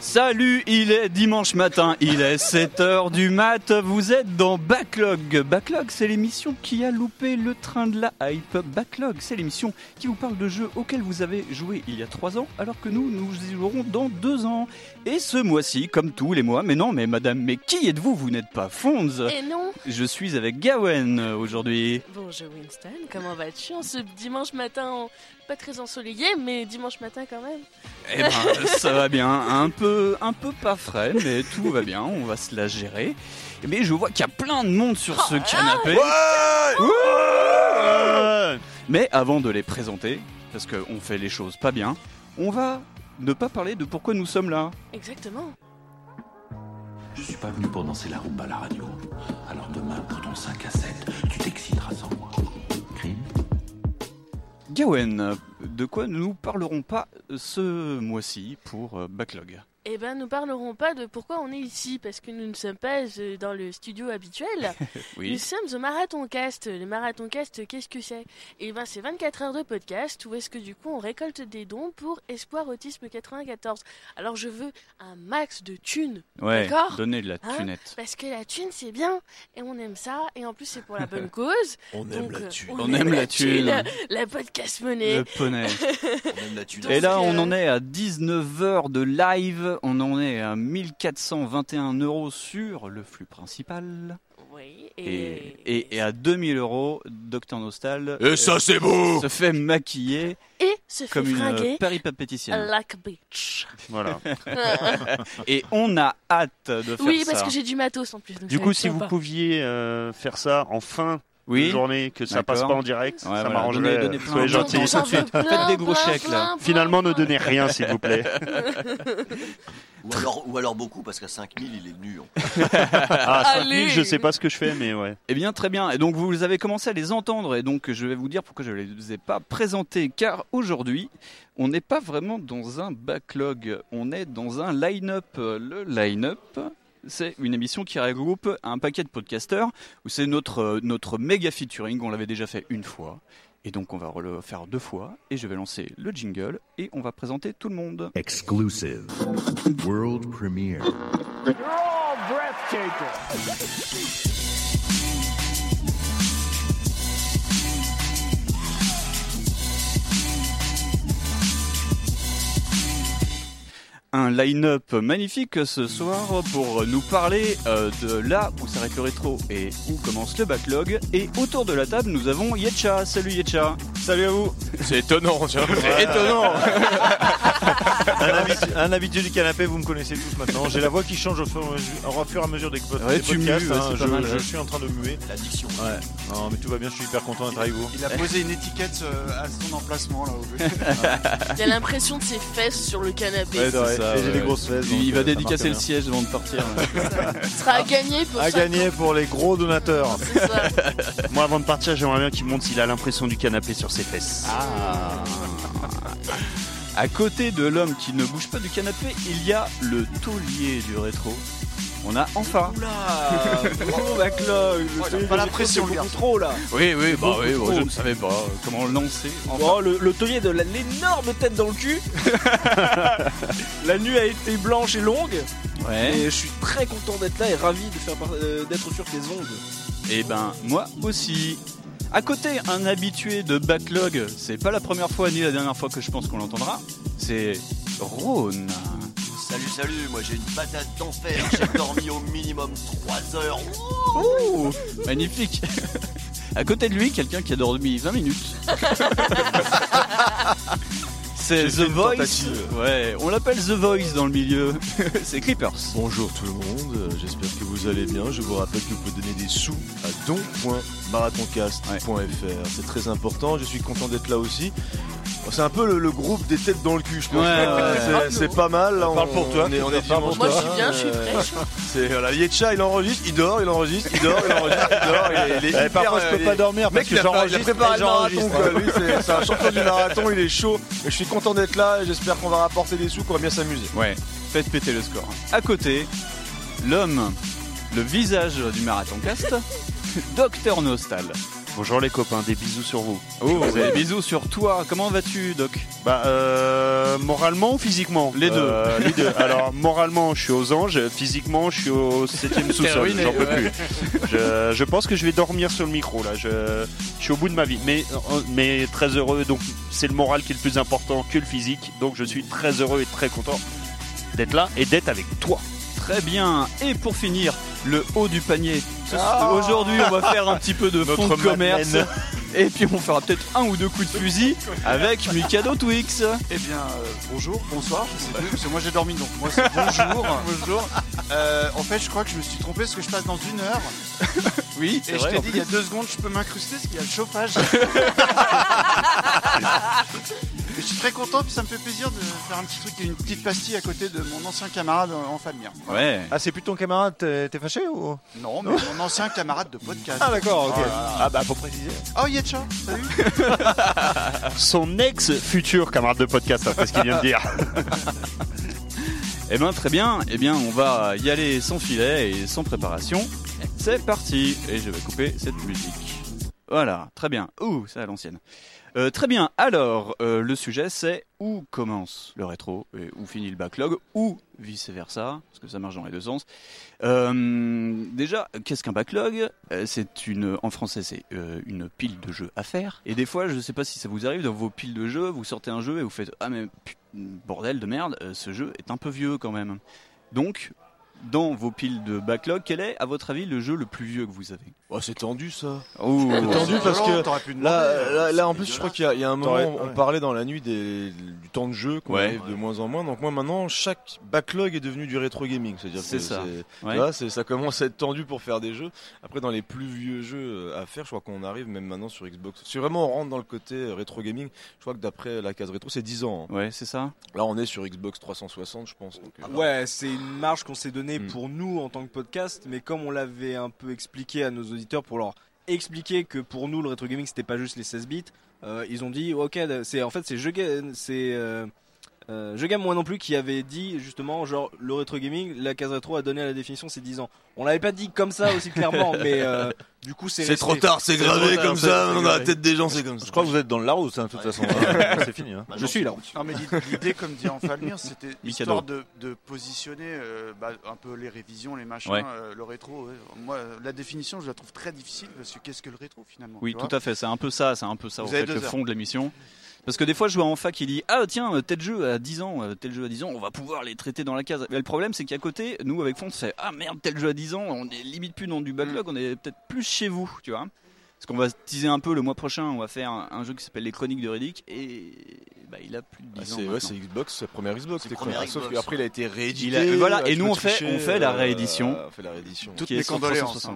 Salut, il est dimanche matin, il est 7h du mat, vous êtes dans Backlog. Backlog, c'est l'émission qui a loupé le train de la hype. Backlog, c'est l'émission qui vous parle de jeux auxquels vous avez joué il y a 3 ans, alors que nous, nous y jouerons dans 2 ans. Et ce mois-ci, comme tous les mois, mais non, mais madame, mais qui êtes-vous Vous n'êtes pas Fonz Et non Je suis avec Gawen euh, aujourd'hui. Bonjour Winston, comment vas-tu en ce dimanche matin en- Pas très ensoleillé, mais dimanche matin quand même. Eh ben, ça va bien, un peu, un peu pas frais, mais tout va bien, on va se la gérer. Mais je vois qu'il y a plein de monde sur ce canapé. Ouais Mais avant de les présenter, parce qu'on fait les choses pas bien, on va ne pas parler de pourquoi nous sommes là. Exactement. Je suis pas venu pour danser la rumba à la radio. Alors demain, pour ton 5 à 7, tu t'exciteras sans moi. Crime Gawen, de quoi ne nous parlerons pas ce mois-ci pour euh, Backlog Eh ben, nous parlerons pas de pourquoi on est ici, parce que nous ne sommes pas euh, dans le studio habituel. Nous sommes au Marathon Cast. Le Marathon Cast, qu'est-ce que c'est Eh ben, c'est 24 heures de podcast où est-ce que du coup on récolte des dons pour Espoir Autisme 94. Alors je veux un max de thunes, Ouais, D'accord. donnez de la Hein tunette. parce que la thune c'est bien, et on aime ça, et en plus c'est pour la bonne cause. On Donc, euh, On aime la thune. La podcast Le monnaie. poney. On aime la thune. Donc, Et là, on euh, en est à 19 heures de live, on en est à 1421 euros sur le flux principal Oui. et, et- et à 2000 euros Docteur Nostal Et euh, ça, c'est beau se fait maquiller et se fait comme une euh, fringuer à péripapéticienne. like a bitch. Voilà. Et on a euh, hâte de faire oui, ça. parce que j'ai du matos en plus. donc Du ça coup, va si être vous sympa. pouviez euh, faire ça en fin de oui, journée, que ça passe D'accord. pas en direct, Ouais, ça voilà, m'arrangerait. euh, donnez- donnez plein soyez de gens gentils. dans J'en veux Faites plein, des gros plein, chèques, là. plein, plein, Finalement, ne plein. donnez rien, s'il vous plaît. ou alors, ou alors beaucoup, parce qu'à 5000, il est venu. Ah, cinq Allez. mille, je sais pas ce que je fais, mais ouais. Eh bien, très bien. Et donc, vous avez commencé à les entendre. Et donc, je vais vous dire pourquoi je ne les ai pas présentés. Car aujourd'hui, on n'est pas vraiment dans un backlog. On est dans un line-up. Le line-up. C'est une émission qui regroupe un paquet de podcasteurs où c'est notre, euh, notre méga featuring. On l'avait déjà fait une fois. Et donc, on va le faire deux fois. Et je vais lancer le jingle et on va présenter tout le monde. Exclusive. World premiere. Un line-up magnifique ce soir pour nous parler euh, de là où s'arrête le rétro et où commence le backlog. Et autour de la table, nous avons Yetcha. Salut Yetcha. Salut à vous. C'est étonnant, tiens. C'est étonnant. Un, habitu- un habitué du canapé, vous me connaissez tous maintenant. J'ai la voix qui change au fur, et à mesure- au fur et à mesure des, po- Ouais, des tu podcasts. hein, mues, ouais, c'est pas je, mal, hein. je ouais. suis en train de muer. L'addiction. Non, mais tout va bien, je suis hyper content d'être avec vous. Il a posé une étiquette euh, à son emplacement là au J'ai l'impression de ses fesses sur le canapé. Ouais, ouais, ça, et J'ai Ah ouais. des grosses fesses. donc, Il va euh, ça marche dédicacer le bien. siège avant de partir. Ce sera à gagner pour À ça. gagner pour les gros donateurs. C'est ça. Moi, avant de partir, j'aimerais bien qu'il monte s'il a l'impression du canapé sur ses fesses. Ah. À côté de l'homme qui ne bouge pas du canapé, il y a le taulier du rétro. On a enfin. Bon backlog. Euh, Pas la pression, le garçon. trop là. Oui, oui, bah oui, bon, beaucoup je trop. ne savais pas. Comment le lancer Oh, le, taulier de l'énorme tête dans le cul. la nuit a été blanche et longue. Ouais. je suis très content d'être là et ravi euh, d'être sur tes ondes. Eh ben, moi aussi. À côté, un habitué de backlog, c'est pas la première fois ni la dernière fois que je pense qu'on l'entendra, c'est Rhône. Salut, salut, moi j'ai une patate d'enfer. J'ai dormi au minimum 3 heures. Oh Magnifique À côté de lui, quelqu'un qui a dormi 20 minutes. c'est The Voice. Ouais, on l'appelle The Voice dans le milieu. c'est Creepers. Bonjour tout le monde, euh, j'espère que vous allez bien. Je vous rappelle que vous pouvez donner des sous à don.marathoncast.fr. C'est très important, je suis content d'être là aussi. C'est un peu le, le groupe des têtes dans le cul, je pense. Ouais, ouais. C'est- Grave, C'est nous. pas mal. Là, On parle pour toi, On est, on tu est parles pour dimanche toi. soir, Moi, je suis bien, je suis euh, fraîche. C'est voilà, Yetcha, il enregistre, il dort, il enregistre, il dort, il enregistre, il dort. Il est, il est Eh, parfois, hyper, je peux euh, pas dormir mec, parce que il a- il a j'enregistre préparé et le marathon. j'enregistre. quoi. Lui, c'est- c'est un champion du marathon, il est chaud. Et je suis content d'être là. et J'espère qu'on va rapporter des sous, qu'on va bien s'amuser. Ouais, faites péter le score. À côté, l'homme, le visage du marathon cast, Docteur Nostal. Bonjour les copains, des bisous sur vous. Oh, des bisous sur toi. Comment vas-tu, Doc Bah, euh, moralement ou physiquement Les deux. Euh, les deux. Alors, moralement, je suis aux anges. Physiquement, je suis au 7ème T'es sous-sol. ruiné, J'en peux ouais. plus. Je, je pense que je vais dormir sur le micro, là. Je, je suis au bout de ma vie. Mais, euh, mais très heureux. Donc, c'est le moral qui est le plus important que le physique. Donc, je suis très heureux et très content d'être là et d'être avec toi. Très bien. Et pour finir, le haut du panier. Ce- Ah Aujourd'hui, on va faire un petit peu de fond de Notre commerce. Madeleine. Et puis, on fera peut-être un ou deux coups de fusil avec Mikado Twix. Eh bien, euh, bonjour, bonsoir, je sais plus, parce que moi j'ai dormi donc moi c'est bonjour. bonjour. Euh, en fait, je crois que je me suis trompé parce que je passe dans une heure. Oui, Et je t'ai dit il y a deux secondes, je peux m'incruster parce qu'il y a le chauffage. Et je suis très content, puis ça me fait plaisir de faire un petit truc, une petite pastille à côté de mon ancien camarade euh, en famille. Ouais. Ah, c'est plus ton camarade, t'es t'es fâché ou Non, mais mon ancien camarade de podcast. Ah, d'accord, ok. Oh là là. Ah, bah, pour préciser. Oh Yetcha, salut Son ex futur camarade de podcast, après ce qu'il vient de dire. Eh bien, très bien. Eh bien, on va y aller sans filet et sans préparation. C'est parti. Et je vais couper cette musique. Voilà, très bien. Ouh, c'est à l'ancienne. Euh, très bien. Alors, euh, le sujet, c'est où commence le rétro et où finit le backlog, ou vice versa, parce que ça marche dans les deux sens. Euh, déjà, qu'est-ce qu'un backlog Euh, C'est une, en français, c'est euh, une pile de jeux à faire. Et des fois, je ne sais pas si ça vous arrive dans vos piles de jeux, vous sortez un jeu et vous faites ah mais putain, bordel de merde, euh, ce jeu est un peu vieux quand même. Donc, dans vos piles de backlog, quel est, à votre avis, le jeu le plus vieux que vous avez Oh, c'est tendu ça. Oh. C'est tendu parce que là, euh, là, là, en plus, je crois qu'il y, a- il y a un moment, T'aurais- on ouais. parlait dans la nuit des- du temps de jeu qu'on Ouais. arrive de moins en moins. Donc moi, maintenant, chaque backlog est devenu du rétro gaming, c'est-à-dire C'est que ça. c'est- Ouais. tu vois, c'est- ça commence à être tendu pour faire des jeux. Après, dans les plus vieux jeux euh, à faire, je crois qu'on arrive même maintenant sur Xbox. Si vraiment on rentre dans le côté euh, rétro gaming, je crois que d'après la case rétro, c'est 10 ans. hein. Ouais, c'est ça. Ah Là, on est sur Xbox 360, je pense. donc, euh, Hmm. Ouais, c'est une marge qu'on s'est donnée pour nous en tant que podcast, mais comme on l'avait un peu expliqué à nos auditeurs pour leur expliquer que pour nous le rétro gaming c'était pas juste les 16 bits, euh, ils ont dit ok, c'est en fait c'est je Ga- c'est euh, euh, je gamme moi non plus qui avait dit justement genre le rétro gaming, la case rétro a donné à la définition c'est 10 ans. On l'avait pas dit comme ça aussi clairement, mais euh, du coup c'est C'est resté. trop tard, c'est gravé trop tard, comme c'est- ça, c'est dans la gravé. Bah, tête des gens, c'est comme ça. Je crois que vous êtes dans le Larousse, hein, de toute façon. c'est fini. hein. Je suis là. Bah, Non, mais l'id- l'idée, comme dit Enfalmir, c'était Mikado. histoire de, de positionner euh, bah, un peu les révisions, les machins, Ouais. euh, le rétro. ouais. Moi, euh, la définition, je la trouve très difficile parce que qu'est-ce que le rétro finalement Oui, tu vois tout à fait. C'est un peu ça, c'est un peu ça Vous au avez fait, deux le heures. fond de l'émission. Parce que des fois, je vois en fac qui dit Ah, tiens, euh, tel jeu à 10 ans, euh, tel jeu à 10 ans, on va pouvoir les traiter dans la case. Mais le problème, c'est qu'à côté, nous, avec Fond, c'est Ah merde, tel jeu à 10 ans, on est limite plus dans du backlog, Mm. on est peut-être plus chez vous, tu vois. Parce qu'on va teaser un peu le mois prochain, on va faire un, un jeu qui s'appelle Les Chroniques de Riddick, et bah, il a plus de Ah, 10 ans. c'est ouais, maintenant. c'est Xbox, c'est la première Xbox. c'était première quoi. Sauf Xbox. qu'après, il a été Il réédité. a- voilà, euh, et tu nous peux on fait, tricher, on fait la euh, réédition. on fait la réédition. Toutes les condoléances.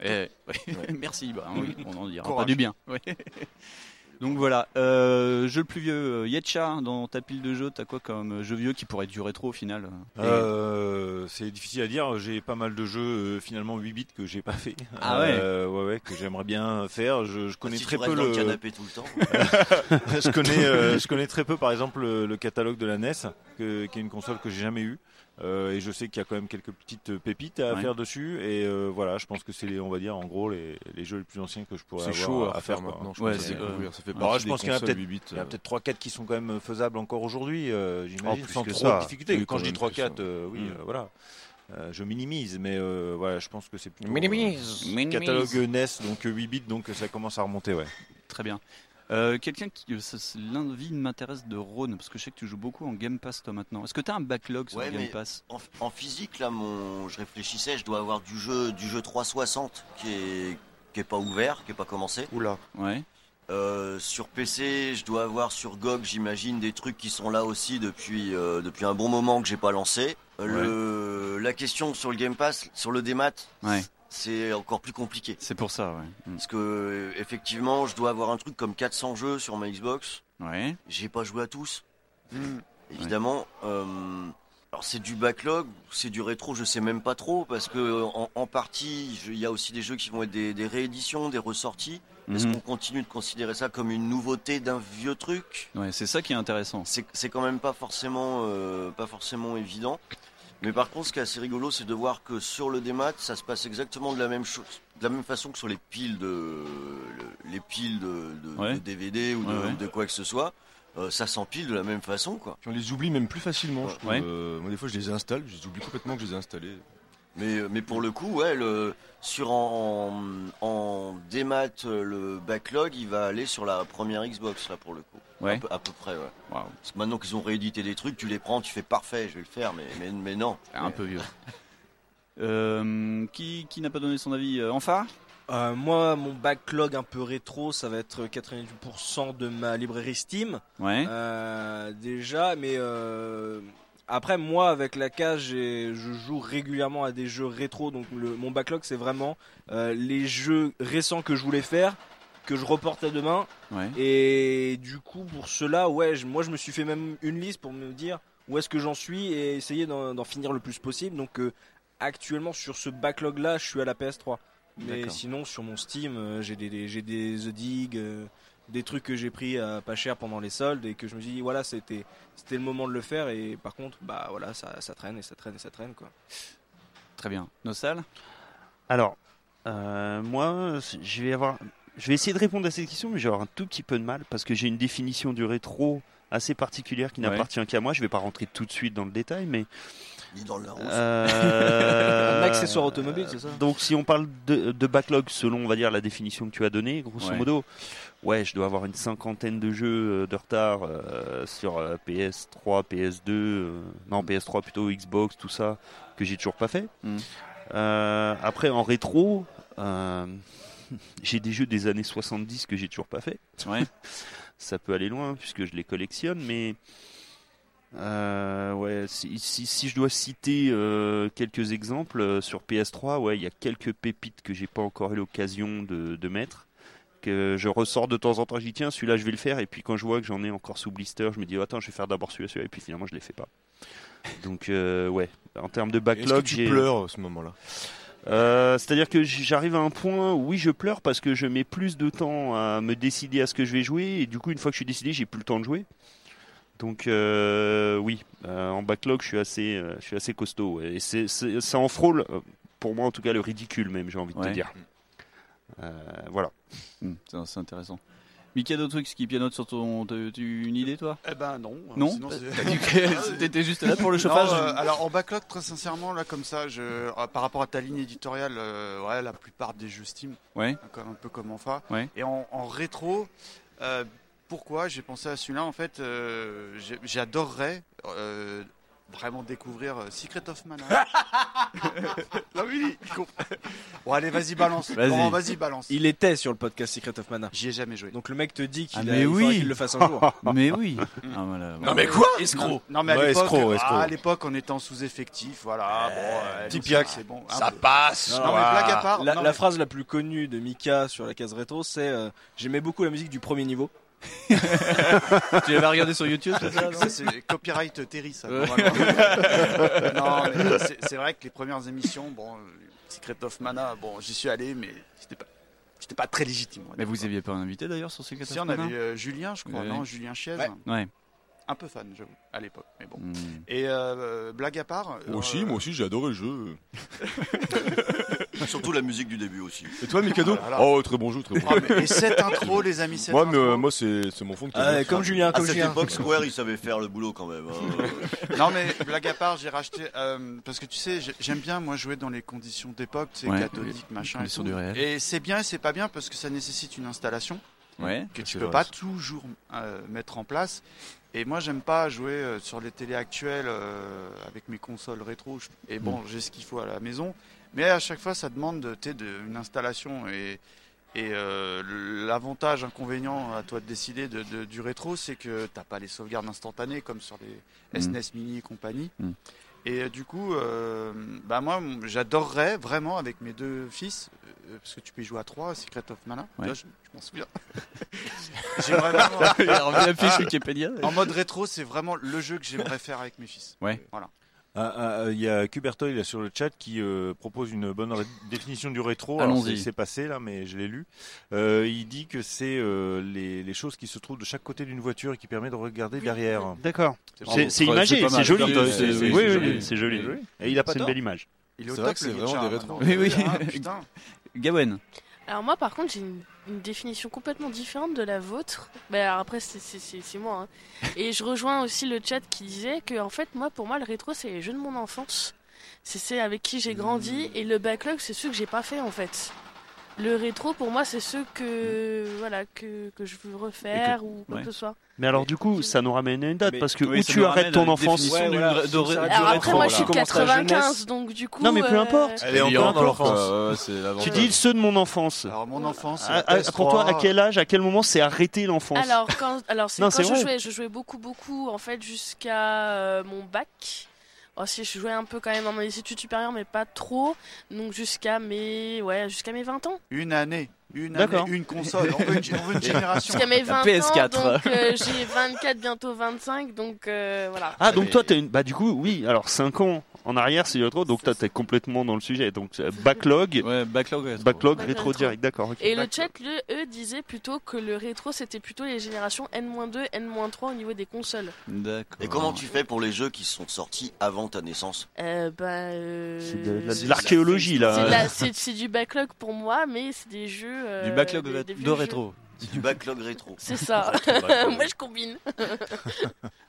Eh, Merci, bah, oui, on en dira pas Courage. du bien. Oui. Donc voilà, euh, jeu le plus vieux, euh, Yetcha, dans ta pile de jeux, t'as quoi comme euh, jeu vieux qui pourrait être du rétro au final euh, Euh, c'est difficile à dire, j'ai pas mal de jeux euh, finalement 8 bits que j'ai pas fait. Ah Euh, ouais ouais, que j'aimerais bien faire, je, je connais Ah, si tu très peu restes dans le le canapé tout le temps. je connais euh, je connais très peu par exemple le, le catalogue de la NES que- qui est une console que j'ai jamais eue. Euh, et je sais qu'il y a quand même quelques petites pépites à Ouais. faire dessus et euh, voilà, je pense que c'est les- on va dire en gros les, les jeux les plus anciens que je pourrais C'est avoir chaud à, à faire faire maintenant, je quoi. pense, à découvrir. Ça fait Alors, partie je des pense qu'il y en a consoles 8 peut-être bits, il y a euh. peut-être 3 4 qui sont quand même faisables encore aujourd'hui, euh, j'imagine Oh, plus sans que trop ça. de difficultés. Oui, quand quand je dis même 3 plus que 4 ça. oui, Mm. euh, voilà. Euh, je minimise, mais euh, voilà, je pense que c'est plutôt. euh, Minimise. Minimise. Catalogue NES, donc euh, 8 bits, donc euh, ça commence à remonter, ouais. Très bien. Euh, Quelqu'un qui. euh, ça, c'est- L'envie m'intéresse de Rhône, parce que je sais que tu joues beaucoup en Game Pass toi maintenant. Est-ce que t'as un backlog sur Ouais, Game mais Pass en, en physique, là, mon, je réfléchissais, je dois avoir du jeu, du jeu 360 qui est, qui est pas ouvert, qui est pas commencé. Euh, Oula. Ouais. sur PC, je dois avoir sur GOG, j'imagine, des trucs qui sont là aussi depuis, euh, depuis un bon moment que j'ai pas lancé. Euh, Le, la question sur le Game Pass, sur le démat, Ouais. c'est encore plus compliqué. C'est pour ça, ouais. Mm. Parce que, euh, effectivement, je dois avoir un truc comme 400 jeux sur ma Xbox. Ouais. J'ai pas joué à tous. Évidemment. euh, alors c'est du backlog, c'est du rétro, je sais même pas trop parce que euh, en, en partie je- il y a aussi des jeux qui vont être des, des rééditions, des ressorties. Est-ce Mhm. qu'on continue de considérer ça comme une nouveauté d'un vieux truc Ouais, c'est ça qui est intéressant. C'est c'est quand même pas forcément, euh, pas forcément évident. Mais par contre, ce qui est assez rigolo, c'est de voir que sur le démat, ça se passe exactement de la même chose, de la même façon que sur les piles de, le- les piles de, de- Ouais. de DVD ou de, Ouais, ouais. de quoi que ce soit. Euh, ça s'empile de la même façon, quoi. Puis on les oublie même plus facilement. je trouve. Ouais. Euh, moi, des fois, je les installe, je les oublie complètement que je les ai installés. Mais, euh, mais pour le coup, ouais, le, sur en, en démat, euh, le backlog, il va aller sur la première Xbox, là, pour le coup. Ouais. À, peu, à peu près, ouais. Parce que maintenant qu'ils ont réédité des trucs, tu les prends, tu fais parfait, je vais le faire, mais, mais, mais non. Un peu vieux. Euh, qui qui n'a pas donné son avis euh, Enfa Euh, moi, mon backlog un peu rétro, ça va être 98% de ma librairie Steam. Ouais. Euh, déjà, mais euh, après, moi, avec la cage, j'ai- je joue régulièrement à des jeux rétro. Donc, le- mon backlog, c'est vraiment euh, les jeux récents que je voulais faire, que je reporte à demain. Ouais. Et du coup, pour cela, ouais, je- moi, je me suis fait même une liste pour me dire où est-ce que j'en suis et essayer d'en d'en finir le plus possible. Donc, euh, actuellement, sur ce backlog-là, je suis à la PS3. Mais D'accord. sinon, sur mon Steam, euh, j'ai des, des- j'ai des The Dig, euh, des trucs que j'ai pris à pas cher pendant les soldes et que je me suis dit, voilà, c'était c'était le moment de le faire. Et par contre, bah voilà, ça, ça traîne et ça traîne et ça traîne, quoi. Très bien. Nos salles Alors, euh, moi, je vais avoir, je vais essayer de répondre à cette question, mais je vais avoir un tout petit peu de mal parce que j'ai une définition du rétro assez particulière qui Ouais. n'appartient qu'à moi. Je vais pas rentrer tout de suite dans le détail, mais Ni dans le Larousse. Euh, Un accessoire automobile, c'est ça Donc, si on parle de, de backlog selon, on va dire, la définition que tu as donnée, grosso Ouais. modo, ouais, je dois avoir une cinquantaine de jeux euh, de retard euh, sur euh, PS3, PS2, euh, non, PS3 plutôt, Xbox, tout ça, que j'ai toujours pas fait. Mm. Euh, après, en rétro, euh, j'ai des jeux des années 70 que j'ai toujours pas fait. ça peut aller loin hein, puisque je les collectionne, mais. Euh, ouais, si, si- si je dois citer euh, quelques exemples euh, sur PS3, ouais, il y a quelques pépites que j'ai pas encore eu l'occasion de, de mettre, que je ressors de temps en temps, je dis tiens, celui-là je vais le faire, et puis quand je vois que j'en ai encore sous blister, je me dis oh, attends, je vais faire d'abord celui-là, celui-là, et puis finalement je les fais pas. Donc euh, ouais, en termes de Est-ce backlog, que tu j'ai- pleures à ce moment-là euh, c'est-à-dire que j- j'arrive à un point où oui, je pleure parce que je mets plus de temps à me décider à ce que je vais jouer et du coup, une fois que je suis décidé, j'ai plus le temps de jouer. Donc euh, oui, euh, en backlog, je suis assez, euh, je suis assez costaud ouais. et c'est, c'est- ça en frôle, euh, pour moi en tout cas, le ridicule même, j'ai envie de Ouais. Hmm, te dire. Euh, voilà. C'est c'est intéressant. Mikado Twix qui pianote sur ton. t'as- t'as eu une idée toi Eh ben non. euh, Non Bah, sinon, c'est- Ah T'as dit que T'étais juste là pour le Non, chauffage euh, alors en backlog, très sincèrement, là comme ça, je, euh, par rapport à ta ligne éditoriale, euh, ouais, la plupart des jeux Steam, Ouais. comme, un peu comme Enfa. Ouais. Et en, en rétro, euh, pourquoi j'ai pensé à celui-là En fait, euh, j'ai- j'adorerais euh, vraiment découvrir euh, Secret of Mana. non mais il- il comprend. Bon allez, vas-y balance. Vas-y. Bon, vas-y balance. Il était sur le podcast Secret of Mana. J'y ai jamais joué. Donc le mec te dit qu'il Ah, a- mais il faudrait oui. qu'il le fasse un jour. Mais oui. Ah, voilà. Non, non, mais à Ouais, l'époque, escroc, ah, escroc. à l'époque, en étant sous-effectif, voilà. bon, euh, petit donc, piac. c'est bon, Ça un peu. passe. Non, mais blague à part. hein, La, non, la mais- phrase la plus connue de Mika sur la case rétro, c'est euh, J'aimais beaucoup la musique du premier niveau. tu l'avais regardé sur YouTube, c'est ça, non Ça, c'est copyright Terry, ça. Ouais. vraiment. non, mais c'est- c'est vrai que les premières émissions, bon, euh, Secret of Mana, bon, j'y suis allé, mais c'était pas, c'était pas très légitime. on va Mais dire. vous aviez pas un invité d'ailleurs sur ces Si, on avait euh, Julien, je crois, Ouais. non, Julien Chiez. Ouais. Ouais. Un peu fan, j'avoue, à l'époque, mais bon. Hmm. Et euh, blague à part. Moi aussi, euh, moi aussi, j'ai adoré le jeu. Surtout la musique du début aussi. Et toi, Mikado Voilà. Oh, très bon jeu, très bon. Ah, jeu. mais- et cette intro, les amis, cette moi, mais, euh, moi, c'est c'est mon fond. qui Ah, est- comme Julien, comme à cette Julien. époque, Square, il savait faire le boulot quand même. hein. Non mais blague à part, j'ai racheté euh, parce que tu sais, j'ai- j'aime bien moi jouer dans les conditions d'époque, c'est Ouais, cathodique, les machin. Et, conditions tout. du réel. Et c'est bien et c'est pas bien parce que ça nécessite une installation Ouais. que tu C'est peux vrai, pas ça. toujours euh, mettre en place. Et moi j'aime pas jouer euh, sur les télés actuelles euh, avec mes consoles rétro. Je- Et bon, Mm. j'ai ce qu'il faut à la maison, mais à chaque fois ça demande de, tu sais, de- une installation et et euh, l'avantage, inconvénient à toi de décider de- de- du rétro, c'est que t'as pas les sauvegardes instantanées comme sur les Mm. SNES Mini et compagnie. Mm. Et euh, du coup, euh, bah moi, m- j'adorerais vraiment avec mes deux fils euh, euh, parce que tu peux y jouer à 3, Secret of Mana. Ouais. Là, je je m'en souviens. j'aimerais vraiment. Il a revenu appuyer sur Wikipédia. En mode rétro, c'est vraiment le jeu que j'aimerais faire avec mes fils. Voilà. Ah, ah, ah, Il y a Cubertoil là, sur le chat qui euh, propose une bonne ré- définition du rétro. Alors, Allons-y. c'est- C'est passé là, mais je l'ai lu. Euh, il dit que c'est euh, les, les choses qui se trouvent de chaque côté d'une voiture et qui permet de regarder derrière. D'accord. C'est- c'est imagé, c'est joli. C'est- c'est- oui, oui, oui, c'est joli. Et il a pas C'est une tort. belle image. Il C'est vrai que c'est vraiment des rétros. Oui, oui. Ah, putain. Gawen. Alors moi par contre j'ai une, une définition complètement différente de la vôtre. Bah, alors après c'est- c'est c'est- c'est moi. hein. Et je rejoins aussi le chat qui disait que en fait moi pour moi le rétro c'est les jeux de mon enfance. C'est c'est avec qui j'ai grandi et le backlog c'est ceux que j'ai pas fait en fait. Le rétro pour moi c'est ceux que voilà que, que je veux refaire ou quoi ouais. que ce soit. Mais alors du coup, ça nous ramène à une date Mais- parce que oui, où ça tu nous ramène à arrêtes ton une enfance définition Ouais, du- voilà, de- si de- ça du Alors rétro, après moi je là. suis de Tu commences ta jeunesse. 95 donc du coup Non, mais peu euh, importe. Elle est encore dans l'enfance. Ouais, ouais, c'est tu l'avantage. dis ceux de mon enfance. Alors mon enfance. Ah, ah, pour toi, à quel âge, à quel moment c'est arrêté l'enfance Alors quand, alors c'est Non, quand c'est je vrai. jouais, je jouais beaucoup beaucoup en fait jusqu'à euh, mon bac. Oh, si je jouais un peu quand même dans mes études supérieures mais pas trop. Donc jusqu'à mes ouais, jusqu'à mes 20 ans. Une année. Une D'accord. année, une console. On veut une, on veut une génération. Jusqu'à mes 20 PS4. ans donc euh, j'ai 24 bientôt 25 donc euh, voilà. Ah donc toi t'as une bah du coup oui alors 5 ans en arrière c'est rétro donc toi t'es complètement dans le sujet donc euh, backlog backlog rétro, Backlog rétro rétro. direct d'accord ok. Et le chat, le, eux, disait plutôt que le rétro, c'était plutôt les générations N-2, N-3 au niveau des consoles. Et comment tu fais pour les jeux qui sont sortis avant ta naissance Euh, bah, euh, C'est de la- de l'archéologie C'est de là. la- C'est c'est du backlog pour moi, mais c'est des jeux. euh, des- des vieux jeux. Du backlog rétro. C'est ça. backlog. moi, je combine.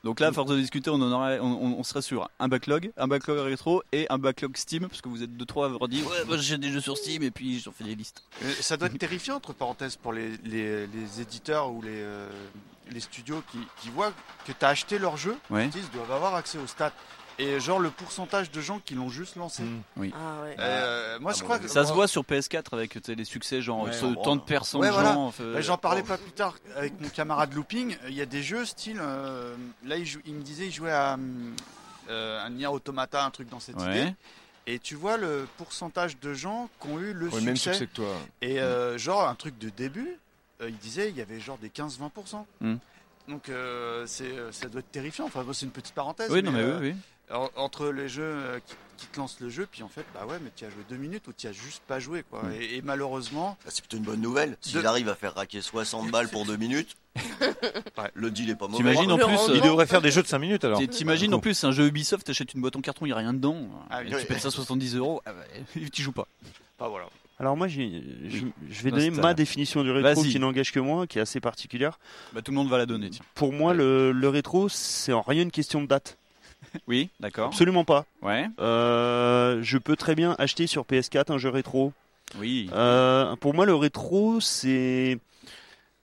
Donc là, à force de discuter, on, en aurait- on, on- on serait sur un backlog, un backlog rétro et un backlog Steam, parce que vous êtes deux trois à avoir dit Ouais, moi j'ai des jeux sur Steam et puis j'en fais des listes. Euh, ça doit être terrifiant, entre parenthèses, pour les, les- les éditeurs ou les, euh, les studios qui, qui voient que tu as acheté leur jeu. Ouais. Ils disent, doivent avoir accès aux stats. Et genre le pourcentage de gens qui l'ont juste lancé. Oui. Ah ouais. Euh, moi, je crois que bah, ça se voit sur PS4 avec tu sais, les succès, genre Ouais, ce bon, tant de bon. personnes, Ouais, de voilà. gens, enfin, Bah, J'en parlais pas plus tard avec mon camarade Looping. Il y a des jeux style. euh, là, il, jou- il me disait il jouait à hum, euh, un Nier Automata, un truc dans cette Ouais. idée. Et tu vois le pourcentage de gens qui ont eu le Ouais, succès. même succès que toi. Et Mm. euh, genre, un truc de début, euh, il disait il y avait genre des 15-20%. Mm. Donc euh, c'est, euh, ça doit être terrifiant. Enfin, bon, c'est une petite parenthèse. euh, Oui, non, mais oui, oui. en- Entre les jeux euh, qui, qui te lancent le jeu, puis en fait, bah ouais, mais tu as joué deux minutes ou tu as juste pas joué, quoi. Mm. Et, et malheureusement. Bah, c'est plutôt une bonne nouvelle. S'il arrive à faire raquer 60 balles pour 2 minutes, le deal est pas mauvais. T'imagines en plus. euh, Il devrait faire des jeux de 5 minutes alors. Ah, T'imagines en plus un jeu Ubisoft, t'achètes une boîte en carton, il n'y a rien dedans. Ah, et oui. tu pètes ça 70 euros, ah, bah, tu joues pas. Bah voilà. Alors moi j'ai- je, je vais Non, donner c'est à- ma définition du rétro Vas-y. qui n'engage que moi qui est assez particulière. Bah, tout le monde va la donner, tiens. Pour moi le, le rétro c'est en rien une question de date. Oui, d'accord. Absolument pas. Ouais. Euh, je peux très bien acheter sur PS4 un jeu rétro. Oui. Euh, pour moi, le rétro, c'est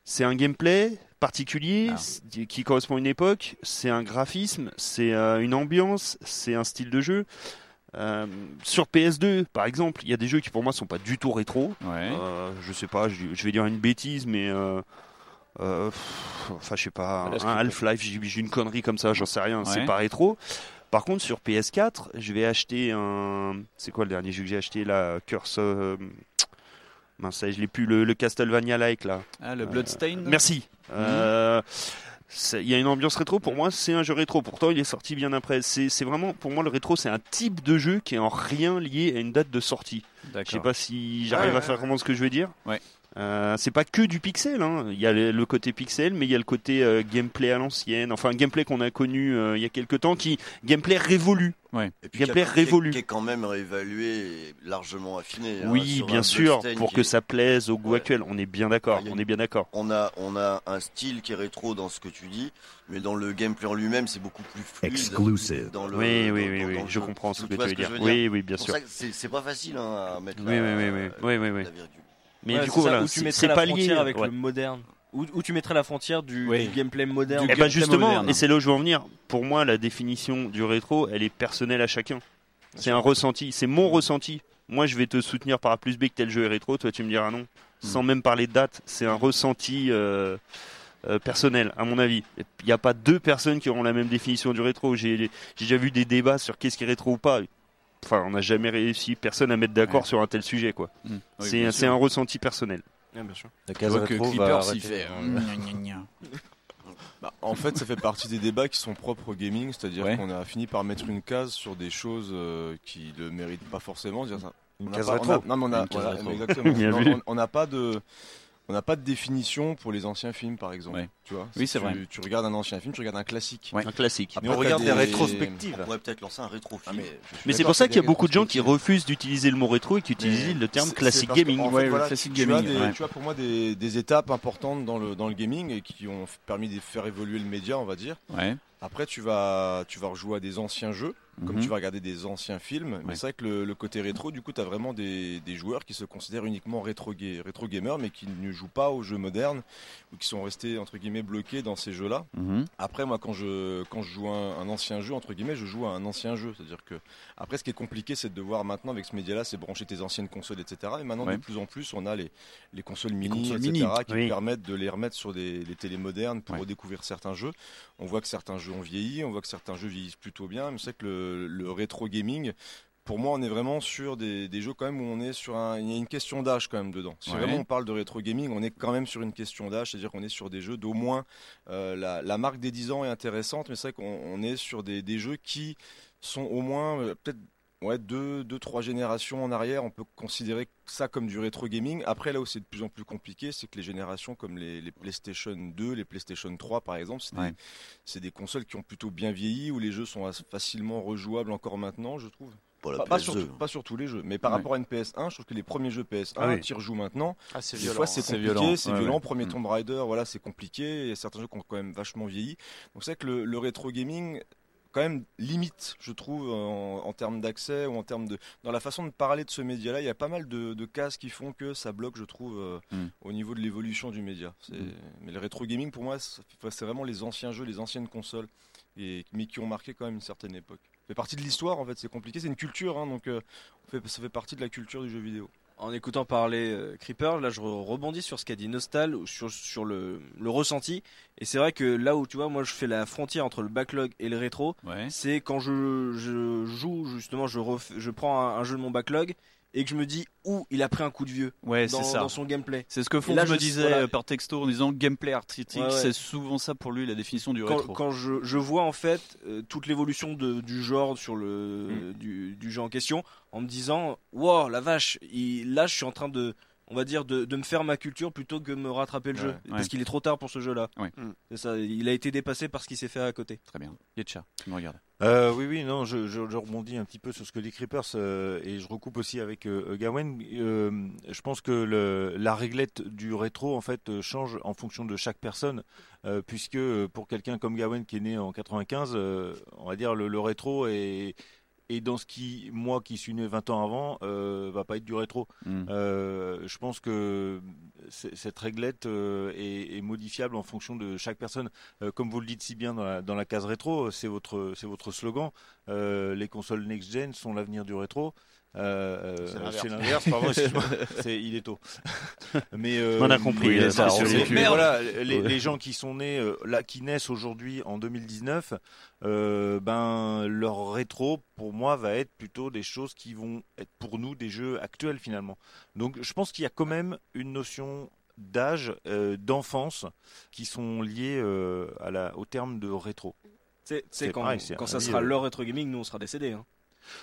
c'est un gameplay Ah. particulier c'est- qui correspond à une époque. C'est un graphisme, c'est euh, une ambiance, c'est un style de jeu. Euh, sur PS2, par exemple, il y a des jeux qui pour moi sont pas du tout rétro. Euh, je sais pas, je, je vais dire une bêtise, mais euh, euh, pff, enfin, je sais pas, Voilà, ce un qui- Half-Life, j'ai j'ai une connerie comme ça, j'en sais rien, c'est Ouais. pas rétro. Par contre, sur PS4, je vais acheter un. C'est quoi le dernier jeu que j'ai acheté là Curse. euh, Mince, ça y est, je l'ai plus, le, le Castlevania-like là. Ah, le Bloodstained Euh, Mhm. Merci. Euh, c'est- Il y a une ambiance rétro, pour moi c'est un jeu rétro, pourtant il est sorti bien après. C'est c'est vraiment, pour moi le rétro c'est un type de jeu qui est en rien lié à une date de sortie. Je sais D'accord. pas si j'arrive Ouais, à ouais, faire ouais. vraiment ce que je veux dire. Ouais. Euh, c'est pas que du pixel, hein. il y a le, le côté pixel, mais il y a le côté euh, gameplay à l'ancienne, enfin gameplay qu'on a connu euh, il y a quelques temps, qui gameplay révolu. gameplay qui a- qui est- révolu. Qui est quand même réévalué et largement affiné. hein, Oui, sur un bien sûr, Bloodstained pour qui que est- ça plaise au goût actuel, on est bien d'accord, on est bien d'accord. On a, on a un style qui est rétro dans ce que tu dis, mais dans le gameplay en lui-même, c'est beaucoup plus fluide. Exclusive. Dans le, Oui, dans- oui, oui, dans- oui, dans le je jeu. comprends ce que vois tu veux je dire. Oui, oui, bien C'est sûr. pour ça que C'est c'est pas facile hein, à mettre Oui, la- oui, oui, oui, la- oui, oui, oui. la virgule. Mais Ouais, du c'est coup, ça, voilà, où tu c'est- mettrais c'est la pas frontière lié, avec ouais. le moderne. Où, où tu mettrais la frontière du, du gameplay moderne Eh ben justement, et c'est là où je veux en venir. Pour moi, la définition du rétro, elle est personnelle à chacun. C'est un ressenti, c'est mon ressenti. Moi, je vais te soutenir par A plus B que tel jeu est rétro, toi tu me diras non. Hmm. Sans même parler de date, c'est un ressenti euh, euh, personnel, à mon avis. Il n'y a pas deux personnes qui auront la même définition du rétro. J'ai j'ai déjà vu des débats sur qu'est-ce qui est rétro ou pas. enfin, on n'a jamais réussi personne à mettre d'accord sur un tel sujet, quoi. Mm. Oui, c'est bien c'est sûr. un ressenti personnel. Ah, bien sûr. La La case case que rétro va euh, Clipper s'y arrêter. fait. hein. euh, Gna, Bah, en fait, ça fait partie des débats qui sont propres au gaming, c'est-à-dire Ouais. qu'on a fini par mettre une case sur des choses euh, qui ne méritent pas forcément. c'est-à-dire ça. Une On a case pas- on a- rétro. non, mais on a- Une case voilà, rétro. exactement. Bien Non, vu. on- On n'a pas de. On n'a pas de définition pour les anciens films, par exemple. Tu vois Oui, c'est tu, vrai. Tu regardes un ancien film, tu regardes un classique. Un classique. Après, Mais on t'as Ah, regarde des rétrospectives. On pourrait peut-être lancer un rétrofilm. mais Mais c'est pour ça qu'il y a beaucoup de gens qui refusent d'utiliser le mot rétro et qui utilisent le terme C'est- c'est classique parce que, gaming. en fait, voilà, tu as des- Tu as pour moi des, des étapes importantes dans le, dans le gaming et qui ont f- permis de faire évoluer le média, on va dire. Ouais. Après, tu vas, tu vas rejouer à des anciens jeux, comme Mhm. tu vas regarder des anciens films. Mais Ouais. c'est vrai que le, le côté rétro, du coup, tu as vraiment des, des joueurs qui se considèrent uniquement rétro, ga- rétro gamers, mais qui ne jouent pas aux jeux modernes ou qui sont restés, entre guillemets, bloqués dans ces jeux-là. Mhm. Après, moi, quand je, quand je joue à un, un ancien jeu, entre guillemets, je joue à un ancien jeu. C'est-à-dire que, après, ce qui est compliqué, c'est de devoir maintenant, avec ce média-là, c'est brancher tes anciennes consoles, etc. Et maintenant, Ouais. de plus en plus, on a les, les consoles mini, consoles etc., mini, qui oui. permettent de les remettre sur des, des télés modernes pour redécouvrir certains jeux. On voit que certains jeux ont vieilli, on voit que certains jeux vieillissent plutôt bien. Mais c'est vrai que le, le rétro gaming, pour moi, on est vraiment sur des, des jeux quand même où on est sur un, il y a une question d'âge quand même dedans. Si Ouais. vraiment on parle de rétro gaming, on est quand même sur une question d'âge, c'est-à-dire qu'on est sur des jeux d'au moins euh, la, la marque des 10 ans est intéressante, mais c'est vrai qu'on on est sur des, des jeux qui sont au moins euh, peut-être ouais, deux, deux, trois générations en arrière. On peut considérer ça comme du rétro gaming. Après, là où c'est de plus en plus compliqué, c'est que les générations comme les, les PlayStation 2, les PlayStation 3 par exemple, c'est des- Ouais. c'est des consoles qui ont plutôt bien vieilli, où les jeux sont assez facilement rejouables encore maintenant, je trouve. Pas la pas, PS2. sur, tout- pas sur tous les jeux, mais par Ouais. rapport à une PS1, je trouve que les premiers jeux PS1 Ah oui. qui rejouent maintenant, Ah, c'est des violent, fois hein. c'est C'est compliqué, violent, c'est ouais, violent. ouais. Premier Mm. Tomb Raider, voilà, c'est compliqué, et certains jeux qui ont quand même vachement vieilli. Donc c'est vrai que le, le rétro gaming quand même limite, je trouve, en, en termes d'accès ou en termes de dans la façon de parler de ce média-là, il y a pas mal de, de cases qui font que ça bloque, je trouve, euh, Mm. au niveau de l'évolution du média. C'est- Mais le rétro gaming, pour moi, c'est c'est vraiment les anciens jeux, les anciennes consoles, et, mais qui ont marqué quand même une certaine époque. Ça fait partie de l'histoire, en fait, c'est compliqué, c'est une culture, hein, donc euh, on fait- ça fait partie de la culture du jeu vidéo. En écoutant parler euh, Creeper, là je re- rebondis sur ce qu'a dit Nostal, ou sur, sur le, le ressenti. Et c'est vrai que là où tu vois, moi je fais la frontière entre le backlog et le rétro, c'est quand je, je joue, justement, je, ref- je prends un, un jeu de mon backlog et que je me dis, ouh, il a pris un coup de vieux Ouais, dans, c'est ça. dans son gameplay. C'est ce que Et Fons là, me je- disait voilà. euh, par texto en disant gameplay artistique, Ouais, ouais. c'est souvent ça pour lui la définition du quand, rétro. quand je, je vois en fait euh, toute l'évolution de- du genre sur Mm. le du, du jeu en question en me disant wow la vache il- là je suis en train de on va dire de, de me faire ma culture plutôt que de me rattraper le Ouais. jeu parce Ouais. qu'il est trop tard pour ce jeu là Ouais. c'est ça il a été dépassé par ce qui s'est fait à côté très bien Yetcha tu me regardes Euh, oui, oui, non, je, je- je rebondis un petit peu sur ce que dit Creepers euh, et je recoupe aussi avec euh, Gawain. Euh, je pense que le- la réglette du rétro en fait euh, change en fonction de chaque personne, euh, puisque euh, pour quelqu'un comme Gawain qui est né en 95, euh, on va dire le, le rétro est et dans ce qui, moi qui suis né 20 ans avant, euh, va pas être du rétro. Hmm. Mm. Euh, je pense que c- cette réglette euh, est, est modifiable en fonction de chaque personne. Euh, comme vous le dites si bien dans la, dans la case rétro, euh, c'est votre, c'est votre slogan. Euh, les consoles next-gen sont l'avenir du rétro. Euh, C'est euh, l'inverse. c'est l'inverse, pardon, excuse-moi. C'est- il est tôt. Mais, euh, On a compris, oui, euh, ça, sur on les sait. culs. Mais voilà, les, Ouais. les gens qui sont nés, euh, là, qui naissent aujourd'hui en 2019, euh, ben leur rétro pour moi va être plutôt des choses qui vont être pour nous des jeux actuels finalement. Donc je pense qu'il y a quand même une notion d'âge, euh, d'enfance qui sont liées euh, à la, au terme de rétro. c'est c'est quand, pareil, c'est quand ça un- euh, sera leur rétro gaming nous on sera décédés hein.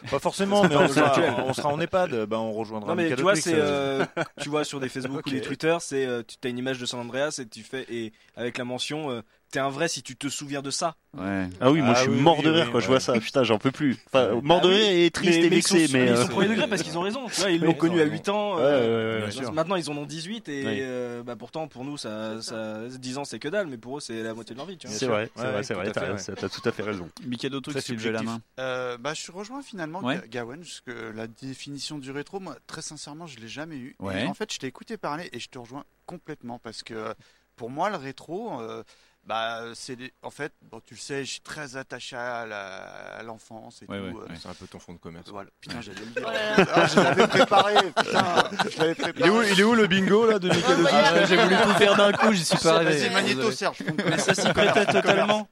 Pas forcément, mais on sera, on sera en EHPAD, ben on rejoindra. Non mais Michael tu vois, Oakley, c'est ça- euh, tu vois sur des Facebook Ok. ou des Twitter, c'est euh, tu as une image de San Andreas et tu fais et avec la mention euh, t'es un vrai si tu te souviens de ça. Ah oui, moi Ah je suis oui, mort oui, de oui, rire quand je ouais. vois ça. Putain, j'en peux plus. Enfin, mort de Ah oui, rire et mais- triste et mais ils vexé, sont- mais. Ils euh, sont au premier degré parce qu'ils ont raison. Tu vois, ils Ouais, l'ont ils connu ont à raison. 8 ans. Ouais, euh, ouais, ouais, bien sûr. Maintenant, ils en ont 18 et Ouais. euh, bah, pourtant, pour nous, ça, ça- 10 ans, c'est que dalle, mais pour eux, c'est la moitié de leur vie. tu vois. C'est vrai, c'est Ouais, vrai, ouais, c'est tout vrai. à fait, T'as ouais. t'as- t'as tout à fait raison. Mikado Truc, Très s'il te plaît, la subjectif. main. Euh, bah, je rejoins finalement Ouais. Ga- Gawen, parce que la définition du rétro, moi, très sincèrement, je l'ai jamais eu. Et Ouais. en fait, je t'ai écouté parler et je te rejoins complètement parce que pour moi, le rétro, euh, bah, c'est des- en fait, bon, tu le sais, je suis très attaché à la- à l'enfance et Ouais, tout. ouais, euh, ouais. C'est un peu ton fond de commerce. Voilà. Putain, Ouais. j'allais le dire. Oh là là. Ah, je l'avais préparé. Putain, je l'avais préparé. Il est où- il est où le bingo, là, de Michael Oakley Ah, J'ai voulu tout faire d'un coup, j'y suis pas Vas-y, arrivé. Magnéto, Désolé. Serge. Mais ça s'y prêtait totalement.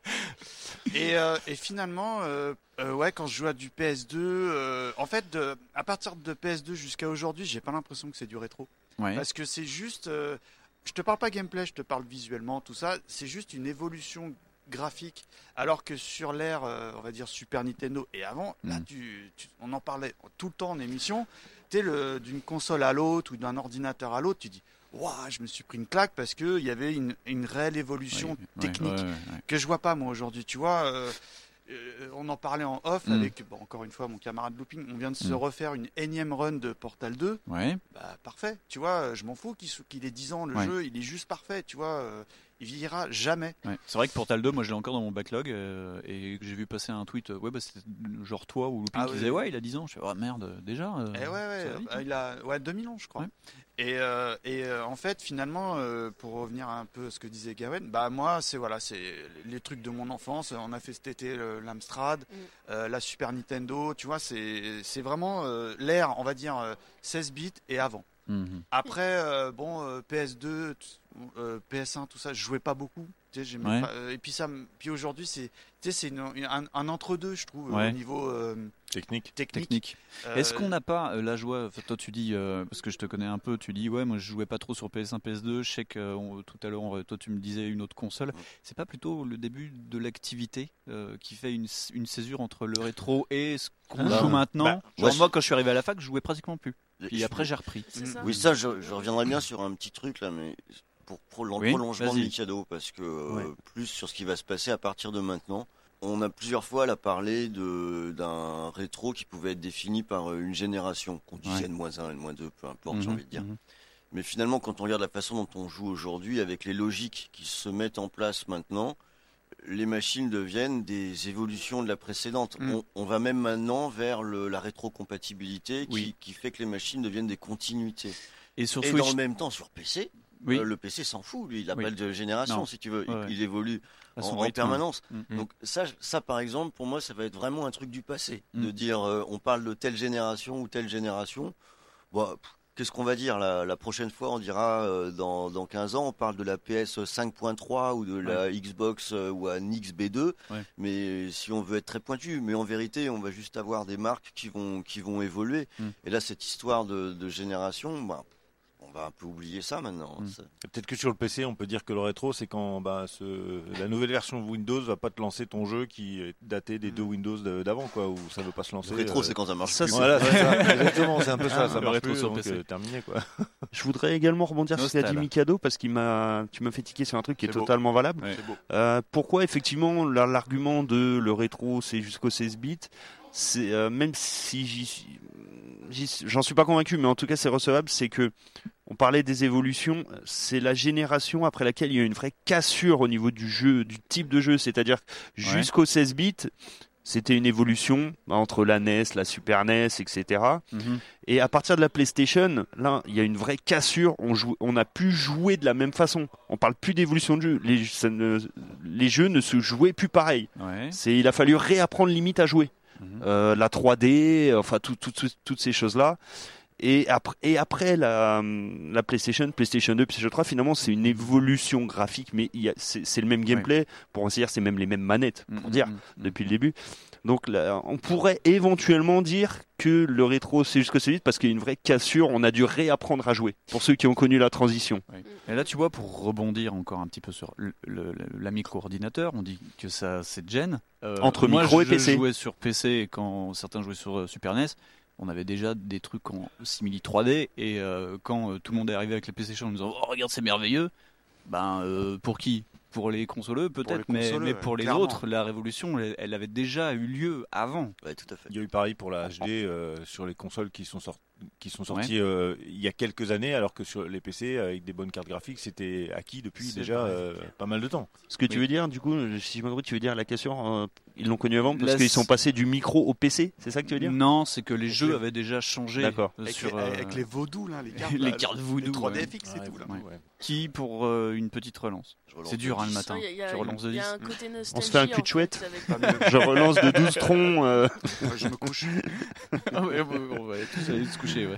Et, euh, et finalement, euh, euh, ouais, quand je joue à du PS2, euh, en fait, de- à partir de PS2 jusqu'à aujourd'hui, j'ai pas l'impression que c'est du rétro. Ouais. Parce que c'est juste, euh, je te parle pas gameplay, je te parle visuellement, tout ça. C'est juste une évolution graphique. Alors que sur l'ère, euh, on va dire Super Nintendo et avant, là, Mm. tu- tu- on en parlait tout le temps en émission. Tu sais, le- d'une console à l'autre ou d'un ordinateur à l'autre, tu dis. Waouh, je me suis pris une claque parce qu'il y avait une, une réelle évolution technique ouais, ouais, ouais. que je vois pas moi aujourd'hui. Tu vois, euh, euh, on en parlait en off Mm. avec, bon, encore une fois, mon camarade Looping. On vient de se Mm. refaire une énième run de Portal 2. Ouais. Bah, parfait, tu vois, euh, je m'en fous qu'il sou- qu'il ait 10 ans, le Ouais. jeu, il est juste parfait, tu vois, euh, il vieillira jamais. Ouais. C'est vrai que Portal 2, moi je l'ai encore dans mon backlog euh, et que j'ai vu passer un tweet. euh, ouais, bah c'était genre toi ou Looping Ah qui ouais. disait ouais, il a 10 ans. Je fais oh merde, euh, déjà. euh, Eh ouais, ouais, ça va vite, bah, hein. il a ouais, 2000 ans, je crois. Et, euh, et euh, en fait, finalement, euh, pour revenir un peu à ce que disait Gawen, bah moi, c'est voilà, c'est les trucs de mon enfance. On a fait cet été le- l'Amstrad, Mm. euh, la Super Nintendo, tu vois, c'est c'est vraiment euh, l'ère, on va dire, euh, 16 bits et avant. Mhm. Après, euh, bon, euh, PS2, t- euh, PS1, tout ça, je jouais pas beaucoup. Tu sais, j'aimais Ouais. pas- euh, et puis ça, me- puis aujourd'hui, c'est, tu sais, c'est une- un, un entre-deux, je trouve, Ouais. au niveau euh, technique. Technique. Est-ce Euh, qu'on n'a pas euh, la joie enfin, Toi, tu dis euh, parce que je te connais un peu. Tu dis ouais, moi je jouais pas trop sur PS1, PS2. Je sais que euh, on- tout à l'heure, on- toi, tu me disais une autre console. C'est pas plutôt le début de l'activité euh, qui fait une, s- une césure entre le rétro et ce qu'on Bah, joue maintenant bah, Genre, ouais, moi, quand je suis arrivé à la fac, je jouais pratiquement plus. Puis Je- après, j'ai repris. Mm, Oui, ça, je, je reviendrai bien sur un petit truc là, mais pour pro- le Oui, prolongement de vas-y. Mikado, parce que euh, Ouais. plus sur ce qui va se passer à partir de maintenant. On a plusieurs fois là parlé de d'un rétro qui pouvait être défini par euh, une génération, qu'on disait Ouais. N-1, N-2, peu importe, j'ai Mhm, envie de dire. mhm. Mais finalement, quand on regarde la façon dont on joue aujourd'hui, avec les logiques qui se mettent en place maintenant, les machines deviennent des évolutions de la précédente. Mm. On, on va même maintenant vers le- la rétrocompatibilité qui, Oui. qui fait que les machines deviennent des continuités. Et sur dans Switch- le même temps, sur PC, Oui. euh, le PC s'en fout, lui, il n'a Oui. pas de génération, Non. si tu veux. Il, Ouais. il évolue À en, son en rythme. permanence. Mm. Donc ça, ça, par exemple, pour moi, ça va être vraiment un truc du passé. Mm. De dire, euh, on parle de telle génération ou telle génération. Bah, pff, Qu'est-ce qu'on va dire la, la prochaine fois On dira euh, dans, dans 15 ans, on parle de la PS 5.3 ou de la Xbox euh, One XB2. Ouais. Mais si on veut être très pointu, mais en vérité, on va juste avoir des marques qui vont, qui vont évoluer. Mm. Et là, cette histoire de, de génération, bah, on va un peu oublier ça maintenant. Ça- Et Peut-être que sur le PC, on peut dire que le rétro, c'est quand bah, ce- la nouvelle version de Windows va pas te lancer ton jeu qui est daté des deux Windows de- d'avant, quoi, ou ça veut pas se lancer. euh, Le rétro, c'est quand ça marche Ça, plus. c'est- Voilà, c'est ça. Ouais. Exactement, c'est un peu Ah, ça. Ça le marche rétro plus, sur donc, PC. euh, terminé, quoi. Je voudrais également rebondir sur ce qu'a dit Nostal. Mikado parce qu'il m'a, tu m'as fait tiquer sur un truc qui est, C'est beau. totalement valable. Ouais. C'est beau. Euh, pourquoi effectivement la- l'argument de le rétro c'est jusqu'au 16 bits, c'est euh, même si j'y suis- j'y suis- j'en suis pas convaincu, mais en tout cas c'est recevable, c'est que on parlait des évolutions, c'est la génération après laquelle il y a une vraie cassure au niveau du jeu, du type de jeu, c'est-à-dire jusqu'au 16 bits. C'était une évolution bah, entre la NES, la Super E NES, etc. Mhm. Et à partir de la PlayStation, là, il y a une vraie cassure. On joue, on a pu jouer de la même façon. On parle plus d'évolution de jeu. Les, ça ne- les jeux ne se jouaient plus pareil. C'est, il a fallu réapprendre limite à jouer. Euh, la 3D, enfin tout- tout- tout- toutes ces choses-là. Et après, et après la, la PlayStation, PlayStation 2, PlayStation 3, finalement, c'est une évolution graphique, mais il y a- c'est c'est le même gameplay. Pour ainsi dire, c'est même les mêmes manettes, pour dire, depuis le début. Donc là, on pourrait éventuellement dire que le rétro, c'est jusqu'au solide parce qu'il y a une vraie cassure. On a dû réapprendre à jouer, pour ceux qui ont connu la transition. Et là, tu vois, pour rebondir encore un petit peu sur le- le- l'ami coordinateur, on dit que ça, c'est de gêne. Euh, Entre moi, micro et je PC. jouais sur PC et quand certains jouaient sur euh, Super NES. On avait déjà des trucs en simili 3D et euh, quand euh, tout le monde est arrivé avec la PlayStation en disant oh regarde c'est merveilleux, ben euh, pour qui Pour les consoleux peut-être, les mais, consoleux, mais pour ouais, les clairement. autres la révolution elle, elle avait déjà eu lieu avant. Il y a eu pareil pour la HD euh, sur les consoles qui sont, sorties qui sont sorties Ouais. euh, il y a quelques années, alors que sur les PC, avec des bonnes cartes graphiques, c'était acquis depuis C'est déjà vrai. euh, pas mal de temps. Ce que tu veux dire, du coup, euh, si je me trompe, tu veux dire la cassure, euh, ils l'ont connu avant parce La- qu'ils sont passés du micro au PC, c'est ça que tu veux dire Non, c'est que les jeux avaient déjà changé. D'accord. euh, Avec sur, les- euh, avec les vaudous, là, les cartes, les là, cartes les voodoo, 3D ouais. fixe et tout, là. Ouais. Qui pour euh, une petite relance. relance C'est dur de hein, le 10. matin. Il y a- il y a- tu relances de il y a 10. un côté Mm. nostalgique. On se fait un cul de en chouette. fait, ça va être- Je relance de 12 troncs. euh. Ah ouais, on va- on va tous aller se coucher, ouais.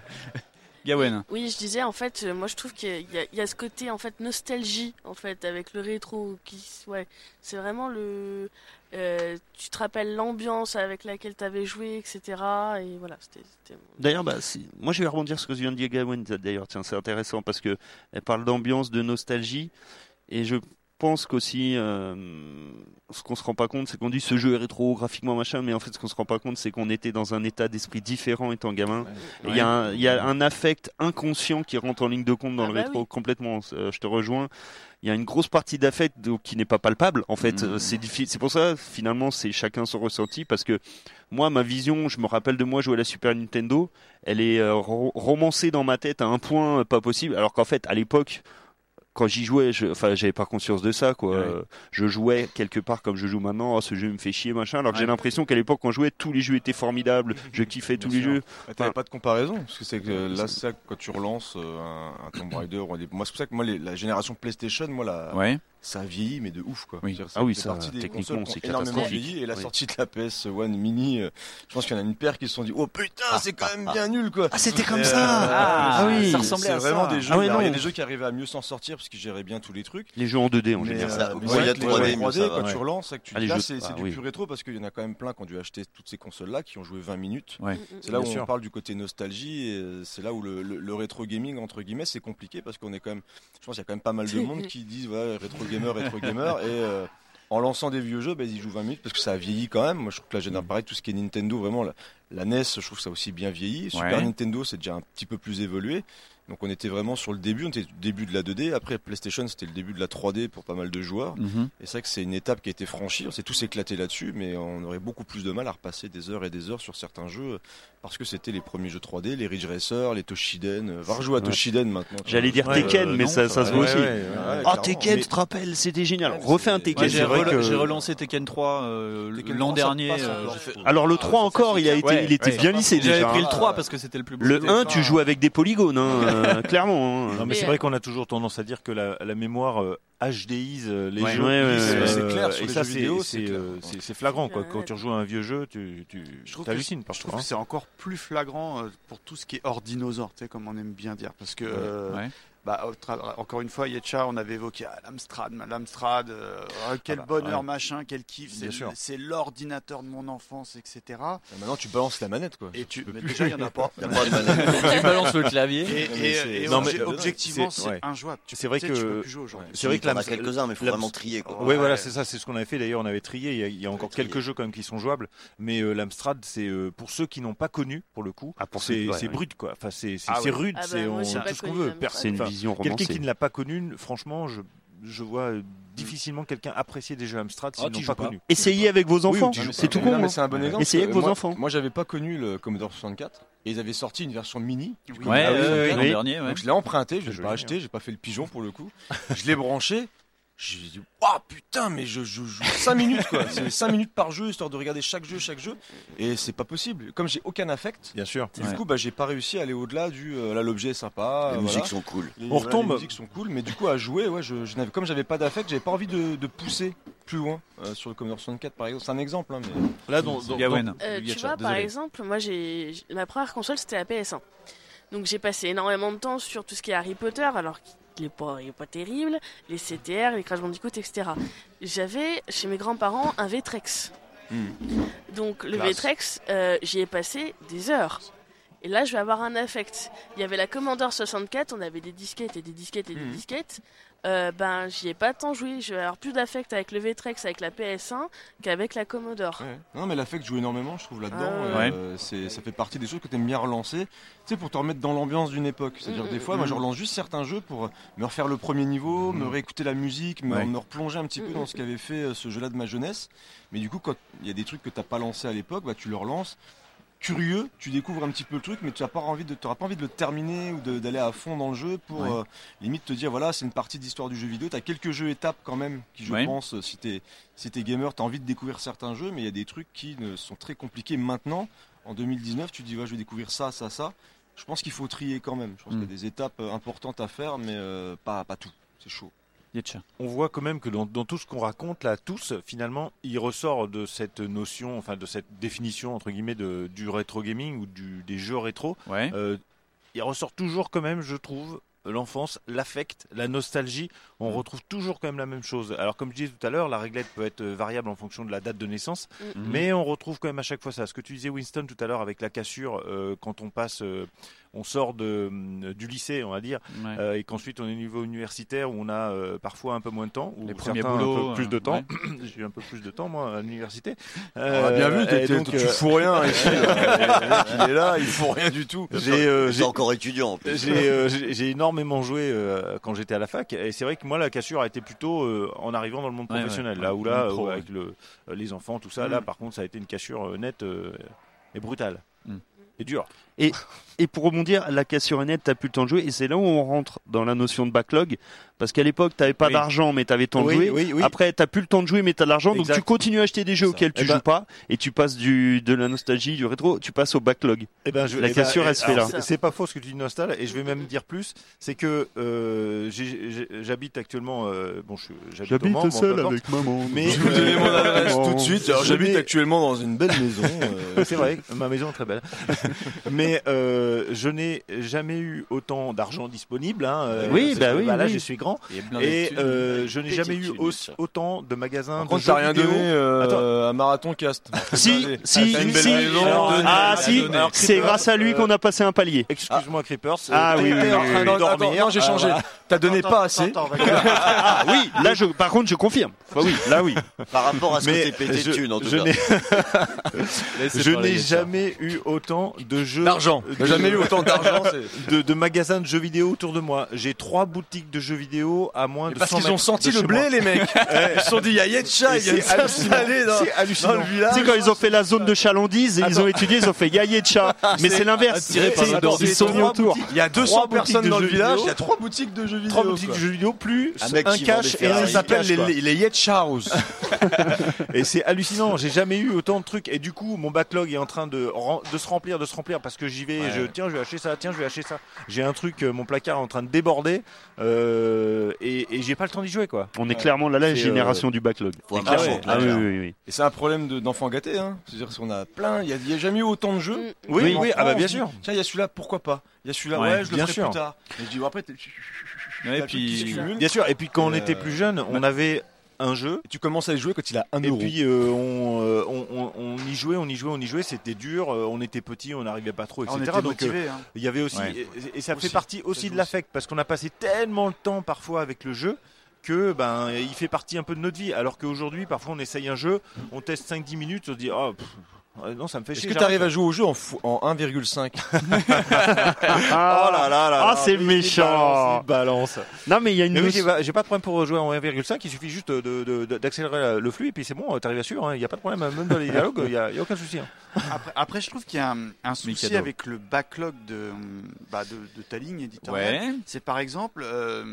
Gawen. Oui, je disais en fait, euh, moi je trouve qu'il y a- il y, a- il y a ce côté en fait nostalgie en fait avec le rétro qui, s- ouais, c'est vraiment le, euh, tu te rappelles l'ambiance avec laquelle t'avais joué, etc. Et voilà, c'était. c'était- D'ailleurs, bah, si- moi je vais rebondir sur ce que vient de dire Gawain. D'ailleurs, tiens, c'est intéressant parce que elle parle d'ambiance, de nostalgie, et je pense qu'aussi, euh, ce qu'on se rend pas compte, c'est qu'on dit ce jeu est rétro, graphiquement machin, mais en fait, ce qu'on se rend pas compte, c'est qu'on était dans un état d'esprit différent étant gamin. Et Il y, a un- il y a un affect inconscient qui rentre en ligne de compte dans Ah le bah rétro oui. complètement. euh, je te rejoins. Il y a une grosse partie d'affect donc, qui n'est pas palpable. En fait, Euh, c'est diffi- c'est pour ça finalement c'est chacun son ressenti parce que moi ma vision, je me rappelle de moi jouer à la Super Nintendo, elle est euh, ro- romancée dans ma tête à un point euh, pas possible. Alors qu'en fait à l'époque quand j'y jouais, je, enfin, j'avais pas conscience de ça, quoi. Euh, Je jouais quelque part comme je joue maintenant. Oh, ce jeu me fait chier, machin. Alors que j'ai Ouais. l'impression qu'à l'époque, quand je jouais, tous les jeux étaient formidables. Je kiffais tous les jeux. Bah, T'avais Enfin, pas de comparaison, parce que c'est que euh, là, ça, quand tu relances euh, un, un Tomb Raider, ou un des- moi c'est pour ça que moi les- la génération PlayStation, moi la, Ouais. ça vieillit mais de ouf quoi. C'est-à-dire, Ah oui, fait ça, partie des techniquement, consoles qui ont c'est énormément catastrophique. vieilli, et la Oui. sortie de la PS 1 Mini, euh, je pense qu'il y en a une paire qui se sont dit oh putain c'est quand même bien nul quoi. Ah, c'était comme Et, ça Ah, ouais, oui. c'est- ça ressemblait c'est à ça. vraiment des jeux. Ah ouais, il y a- il y a non. des jeux qui arrivaient à mieux s'en sortir parce qu'ils géraient bien tous les trucs. Les jeux en 2D en Mais, général. euh, Ouais, mais il y a les 3D, jeux en 3D, quand ouais. tu relances, là, que tu Ah, dis, les là jeux- c'est c'est ah, du oui. pur rétro parce qu'il y en a quand même plein qui ont dû acheter toutes ces consoles là qui ont joué 20 minutes. Ouais. C'est là où Bien sûr. on parle du côté nostalgie et euh, c'est là où le, le- le rétro gaming entre guillemets c'est compliqué parce qu'on est quand même, je pense qu'il y a quand même pas mal de monde qui disent ouais, rétro gamer, rétro gamer et euh, en lançant des vieux jeux, ben, ils y jouent 20 minutes parce que ça a vieilli quand même. Moi, je trouve que la Mm. génération, pareil, tout ce qui est Nintendo, vraiment, la, la NES, je trouve que ça a aussi bien vieilli. Super Ouais. Nintendo, c'est déjà un petit peu plus évolué. Donc, on était vraiment sur le début, on était au début de la 2D. Après, PlayStation, c'était le début de la 3D pour pas mal de joueurs. Mhm. Et c'est vrai que c'est une étape qui a été franchie. On s'est tous éclatés là-dessus, mais on aurait beaucoup plus de mal à repasser des heures et des heures sur certains jeux euh, parce que c'était les premiers jeux 3D, les Ridge Racer, les Toshiden. Euh, Va rejouer à Ouais. Toshiden maintenant. J'allais dire Ouais, Tekken, euh, mais non, ça, ça se voit ouais, aussi. ouais, ouais, oh, clairement. Tekken, Mais- tu te rappelles, c'était génial. Refais un Tekken. Ouais, c'est j'ai vrai rela- que- j'ai relancé. Lancé Tekken 3 euh, Tekken l'an 3, ça dernier. passe euh, encore. j'ai fait- Alors le 3 encore, il, a été, Ouais, il était ouais. bien lissé déjà. J'avais pris le hein. 3 parce que c'était le plus beau. Le C'était 1, pas- tu joues avec des polygones, hein, euh, clairement. hein. Non, mais c'est vrai qu'on a toujours tendance à dire que la, la mémoire euh, HDise euh, les Ouais, jeux. ouais, ouais, Euh, ouais. c'est clair, sur Et les ça, jeux c'est- vidéo, c'est c'est clair. euh, c'est- c'est flagrant. Quoi. Quand tu rejoues à un vieux jeu, tu, tu, Je trouve que hallucines c'est- je trouve que c'est encore plus flagrant euh, pour tout ce qui est hors dinosaure, tu sais, comme on aime bien dire. Parce que, Ouais. euh, Ouais. bah, au tra- encore une fois, Yetcha, on avait évoqué ah, l'Amstrad, ma- l'Amstrad, euh, ah, quel Ah bah, bonheur, ouais. machin, quel kiff, Bien c'est- sûr. c'est l'ordinateur de mon enfance, etc. Et Bah, maintenant, tu balances la manette, quoi. Et tu, peux mais plus. déjà, il n'y en a pas. Il y a pas de manette. Tu balances le clavier. Et- Non, mais et- c'est- et non, obje- mais- objectivement, c'est ouais. injouable. Tu- C'est vrai tu que sais, tu peux plus jouer aujourd'hui. c'est vrai que Il y en a l'Ams- quelques-uns, mais faut l'Ams- vraiment trier, quoi. Ouais, voilà, Ouais. c'est ça, c'est ce qu'on avait fait d'ailleurs. On avait trié. Il y a, il y a encore quelques jeux quand même qui sont jouables, mais euh, l'Amstrad, c'est euh, pour ceux qui n'ont pas connu pour le coup. c'est Ah, ceux- ouais, c'est ouais. brut quoi. Enfin, c'est c'est Ah c'est ouais. rude, Ah bah, c'est moi, on- j'ai pas tout ce qu'on connu veut. l'Amstrad. Personne- C'est une enfin, vision Quelqu'un qui romancée. ne l'a pas connu, franchement, je je vois euh, difficilement quelqu'un apprécier des jeux Amstrad s'ils Ah, t'y n'ont joues pas pas. connu. Essayez avec vos enfants, tu joues c'est pas. tout Mais con, non, mais hein. c'est un bon Ouais. exemple. Essayez Euh, avec vos moi- enfants. Moi, j'avais pas connu le Commodore 64 et ils avaient sorti une version mini. du Ouais, Commodore ouais, 64. ouais, l'an dernier, ouais. Donc, je l'ai emprunté, je l'ai C'est pas joli, acheté, j'ai pas fait le pigeon pour le coup. Je l'ai branché. J'ai dit, waouh putain, mais je je joue 5 minutes quoi. C'est 5 minutes par jeu histoire de regarder chaque jeu, chaque jeu. Et c'est pas possible. Comme j'ai aucun affect, bien sûr. Du Ouais. coup, bah, j'ai pas réussi à aller au-delà du euh, là, l'objet est sympa. Les euh, musiques voilà. sont cool. Les- On voilà, retombe. Les musiques sont cool, mais du coup, à jouer, ouais, je, je n'avais, comme j'avais pas d'affect, j'avais pas envie de, de pousser plus loin euh, sur le Commodore 64 par exemple. C'est un exemple, hein, mais. Là, dans- dans- Gawen. dans- Euh, tu vois, par exemple, moi, j'ai j'- ma première console, c'était la PS1. Donc j'ai passé énormément de temps sur tout ce qui est Harry Potter, alors qu'il est pas, il est pas terrible, les CTR, les Crash Bandicoot, etc. J'avais chez mes grands-parents un Vtrex. E Donc le Classe. Vtrex, euh, j'y ai passé des heures. Et là, je vais avoir un affect. Il y avait la Commodore 64, on avait des disquettes et des disquettes et des Mhm. disquettes. Euh, ben, j'y ai pas tant joué. Je vais avoir plus d'affect avec le Vtrex, E avec la PS1, qu'avec la Commodore. Non, mais l'affect joue énormément, je trouve, là-dedans. Ah ouais. Euh, c'est- ça fait partie des choses que t'aimes bien relancer, tu sais, pour te remettre dans l'ambiance d'une époque. C'est-à-dire, Mm, des mm, fois, moi, mm. je relance juste certains jeux pour me refaire le premier niveau, me réécouter la musique, me, Mm. Ouais. me replonger un petit peu Mm, dans mm. ce qu'avait fait euh, ce jeu-là de ma jeunesse. Mais du coup, quand il y a des trucs que t'as pas lancé à l'époque, bah, tu le relances. Curieux, tu découvres un petit peu le truc, mais tu n'auras pas envie de, t'auras pas envie de le terminer ou de- d'aller à fond dans le jeu pour Ouais. euh, limite te dire voilà, c'est une partie d'histoire du jeu vidéo. T'as quelques jeux étapes quand même qui, je Ouais. pense, euh, si t'es si t'es gamer, t'as envie de découvrir certains jeux, mais il y a des trucs qui ne sont très compliqués maintenant. En 2019, tu te dis, ouais, je vais découvrir ça, ça, ça. Je pense qu'il faut trier quand même. Je pense qu'il y a des étapes euh, importantes à faire, mais euh, pas, pas tout. C'est chaud. on voit quand même que dans, dans tout ce qu'on raconte là, tous, finalement, il ressort de cette notion, enfin de cette définition entre guillemets de, du rétro gaming ou du, des jeux rétro. Euh, il ressort toujours quand même, je trouve, l'enfance, l'affect, la nostalgie. On retrouve toujours quand même la même chose. Alors comme je disais tout à l'heure, la réglette peut être variable en fonction de la date de naissance, Mm. mais on retrouve quand même à chaque fois ça. Ce que tu disais Winston tout à l'heure avec la cassure, euh, quand on passe, euh, on sort de, euh, du lycée, on va dire, Ouais. euh, et qu'ensuite on est au niveau universitaire où on a euh, parfois un peu moins de temps, ou Les premiers certains un boulots, peu plus euh, de temps. ouais. J'ai eu un peu plus de temps moi à l'université. Euh, On l'a bien vu, t'étais- tu fous rien, ici, là. Le mec, il est là, il fout rien du tout. J'ai euh, T'es j'ai- encore étudiant, en plus. J'ai euh, j'ai- j'ai énormément joué euh, quand j'étais à la fac, et c'est vrai que moi la cassure a été plutôt euh, en arrivant dans le monde Ouais, professionnel, ouais. là où là Le pro, où ouais. Mm. avec le- euh, les enfants tout ça, là par contre ça a été une cassure euh, nette euh, et brutale et dure. Et, et pour rebondir, la cassure est nette, t'as plus le temps de jouer, et c'est là où on rentre dans la notion de backlog, parce qu'à l'époque, t'avais pas Oui. d'argent, mais t'avais le temps Oui, de jouer. oui, oui. Après, t'as plus le temps de jouer, mais t'as de l'argent, donc Exact. tu continues à acheter des jeux auxquels tu Eh joues ben- pas, et tu passes du, de la nostalgie, du rétro, tu passes au backlog. Eh ben, je- la eh ben, cassure, eh, elle se fait alors, là. c'est- C'est pas faux ce que tu dis, Nostal, et je vais même dire plus. C'est que euh, j'ai- j'ai- j'habite actuellement. euh, bon, je suis- j'habite au J'habite Mans, bon, seul peu importe. avec maman. Mais Je vais vous donner mon adresse tout de suite. Alors, Je j'habite n'ai- actuellement dans une belle maison, euh, c'est vrai, ma maison est très belle. mais euh, je n'ai jamais eu autant d'argent disponible. hein, euh, Oui, parce bah que, oui, Là, oui. je suis grand. Il est blindé de Et thunes. euh, je n'ai jamais eu Petite aussi- autant de magasins. Par de contre, jeux t'as rien vidéo. donné euh, Attends, à Marathon Cast. Si, Allez. si, Ah, t'as une belle si. maison. Ah, Donné, si, donné. Alors, c'est Creepers, grâce à lui euh, qu'on a passé un palier. Excuse-moi, Creepers. Ah euh, oui, oui, t'étais en oui, train oui. de Attends, dormir. non, j'ai Ah, changé. voilà. T'as donné Attends, pas assez. attends, on va- ah oui, là, je, par contre, je confirme. Bah oui, là, oui. Par rapport à ce Mais que t'es pété je- de thunes, en tout je cas. n'ai- Laissez je parler, n'ai Gaëtan. jamais eu autant de jeux. D'argent. de- Jamais eu autant d'argent, c'est- De, de magasins de jeux vidéo autour de moi. J'ai trois boutiques de jeux vidéo à moins de parce 100 qu'ils ont mètres senti de le chez blé, moi. les mecs. Ouais. Eh, Ils se sont dit, il y a Yetcha, Et il vient c'est de s'installer hallucinant. dans- C'est hallucinant. dans le village. Tu sais, quand ils ont fait la zone de chalandise, ils ont étudié, ils ont fait yayé de chat. Mais c'est l'inverse. Ah, Attiré par C'est- l'odeur Ils du sont sang. mis autour. Il y a 200 personnes dans le village, il y a 3 boutiques. boutiques de jeux vidéo. Trois boutiques de jeux vidéo, plus Un un, mec qui vend des cash, et Ferrari. ça s'appelle Cash, les, quoi. les, les Yetcha House. et c'est hallucinant, j'ai jamais eu autant de trucs. Et du coup, mon backlog est en train de, ren- de se remplir, de se remplir, parce que j'y vais, Ouais. je, tiens, je vais acheter ça, tiens, je vais acheter ça. J'ai un truc, euh, mon placard est en train de déborder, euh, et, et j'ai pas le temps d'y jouer, quoi. On est clairement là, la C'est, euh, génération du backlog. faut un Ah backlog, ouais. là, Ah oui, clair. oui, oui. Et c'est un problème de- d'enfant gâté, hein. C'est-à-dire qu'on a plein, il y a- il n'y a, jamais eu autant de jeux. Oui, Et on oui, en ah bah, prend, bien on se dit, sûr. Tiens, il y a celui-là, Ah, pourquoi pas Il y a celui-là, Ouais, ouais, je le bien ferai sûr. plus tard. Et je dis, bon, après, t'es- Ouais, Il y a Bah, le puis- truc qui se cumule. Bien sûr, et puis quand on Et, était euh, plus jeune, on avait un jeu. tu commences à y jouer quand il a 1 Et euro. puis euh, on, euh, on, on- on y jouait, on y jouait, on y jouait, c'était dur, euh, on était petit, on n'arrivait pas trop, Ah, etc. on était Donc euh, motivés, hein. il y avait aussi, Ouais. et, et ça Aussi, fait partie aussi de l'affect, parce qu'on a passé tellement de temps parfois avec le jeu que ben il fait partie un peu de notre vie. Alors qu'aujourd'hui, parfois on essaye un jeu, on teste 5-10 minutes, on se dit ah pff, euh, non ça me fait Est-ce chier. que tu j'arrête. arrives à jouer au jeu en, fou- en 1,5 Ah, là là là Ah, là. c'est Il méchant. balance, il balance. Non, mais il y a une Mais oui, notion- j'ai pas- j'ai pas de problème pour jouer en 1,5, il suffit juste de- de- de- d'accélérer la- le flux et puis c'est bon, t'arrives à suivre, hein, il n'y a pas de problème, même dans les dialogues, il n'y a, il y a aucun souci. hein. Après, après, je trouve qu'il y a Euh, un, un souci Mikado. avec le backlog de, hum, bah, de, de ta ligne éditoriale. Ouais. C'est par exemple euh,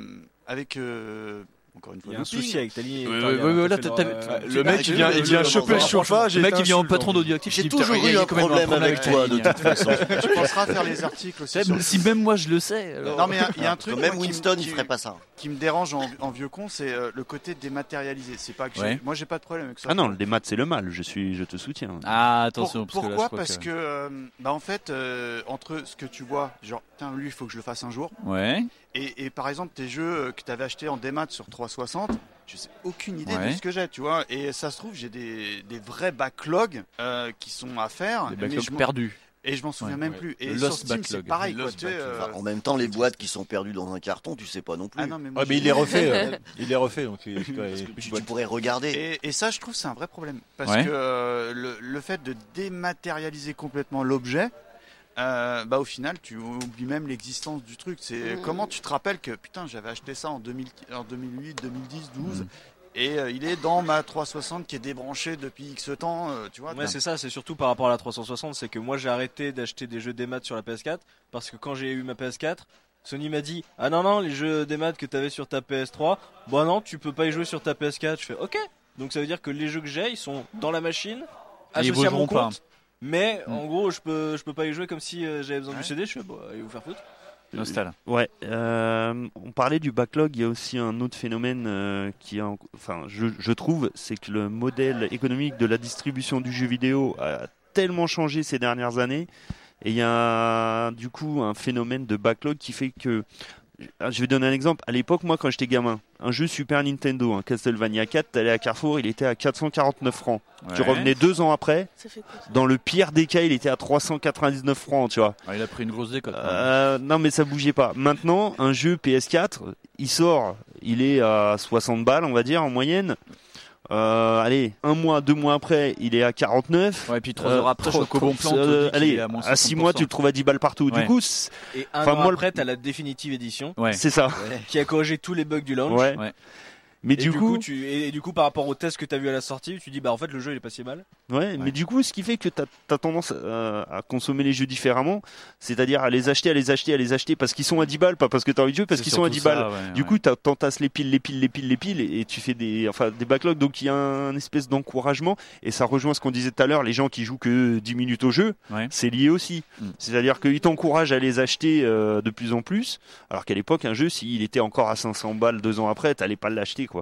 avec. euh, encore une fois, Il y a un Looping. souci avec ta ligne Ouais, éditoriale. ouais, ouais, T'as là, fait t'as- le- t'as- euh, tu- le tu- mec, tu- il vient- tu- il vient tu- choper le tu- chauffage et Le mec, il t'insulte vient au l'enfant. patron d'audioactif. J'ai toujours eu un problème avec toi, de toute façon. hein. Tu penseras faire les articles aussi. sur- Si même moi je le sais. alors. Non mais il y a- il y, a un truc. Même moi, qui me- Winston, qui- il ferait pas ça. Qui me dérange en, en vieux con, c'est euh, le côté dématérialisé. C'est pas que j'ai- Ouais. moi j'ai pas de problème avec ça. Ah non, les maths, c'est le mal. Je suis, je te soutiens. Ah, Pour- pourquoi Parce que, euh, bah, en fait, euh, entre ce que tu vois, genre, tiens, lui, il faut que je le fasse un jour. Ouais. Et, et par exemple, tes jeux euh, que tu avais achetés en démat sur 360, je sais aucune idée Ouais. de ce que j'ai, tu vois. Et ça se trouve, j'ai des, des vrais backlogs euh, qui sont à faire. Des mais backlogs je m'en- perdus. Et je m'en souviens Ouais. même Ouais. plus. Le Et sur lost Steam, c'est backlog. pareil, Le quoi, lost tu sais, euh, Enfin, en même temps, les boîtes qui sont perdues dans un carton, tu sais pas non plus. Ah non, mais moi, Ouais, mais il j'ai- les refait, euh, il les refait, donc il- il- Parce que il- tu, il- tu pourrais regarder. Et, et ça, je trouve, c'est un vrai problème. Parce Ouais. que euh, le, le fait de dématérialiser complètement l'objet, euh, bah, au final, tu oublies même l'existence du truc. C'est Mm. comment tu te rappelles que putain, j'avais acheté ça en, 2000 en 2008, 2010, Mmh. 12. Et euh, il est dans ma 360 qui est débranchée depuis X temps, euh, tu vois. Ouais, c'est ça, c'est surtout par rapport à la 360, c'est que moi j'ai arrêté d'acheter des jeux des maths sur la PS4 parce que quand j'ai eu ma PS4, Sony m'a dit "Ah non non, les jeux des maths que t'avais sur ta PS3, bah non, tu peux pas y jouer sur ta PS4." Je fais "OK." Donc ça veut dire que les jeux que j'ai, ils sont dans la machine Et ils associés à mon bougeront pas. compte. Mais Mm. en gros, je peux je peux pas y jouer comme si euh, j'avais besoin du CD, je fais bah, allez vous faire foutre." Nostal. Ouais, euh, on parlait du backlog, il y a aussi un autre phénomène euh, qui est en- enfin, je, je trouve, c'est que le modèle économique de la distribution du jeu vidéo a tellement changé ces dernières années Et il y a du coup un phénomène de backlog qui fait que. ah, Je vais donner un exemple. À l'époque, moi, quand j'étais gamin, un jeu Super Nintendo, un Castlevania 4, t'allais à Carrefour, il était à 449 francs. Tu Ouais. revenais deux ans après. Ça fait quoi, ça Dans le pire des cas, il était à 399 francs, tu vois. Ah, il a pris une grosse décote. Euh, non, mais ça bougeait pas. Maintenant, un jeu PS4, il sort, il est à 60 balles, on va dire, en moyenne. Euh, allez, un mois, deux mois après, il est à 49. Ouais, et puis trois heures après, trois- Chocobon trois- Plante te dit euh, qu'il allez, est à moins à 6 mois, 60%. tu le trouves à 10 balles partout. Ouais. Du coup, c'est- Et un enfin, an moi, le- après, t'as la définitive édition. Ouais. C'est ça. Ouais. Qui a corrigé tous les bugs du launch. Ouais. Ouais. Mais Et du coup- tu, et, et du coup, par rapport au test que t'as vu à la sortie, tu dis, bah en fait, le jeu il est pas si mal. Ouais, mais du coup, ce qui fait que tu as, tendance euh, à consommer les jeux différemment, c'est-à-dire à les acheter, à les acheter, à les acheter, parce qu'ils sont à 10 balles, pas parce que tu as envie de jeu, parce C'est qu'ils sont à surtout 10 ça, balles. ouais, du coup, tu t'entasses les piles, les piles, les piles, les piles, et et tu fais des, enfin, des backlogs, donc il y a un espèce d'encouragement, et ça rejoint ce qu'on disait tout à l'heure, les gens qui jouent que 10 minutes au jeu, c'est lié aussi. Mm. C'est-à-dire qu'ils t'encouragent à les acheter euh, de plus en plus, alors qu'à l'époque, un jeu, s'il était encore à 500 balles deux ans après, t'allais pas l'acheter, quoi.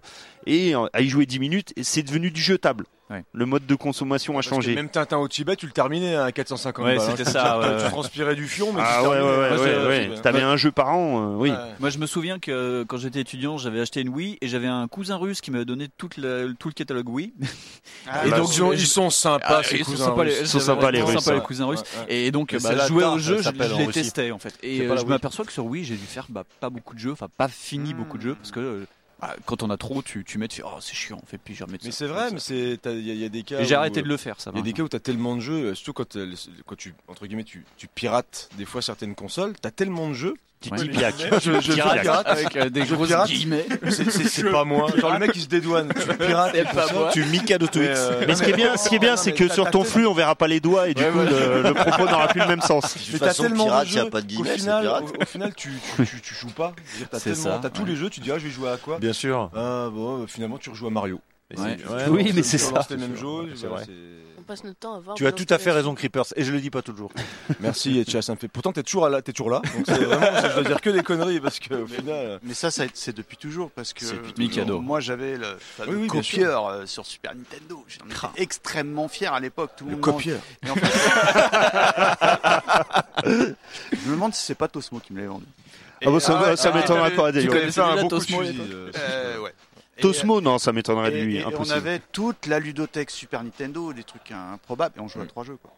Et euh, à y jouer 10 minutes, et c'est devenu du jetable. Le mode de consommation a Parce que changé. Même Tintin au Tibet, tu le terminais à 450 Ouais, balles. hein, je c'était peux ça, te dire que ouais, ouais. Tu transpirais du fion, mais Ah tu ouais, ouais, terminais. ouais, c'est- ouais, ouais. c'est- T'avais un jeu par an, euh, oui. Moi, je me souviens que euh, quand j'étais étudiant, j'avais acheté une Wii et j'avais un cousin russe qui m'avait donné toute la- tout le catalogue Wii. Ah, là, ils sont- ils sont sympas, ces ils sont cousins sympas, russes. les- Ah, Ils sont j'avais sympas, vraiment les Russes, sympas, ouais. cousins russes. Ouais, ouais. Et donc, Et bah, c'est la je jouais au tarte, jeu, ça je, s'appelle je en les Russie. testais en fait. C'est Et pas euh, la je Wii. Hmm. m'aperçois que sur Wii, j'ai dû faire bah, pas beaucoup de jeux, enfin pas fini beaucoup de jeux, parce que euh, bah, quand on a trop, tu, tu mets, tu fais oh c'est chiant, on fait puis je remets Mais c'est vrai, mais c'est t'as- il y, a- il y a des cas. Et j'ai où, arrêté de euh, le faire, ça Il y a va. des cas où t'as tellement de jeux, euh, surtout quand, euh, les- quand tu entre guillemets tu, tu pirates des fois certaines consoles, t'as tellement de jeux. Tu Ouais, dis les- piac. Je, je Pirate pirate avec, euh, des Je grosses pirate. guillemets. C'est c'est- c'est Je pas moi. Genre pirate. le mec il se dédouane. Tu pirates. C'est les pas consoles. moi. Tu Mikado Mais, Twix. euh, Mais ce qui est bien, non, ce qui est non, bien, non, c'est mais que t'as- sur ton flux, on verra pas les doigts et du Ouais, coup, voilà. le, le propos n'aura plus le même sens. Mais t'as tellement de jeux qu'au final, au, au final, tu, tu, tu, tu joues pas. Je veux dire, T'as C'est tellement, ça, t'as tous ouais. les jeux, tu dis ah je vais jouer à quoi Bien sûr. Ah bon, euh, finalement tu rejoues à Mario. Et Ouais. c'est- Ouais, on oui, se- mais c'est on ça. lance les mêmes C'est jeux. vrai. voilà, C'est c'est- On passe notre temps à voir. Tu as des tout à fait inspirations. raison, Creepers, et je le dis pas toujours. Merci, Etcha, ça me fait. Pourtant, t'es toujours là, t'es toujours là. Donc c'est vraiment, je dois dire que des conneries parce que au final. Mais ça, ça c'est depuis toujours parce que C'est depuis euh, toujours. Mikado. moi j'avais le fameux Oui, oui, bien copieur euh, sur Super Nintendo. J'en étais extrêmement fier à l'époque. Tout le, monde copieur. Et en fait- Je me demande si c'est pas Tosmo qui me l'avait vendu. Ah bon, ça- ouais, ça m'étonnerait t'avais- pas, tu d'ailleurs. connaissais Tu connais beaucoup déjà de Tosmo, fusil, toi euh, Euh, ouais. Et, Tosmo, non, ça m'étonnerait de et- lui. et on impossible. euh, avait toute la ludothèque Super Nintendo, des trucs improbables, et on jouait à trois jeux. quoi.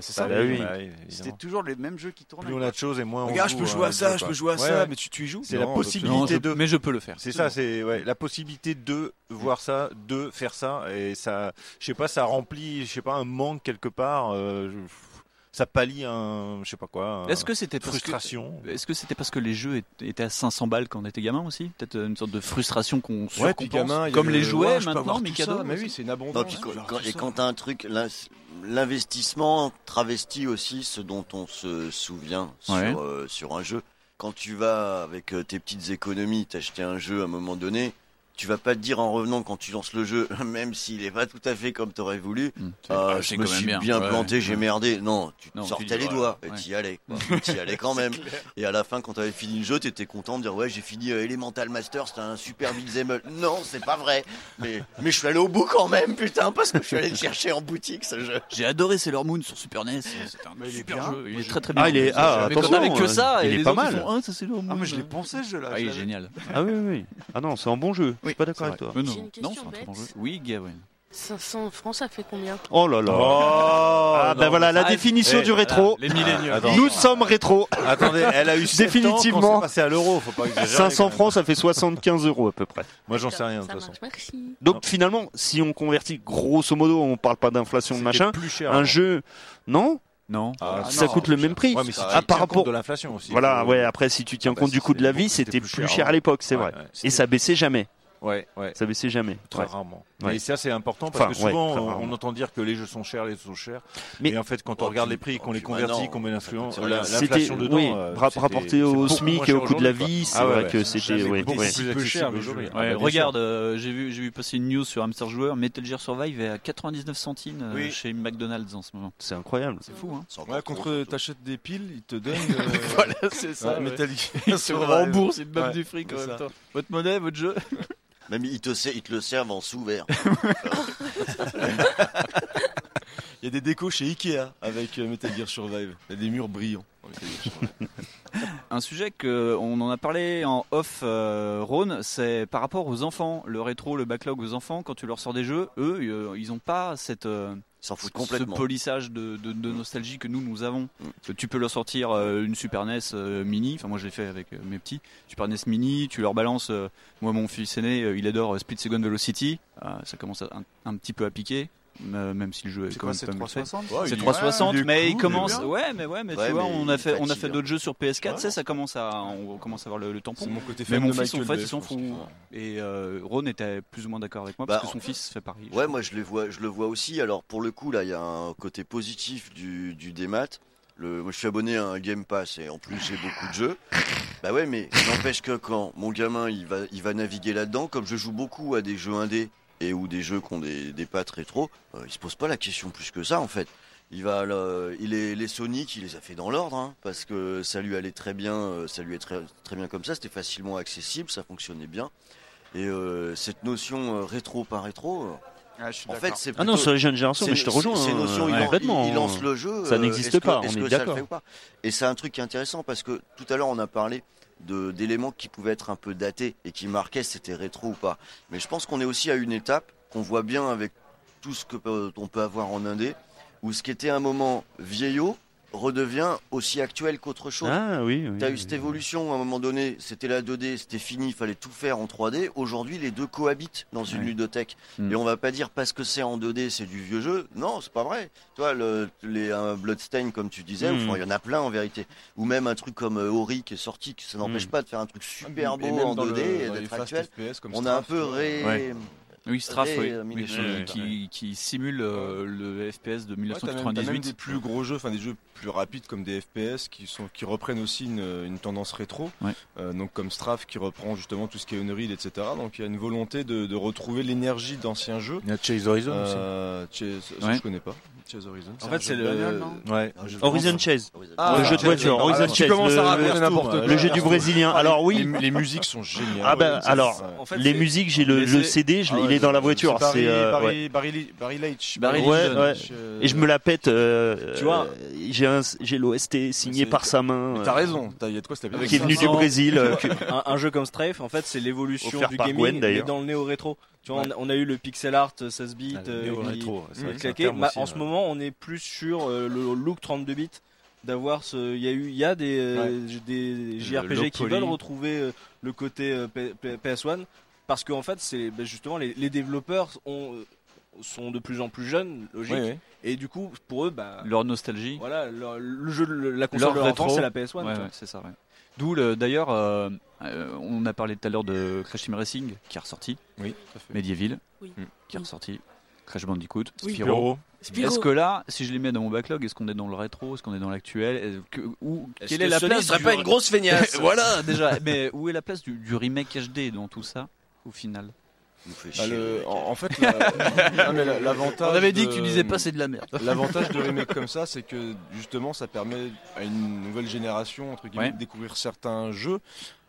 c'est ça, Bah oui, oui. bah oui, évidemment. C'était toujours les mêmes jeux qui tournaient. Plus on a de choses et moins on Regarde, je joue, peux hein, jouer à on ça, joue je pas. peux jouer à Ouais, ça, ouais. mais tu- tu y joues C'est Non, la on peut possibilité plus. Non, je- de. mais je peux le faire. C'est C'est ça, bon. c'est ouais, la possibilité de voir ça, de faire ça, et ça, je sais pas, ça remplit, je sais pas, un manque quelque part. euh, je- Ça pallie un, je sais pas quoi. un- Est-ce que c'était parce Euh, frustration que est-ce que c'était parce que les jeux é- étaient à 500 balles quand on était gamin aussi Peut-être euh, une sorte de frustration qu'on Ouais, puis surcompense. gamin, il y a comme le- les jouets ouais, je peux maintenant, avoir tout Mikado. ça, mais oui, c'est une abondance. Non, puis quand- quand- et quand t'as un truc, l'in- l'investissement travestit aussi ce dont on se souvient Ouais. sur, euh, sur un jeu. Quand tu vas avec euh, tes petites économies t'acheter un jeu à un moment donné, tu vas pas te dire en revenant quand tu lances le jeu, même s'il est pas tout à fait comme t'aurais voulu, ah, Ah, je c'est me quand même suis bien. bien, Ouais, planté, ouais. j'ai merdé. Non, tu te Non, tu sortais dis, les ouais, doigts et ouais. t'y allais. quoi. t'y allais quand même. Et à la fin, quand t'avais fini le jeu, t'étais content de dire ouais, j'ai fini euh, Elemental Master, c'était un super beat'em up. Non, c'est pas vrai. Mais, mais je suis allé au bout quand même, putain, parce que je suis allé le chercher en boutique ce jeu. J'ai adoré Sailor Moon sur Super E NES. C'était un super jeu. Il est très très bien. Ah, il est- ah, Mais quand on attention, avait que ça, il et est les pas autres, mal. ils font, Ah, ça, Sailor Moon. Ah, mais je l'ai pensé ce jeu-là. Ah, je il est l'avais. génial. Ah oui, oui, oui. Ah non, c'est un bon jeu. Je suis pas d'accord avec toi. Mais non, J'ai une non, question c'est un très bête. bon jeu. Oui, Gawain. 500 francs, ça fait combien Oh là là. ah ben Oh, non, voilà, la ça- définition Eh, du rétro. Ah, voilà, les milléniaux. Attends. Nous sommes rétro. Oh, Attendez, elle a eu sept ans quand Définitivement. c'est passé à l'euro, faut pas exagérer, 500 quand même. francs, ça fait 75 euros à peu près. Moi, j'en sais rien, de Ça toute façon. marche, merci. Donc finalement, si on convertit grosso modo, on parle pas d'inflation de machin, plus cher un avant. jeu non non, Ah, ça non, coûte le même prix. Ouais, mais si tu Ah, tiens compte de l'inflation aussi. Voilà, Faut- ouais, après si tu tiens bah, compte du coût de la vie, c'était c'était plus plus, cher cher à avant. l'époque, c'est Ouais, vrai. ouais, Et ça baissait jamais. Ouais, ouais. Ça baissait jamais. Très Ouais. rarement. Ouais. Et ça, c'est important parce Enfin, que ouais, souvent, très on- rarement. on entend dire que les jeux sont chers, les jeux sont chers. Mais Mais- et en fait, quand on Oh, regarde puis- les prix, oh, qu'on les puis maintenant, convertit, qu'on met l'influence- c'est- la- c'était- l'inflation dedans, oui, euh, rap- c'était- rapporté au c'est beaucoup SMIC moins et au cher coût de la aujourd'hui, vie, quoi. c'est Ah vrai ouais, que ouais. c'était- Jamais oui, beaucoup oui. plus Peu accessible cher, mais aujourd'hui. joli. Ah, Ouais, bah, bien sûr. regarde, euh, j'ai vu, j'ai vu passer une news sur Hamster Joueur. Metal Gear Survive est à 99 centimes euh, Oui. chez McDonald's en ce moment. C'est incroyable. C'est fou, hein. Ouais, contre t'achètes des piles, ils te donnent. euh, Voilà, c'est ça. ouais. Metal Ils te euh, remboursent, ils te bavent du fric en même temps. Votre monnaie, votre jeu. Même ils te, ser- ils te le servent en sous-vert. Il y a des décos chez Ikea avec euh, Metal Gear Survive. Il y a des murs brillants. dans Metal Gear Survive. Un sujet qu'on en a parlé en off euh, Rhône, c'est par rapport aux enfants, le rétro, le backlog aux enfants, quand tu leur sors des jeux, eux, euh, ils n'ont pas cette... euh, foutent ce complètement. polissage de, de- de nostalgie que nous nous avons. Parce que Tu peux leur sortir euh, une Super NES euh, mini, enfin moi je l'ai fait avec euh, mes petits, Super NES mini, tu leur balances, euh, moi mon fils aîné euh, il adore euh, Split Second Velocity, Euh, ça commence à- un, un petit peu à piquer. euh, même si le jeu est, C'est quand quoi, même c'est pas mal fait. 360? C'est Ouais, 360, il est mais cool, il il est commence. bien. Ouais, mais ouais, mais Ouais, tu vois, mais on il a fait, on a fatigue, fait hein. d'autres jeux sur PS4, tu sais, ça commence à, on commence à avoir le, le tampon. C'est mon côté mais fan mon de fils, en Michael fait, Bay, il s'en je fout. Et euh, Ron était plus ou moins d'accord avec moi parce que son fils fait pareil. Ouais, moi je le vois, je le vois aussi. Alors pour le coup, là, il y a un côté positif du, du démat. Le, moi, je suis abonné à un Game Pass et en plus j'ai beaucoup de jeux. Bah ouais, mais n'empêche que quand mon gamin il va, il va naviguer là-dedans, comme je joue beaucoup à des jeux indés et ou des jeux qui ont des, des pattes rétro, euh, il se pose pas la question plus que ça en fait. Il va, là, il est, les Sonic, il les a fait dans l'ordre, hein, parce que ça lui allait très bien, euh, ça lui est très, très bien comme ça, c'était facilement accessible, ça fonctionnait bien. Et euh, cette notion euh, rétro par rétro, euh, en fait, c'est Ah non, plutôt- sur les jeunes générations, c'est- mais je te rejoins, c'est- c'est hein, notion, il lan- complètement. il- il lance le jeu. Ça euh, n'existe est-ce que- pas, on est-ce est que ça le d'accord. fait ou pas Et c'est un truc qui est intéressant parce que tout à l'heure, on a parlé de- d'éléments qui pouvaient être un peu datés et qui marquaient si c'était rétro ou pas. Mais je pense qu'on est aussi à une étape qu'on voit bien avec tout ce que peut- on peut avoir en indé, où ce qui était un moment vieillot redevient aussi actuel qu'autre chose. Ah oui, oui, T'as eu oui. cette évolution à un moment donné, c'était la 2D, c'était fini, il fallait tout faire en 3D. Aujourd'hui, les deux cohabitent dans une Ouais. ludothèque. Mm. Et on va pas dire parce que c'est en 2D, c'est du vieux jeu. Non, c'est pas vrai. Toi, le, les un Bloodstain, comme tu disais, Mm. enfin, il y en a plein en vérité. Ou même un truc comme euh, Ori qui est sorti, que ça n'empêche Mm. pas de faire un truc super Et beau même en dans le- 2D et dans les d'être fast actuel. FPS comme on a Strafe, un peu ré. Ouais. Oui, Straff, ré- oui. euh, Oui, miné- qui, qui- qui simule euh, le FPS Ouais, t'as même- t'as de 1998. même des plus gros jeux, enfin des jeux plus rapides comme des FPS qui sont qui reprennent aussi une, une tendance rétro. Ouais. Euh, donc comme Strafe qui reprend justement tout ce qui est Unreal, etc. Donc il y a une volonté de, de retrouver l'énergie d'anciens jeux. Il y a Chase Horizon Euh, Chase- ça, Ouais. je connais pas. Chase Horizon. En fait, c'est le- Ouais. Un jeu de Horizon course. Chase. Ah, le jeu de Chase voiture. Horizon. Horizon Ah, tu Chase, commences à le- raconter le- n'importe quoi. Ah, Le jeu du Brésilien. Alors oui. Les, les musiques sont géniales. Ah ben Ouais, ça, alors, c'est- les musiques, j'ai le, le CD, je l'ai- Ah ouais, il est dans la c'est voiture. Barry- C'est euh, ouais. Barry, Barry, Li- Barry Leitch. Ouais, ouais. Et je me la pète. euh, Tu vois. euh, j'ai un- j'ai l'OST signé par sa main. Mais T'as euh, raison, t'as- il y a de quoi se la péter. Qui est venu du Brésil. euh, que- un, un jeu comme Strafe, en fait, c'est l'évolution Offert du par gaming, Gwen, mais d'ailleurs. dans le néo-rétro. Tu vois, Ouais. on, a, on a eu le pixel art euh, 16 bits, Ah, le euh, néo-rétro, qui- c'est vrai que claqué. c'est un terme Ma- aussi, Bah, en ce ouais. moment, on est plus sur euh, le look 32 bits. D'avoir ce, il y a eu, il y a des, euh, des low JRPG qui poly. veulent retrouver euh, le côté euh, P- P- PS1 parce qu'en fait, c'est ben, justement les, les développeurs ont, euh, sont de plus en plus jeunes, logique. Oui, oui. Et du coup, pour eux, bah, Leur nostalgie. Voilà, leur- le jeu, le- la console de leur enfance, c'est la PS1. Ouais, tu vois. ouais, c'est ça, ouais. D'où, le- d'ailleurs, euh, euh, on a parlé tout à l'heure de Crash Team Racing qui est ressorti. Oui, Mm. tout à fait. Medieval Oui. qui est ressorti. Crash Bandicoot, Oui. Spyro. Spyro. Est-ce que là, si je les mets dans mon backlog, est-ce qu'on est dans le rétro, est-ce qu'on est dans l'actuel Est-ce que- où- Est-ce Quelle que est la Sony place serait du- pas une grosse feignasse Voilà, déjà. Mais où est la place du, du remake HD dans tout ça, au final Ah, le- hein. en, en fait, la- non, mais la- l'avantage. On avait dit de- que tu disais pas c'est de la merde. L'avantage de remake comme ça, c'est que justement, ça permet à une nouvelle génération entre guillemets Ouais. de découvrir certains jeux.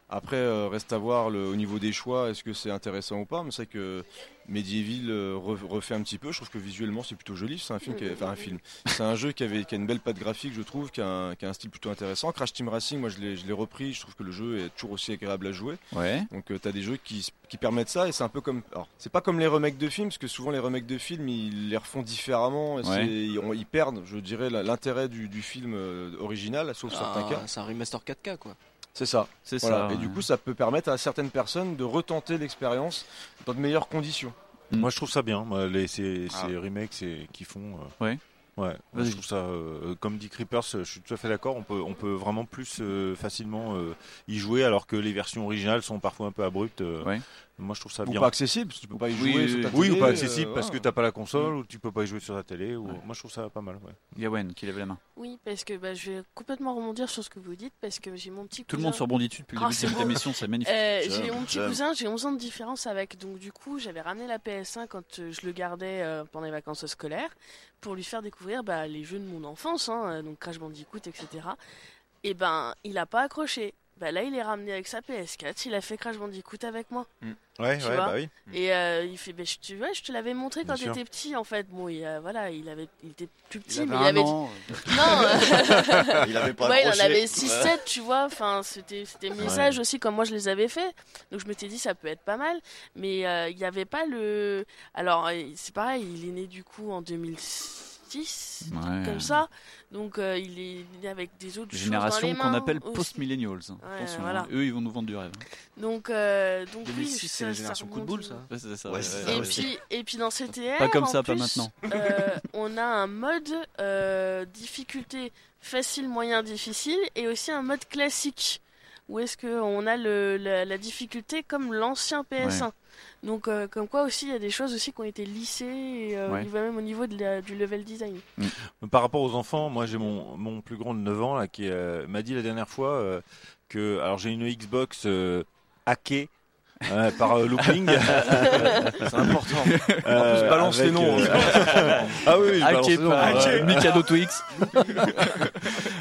Après, euh, reste à voir le, au niveau des choix, est-ce que c'est intéressant ou pas. Mais c'est vrai que Medieval euh, re- refait un petit peu. Je trouve que visuellement, c'est plutôt joli. C'est un film, qui a- enfin un film. C'est un jeu qui avait qui a une belle patte graphique, je trouve, qui a un, qui a un style plutôt intéressant. Crash Team Racing, moi, je l'ai je l'ai repris. Je trouve que le jeu est toujours aussi agréable à jouer. Ouais. Donc tu as des jeux qui, s- qui permettent ça et c'est un peu comme alors c'est pas comme les remakes de films parce que souvent les remakes de films ils les refont différemment et Ouais. c'est- ils, ont- ils perdent je dirais la- l'intérêt du, du film euh, original sauf certains cas. Ah, C'est un remaster 4K quoi. C'est ça. C'est Voilà. Et ça, ouais. du coup ça peut permettre à certaines personnes de retenter l'expérience dans de meilleures conditions. Moi, je trouve ça bien. moi, les, ces, Ah. ces remakes c'est- qui font. euh, Ouais. Ouais. Moi, Vas-y. je trouve ça. euh, comme dit Creepers, euh, je suis tout à fait d'accord. On peut, on peut vraiment plus euh, facilement euh, y jouer, alors que les versions originales sont parfois un peu abruptes. euh, Moi, je trouve ça Ou bien. pas accessible, parce que tu peux pas y Oui, jouer oui, sur ta oui, télé, ou pas accessible euh, parce que voilà. t'as pas la console Mm. ou tu peux pas y jouer sur ta télé. Ou... Moi, je trouve ça pas mal. Ouais. Yawen qui lève la main. Oui, parce que bah, je vais complètement rebondir sur ce que vous dites, parce que j'ai mon petit Tout le cousin- monde se rebondit dessus depuis le Ah, début de c'est cette beau. émission, c'est magnifique. Euh, J'aime, j'ai mon petit j'aime. cousin, j'ai 11 ans de différence avec, donc du coup, j'avais ramené la PS1 quand euh, je le gardais euh, pendant les vacances scolaires, pour lui faire découvrir bah, les jeux de mon enfance, hein, euh, donc Crash Bandicoot, etc. Et ben, il a pas accroché. Bah là, il est ramené avec sa PS4, il a fait Crash Bandicoot avec moi. Hmm. Ouais, tu ouais, vois. bah oui. Mm. Et euh, il fait, bah, je, tu vois, je te l'avais montré Bien quand sûr. t'étais petit, en fait. Bon, il, euh, voilà, il avait, il était plus petit, avait mais un il avait. an. Non. euh, Il avait pas Ouais, il en accroché. avait 6, Ouais. 7, tu vois. Enfin, c'était, c'était mes Ouais. âges aussi, comme moi je les avais fait. Donc je m'étais dit, ça peut être pas mal. Mais euh, il n'y avait pas le. Alors, euh, c'est pareil, il est né du coup en 2006, un truc Ouais. comme ça. Donc euh, il est né avec des autres choses dans Génération les qu'on mains appelle aussi. post-millennials. hein. Ouais, Attention, voilà. hein. eux ils vont nous vendre du rêve. Donc, euh, donc oui, 2006, c'est la ça- génération ça coup de boule, remonte. ça Ouais, c'est ça, et, ouais, ouais, ouais. puis, et puis dans CTR, Pas comme en ça, pas plus, maintenant. euh, on a un mode euh, difficulté facile, moyen, difficile, et aussi un mode classique où est-ce que on a le, la, la difficulté comme l'ancien PS1. Ouais. Donc euh, comme quoi aussi il y a des choses aussi qui ont été lissées, et, euh, Ouais. au niveau- même au niveau de la- du level design. Par rapport aux enfants, moi j'ai mon, mon plus grand de 9 ans là, qui euh, m'a dit la dernière fois euh, que alors j'ai une Xbox euh, hackée. euh, par euh, looping, Euh, C'est important. Euh, En plus, balance les noms, hein. ah oui, oui, je Hacké balance les noms. par, euh, Mikado Twix.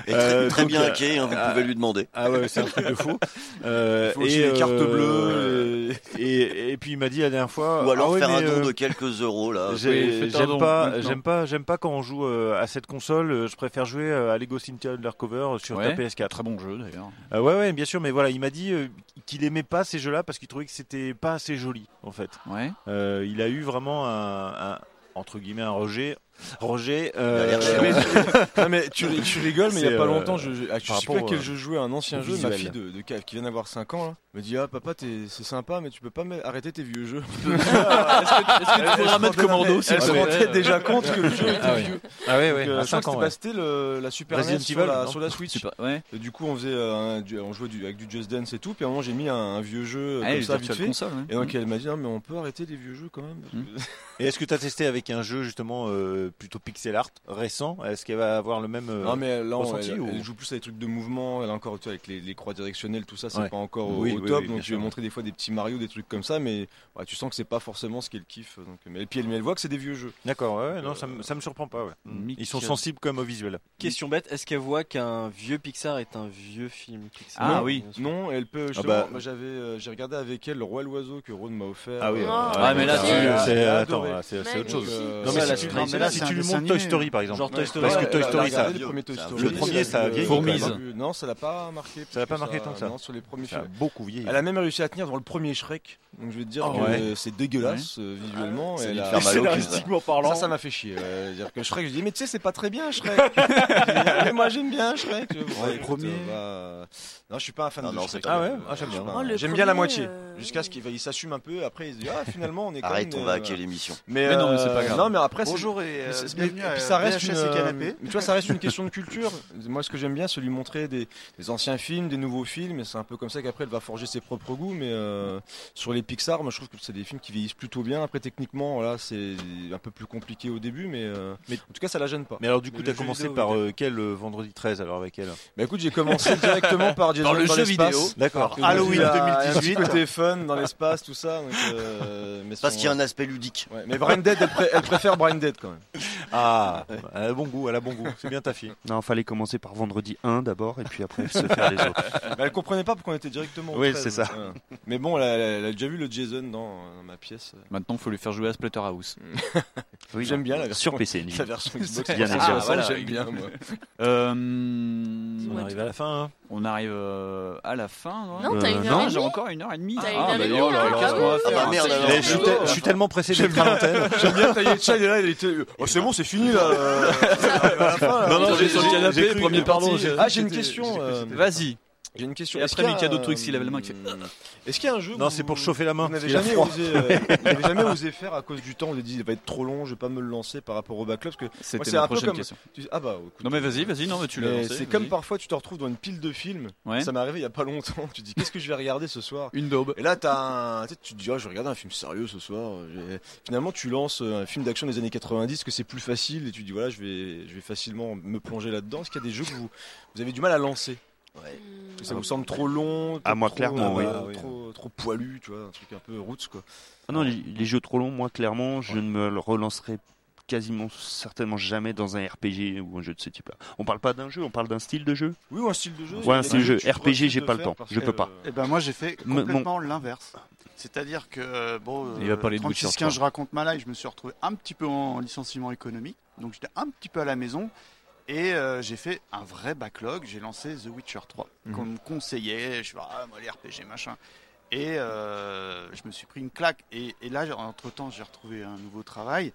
Et très- très bien hacké, hein, vous pouvez lui demander. Ah ouais, c'est un truc de fou. Euh, Il faut aussi les cartes bleues. Et, et puis il m'a dit la dernière fois. Ou alors ah ouais, faire un mais, don euh, de quelques euros là. Ah, j'ai- J'aime pas, j'aime pas, j'aime pas quand on joue euh, à cette console. euh, je préfère jouer euh, à Lego Cynthia Undercover euh, sur Ouais, ta PS4. Très bon jeu d'ailleurs. Euh, ouais, ouais, bien sûr, mais voilà, il m'a dit euh, qu'il aimait pas ces jeux-là parce qu'il trouvait que c'était pas assez joli, en fait. Euh, il a eu vraiment un, un- entre guillemets un rejet. Roger, Il a l'air chiant. Euh, Non, mais tu ri- tu rigoles, mais il y a C'est, pas euh, longtemps, je- je- ah, tu par sais pas rapport, quel euh, jeu jouais, un ancien au jeu, ma visuel. fille de, de cave qui vient d'avoir 5 ans, là, me dit Ah, papa, t'es- c'est sympa, mais tu peux pas me- arrêter tes vieux jeux. est-ce que- est-ce que tu pourrais remettre Commando, s'il Elle te se plaît rendait déjà compte que le jeu Ah était ouais. vieux. Ah ouais, ouais, Donc, à euh, Je crois cinq que c'était ans, pas- ouais. c'était le- la Super Resident NES sur la- Evil, sur la non Switch. Et du coup, on faisait un du- on jouait du- avec du Just Dance et tout, puis à un moment, j'ai mis un- un vieux jeu euh, Ah, comme les ça virtual vite fait. consoles, ouais. Et donc Mm. elle m'a dit Non, mais on peut arrêter les vieux jeux quand même. parce que- Et est-ce que tu as testé avec un jeu justement euh, plutôt pixel art récent Est-ce qu'elle va avoir le même euh, Non mais là, on- ressenti elle, ou- elle joue plus à des trucs de mouvement. Elle a encore tu vois, avec les, les croix directionnelles, tout ça, c'est Ouais. pas encore au, Oui, au oui, top. oui, bien donc je sûr. vais montrer des fois des petits Mario, des trucs comme ça, mais ouais, tu sens que c'est pas forcément ce qu'elle kiffe. Donc, mais et puis elle, mais elle voit que c'est des vieux jeux. euh, D'accord, ouais, ouais, non, ça me, ça me surprend pas. Ouais. Mm. Ils sont sensibles comme au visuel. Question bête, est-ce qu'elle voit qu'un vieux Pixar est un vieux film Pixar Ah oui. Non, elle peut. justement, bah. moi, j'avais, euh, j'ai regardé avec elle le roi et l'oiseau que Ron m'a offert. Ah oui, Euh, ah, elle mais là, a- tu- elle a c'est- adoré. attends, là, c'est- c'est autre chose. Donc, euh, Non, mais là, si tu- non, mais là, si tu lui montres Toy Story, par exemple. Parce que Toy Story, ça- Le premier Toy ça a Story, vieilli. Le premier, ça a vieilli, Fourmise. quand même. Non, ça l'a pas marqué. Ça l'a pas parce que marqué tant que ça. Non, sur les premiers Ça a films. beaucoup vieilli. Elle a même réussi à tenir devant le premier Shrek. Donc je vais te dire Ah que ouais. euh, c'est dégueulasse euh, visuellement. Ah, ça Elle lui a- fait mal au cul, Scénaristiquement ça. parlant. Ça, ça m'a fait chier. euh, dire que Shrek, je dis mais tu sais c'est pas très bien Shrek. Mais moi j'aime bien Shrek. tu vois. Ouais, Écoute, premier. euh, bah, Non, je suis pas un fan Non, de non, Shrek. c'est pas bien. Euh, Ah, j'aime je suis bien. pas- Oh, le J'aime bien la premier, moitié. euh, Jusqu'à ce qu'il va- il s'assume un peu. Après il se dit ah finalement on est. Arrête, conne, on va euh, hacker l'émission. Mais, Mais non, mais euh, c'est pas grave. Non mais après c'est- Bonjour et, mais euh, c'est- bienvenue mais- à puis ça reste VHS une. et euh, canapé. Mais tu vois ça reste une question de culture. Moi ce que j'aime bien c'est lui montrer des des anciens films, des nouveaux films. Et c'est un peu comme ça qu'après elle va forger ses propres goûts. Mais euh, sur les Pixar, moi je trouve que c'est des films qui vieillissent plutôt bien. Après techniquement voilà c'est un peu plus compliqué au début, mais, euh, en tout cas ça la gêne pas. Mais alors, du coup, le t'as jeu commencé vidéo, par oui. euh, quel euh, vendredi 13 alors avec elle Bah écoute, j'ai commencé directement par Jason dans l'espace. D'accord. Que Halloween il a un petit 2018. côté euh, fun dans l'espace, tout ça. donc, euh, mais Parce son- qu'il y a un aspect ludique. Ouais, mais Brain Dead, elle, pré- elle préfère Brain Dead quand même. Ah, elle a bon goût, elle a bon goût. C'est bien ta fille. Non, fallait commencer par vendredi 1 d'abord et puis après se faire les autres. Mais Bah, elle comprenait pas pourquoi on était directement. au Oui, 13, c'est ça. ouais. Mais bon, elle a, elle a déjà vu le Jason dans, dans ma pièce. Maintenant, faut lui faire jouer à Splatterhouse. Oui, J'aime bien la version- sur PC, la version Xbox Bien 360, évidemment. j'aime bien, moi. Euh, On arrive à la fin. hein. Euh, On arrive euh, à la fin. Non, Non, t'as une heure et Non, j'ai demie. encore une heure et demie. T'as une Ah, heure bah, et oh là demie, là, hein, qu'est-ce qu'on va Ah, bah, faire merde, alors. Eh, Je suis, te- je suis tellement pressé d'être à l'antenne. J'aime bien tailler Chad et là, il était. Oh, c'est bon, c'est fini là. euh, à la fin, là. Non, non, j'ai- j'ai- j'ai cru que t'étais pardon. parti. Ah, j'ai une question. euh, Vas-y. J'ai une question. Et Est-ce après, qu'il y a Mikado un- euh, Twix, il avait la main qui fait. Est-ce qu'il y a un jeu Non, c'est pour chauffer la main. Vous n'avez Il a jamais, froid. osé, euh, vous n'avez jamais osé faire à cause du temps. Vous avez dit, il va être trop long, je vais pas me le lancer par rapport au backlog. Parce que C'était moi, ma c'est un peu prochaine comme. question. tu- Ah bah, écoute. Non, mais vas-y, vas-y, non, mais tu l'as Mais lancé, C'est vas-y. comme parfois, tu te retrouves dans une pile de films. Ouais. Ça m'est arrivé il y a pas longtemps. Tu te dis, qu'est-ce que je vais regarder ce soir Une daube. Et là, t'as un... tu sais, tu te dis, ah, je vais regarder un film sérieux ce soir. J'ai- Finalement, tu lances euh, un film d'action des années 90, que c'est plus facile. Et tu te dis, voilà, je vais, je vais facilement me plonger là-dedans. Est-ce qu'il y a des jeux que vous, vous avez du mal à lancer Que Ça vous semble trop long Ah, moi, trop- clairement, oui. voilà, Trop, trop poilu, tu vois, un truc un peu roots, quoi. Ah non, les, les jeux trop longs, moi clairement, je ne me le relancerai quasiment certainement jamais dans un RPG ou un jeu de ce type-là. On parle pas d'un jeu, on parle d'un style de jeu. Oui, ou un style de jeu. Ouais, un style de jeu. RPG, j'ai pas le temps, je peux pas. euh, Eh ben moi j'ai fait Me- mon- complètement l'inverse. C'est-à-dire que euh, bon, Il va parler de Witcher 36 trois. je raconte ma life, je me suis retrouvé un petit peu en licenciement économique, donc j'étais un petit peu à la maison et euh, j'ai fait un vrai backlog. J'ai lancé The Witcher 3 Mhm. qu'on me conseillait. Je suis ah moi les RPG machin. Et euh, je me suis pris une claque. Et, et là, entre temps, j'ai retrouvé un nouveau travail.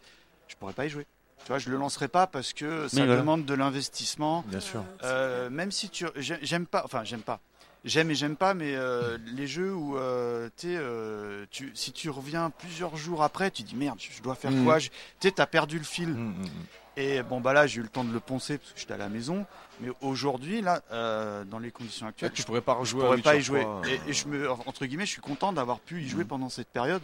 Je pourrais pas y jouer. Tu vois, je le lancerai pas parce que ça Mais voilà. demande de l'investissement. Bien sûr. Euh, même si tu j'ai- j'aime pas enfin j'aime pas j'aime et j'aime pas mais euh, les jeux où euh, t'es, euh, tu si tu reviens plusieurs jours après tu dis merde je je dois faire Mhm. quoi Je- tu sais t'as perdu le fil Mm, et bon bah là j'ai eu le temps de le poncer parce que j'étais à la maison mais aujourd'hui là euh, dans les conditions actuelles Là, Eh, tu pourrais pas rejouer je à pourrais pas y Witcher euh. Mm. jouer 3, et, et je me entre guillemets je suis content d'avoir pu y jouer pendant cette période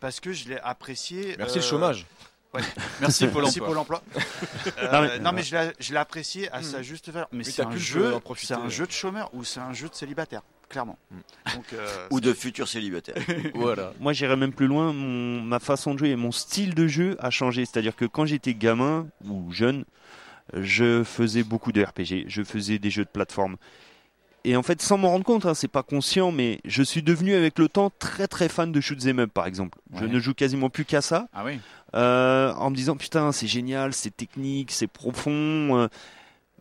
parce que je l'ai apprécié Merci le chômage. ouais. Merci Pôle merci emploi. Pôle emploi Euh, Non, non mais- mais, je l'ai- je l'ai apprécié à sa juste valeur mais Oui, c'est t'as un pu le jeu en profiter, c'est un euh. jeu de chômeur ou c'est un jeu de célibataire clairement Donc, euh, Ou de futurs célibataires. Moi, j'irais même plus loin. Mon- ma façon de jouer et mon style de jeu a changé. C'est-à-dire que quand j'étais gamin ou jeune, je faisais beaucoup de RPG. Je faisais des jeux de plateforme. Et en fait, sans m'en rendre compte, hein, c'est pas conscient, mais je suis devenu avec le temps très très fan de shoot 'em up, par exemple. Je Ouais. ne joue quasiment plus qu'à ça. Ah oui. Euh, en me disant putain, c'est génial, c'est technique, c'est profond. euh,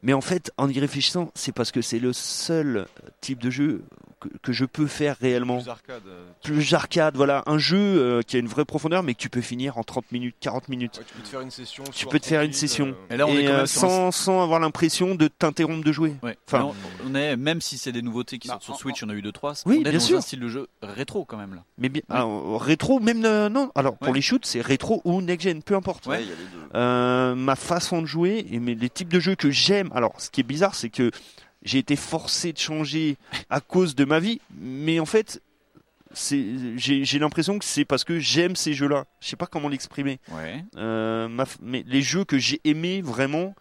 mais en fait, en y réfléchissant, c'est parce que c'est le seul type de jeu que, que je peux faire réellement Plus arcade, euh, plus arcade, voilà, un jeu euh, qui a une vraie profondeur mais que tu peux finir en 30 minutes, 40 minutes. Tu peux te faire une session. tu peux te faire une session. Et là, on est quand euh, même sur un- sans, sans avoir l'impression de t'interrompre de jouer. Ouais. Enfin, Mais on, on est, même si c'est des nouveautés Bah, qui sortent sur Switch, on a eu deux trois. Oui, on est bien dans sûr. un style de jeu rétro quand même là. mais bien, alors, rétro, même euh, non. Alors pour Ouais. les shoots, c'est rétro ou next gen, peu importe. Ouais, il y a les Euh, ma façon de jouer et mes- les types de jeux que j'aime. Alors, ce qui est bizarre, c'est que j'ai été forcé de changer à cause de ma vie, mais en fait, c'est j'ai j'ai l'impression que c'est parce que j'aime ces jeux-là. Je sais pas comment l'exprimer. Ouais. Euh, ma f- mais les jeux que j'ai aimés vraiment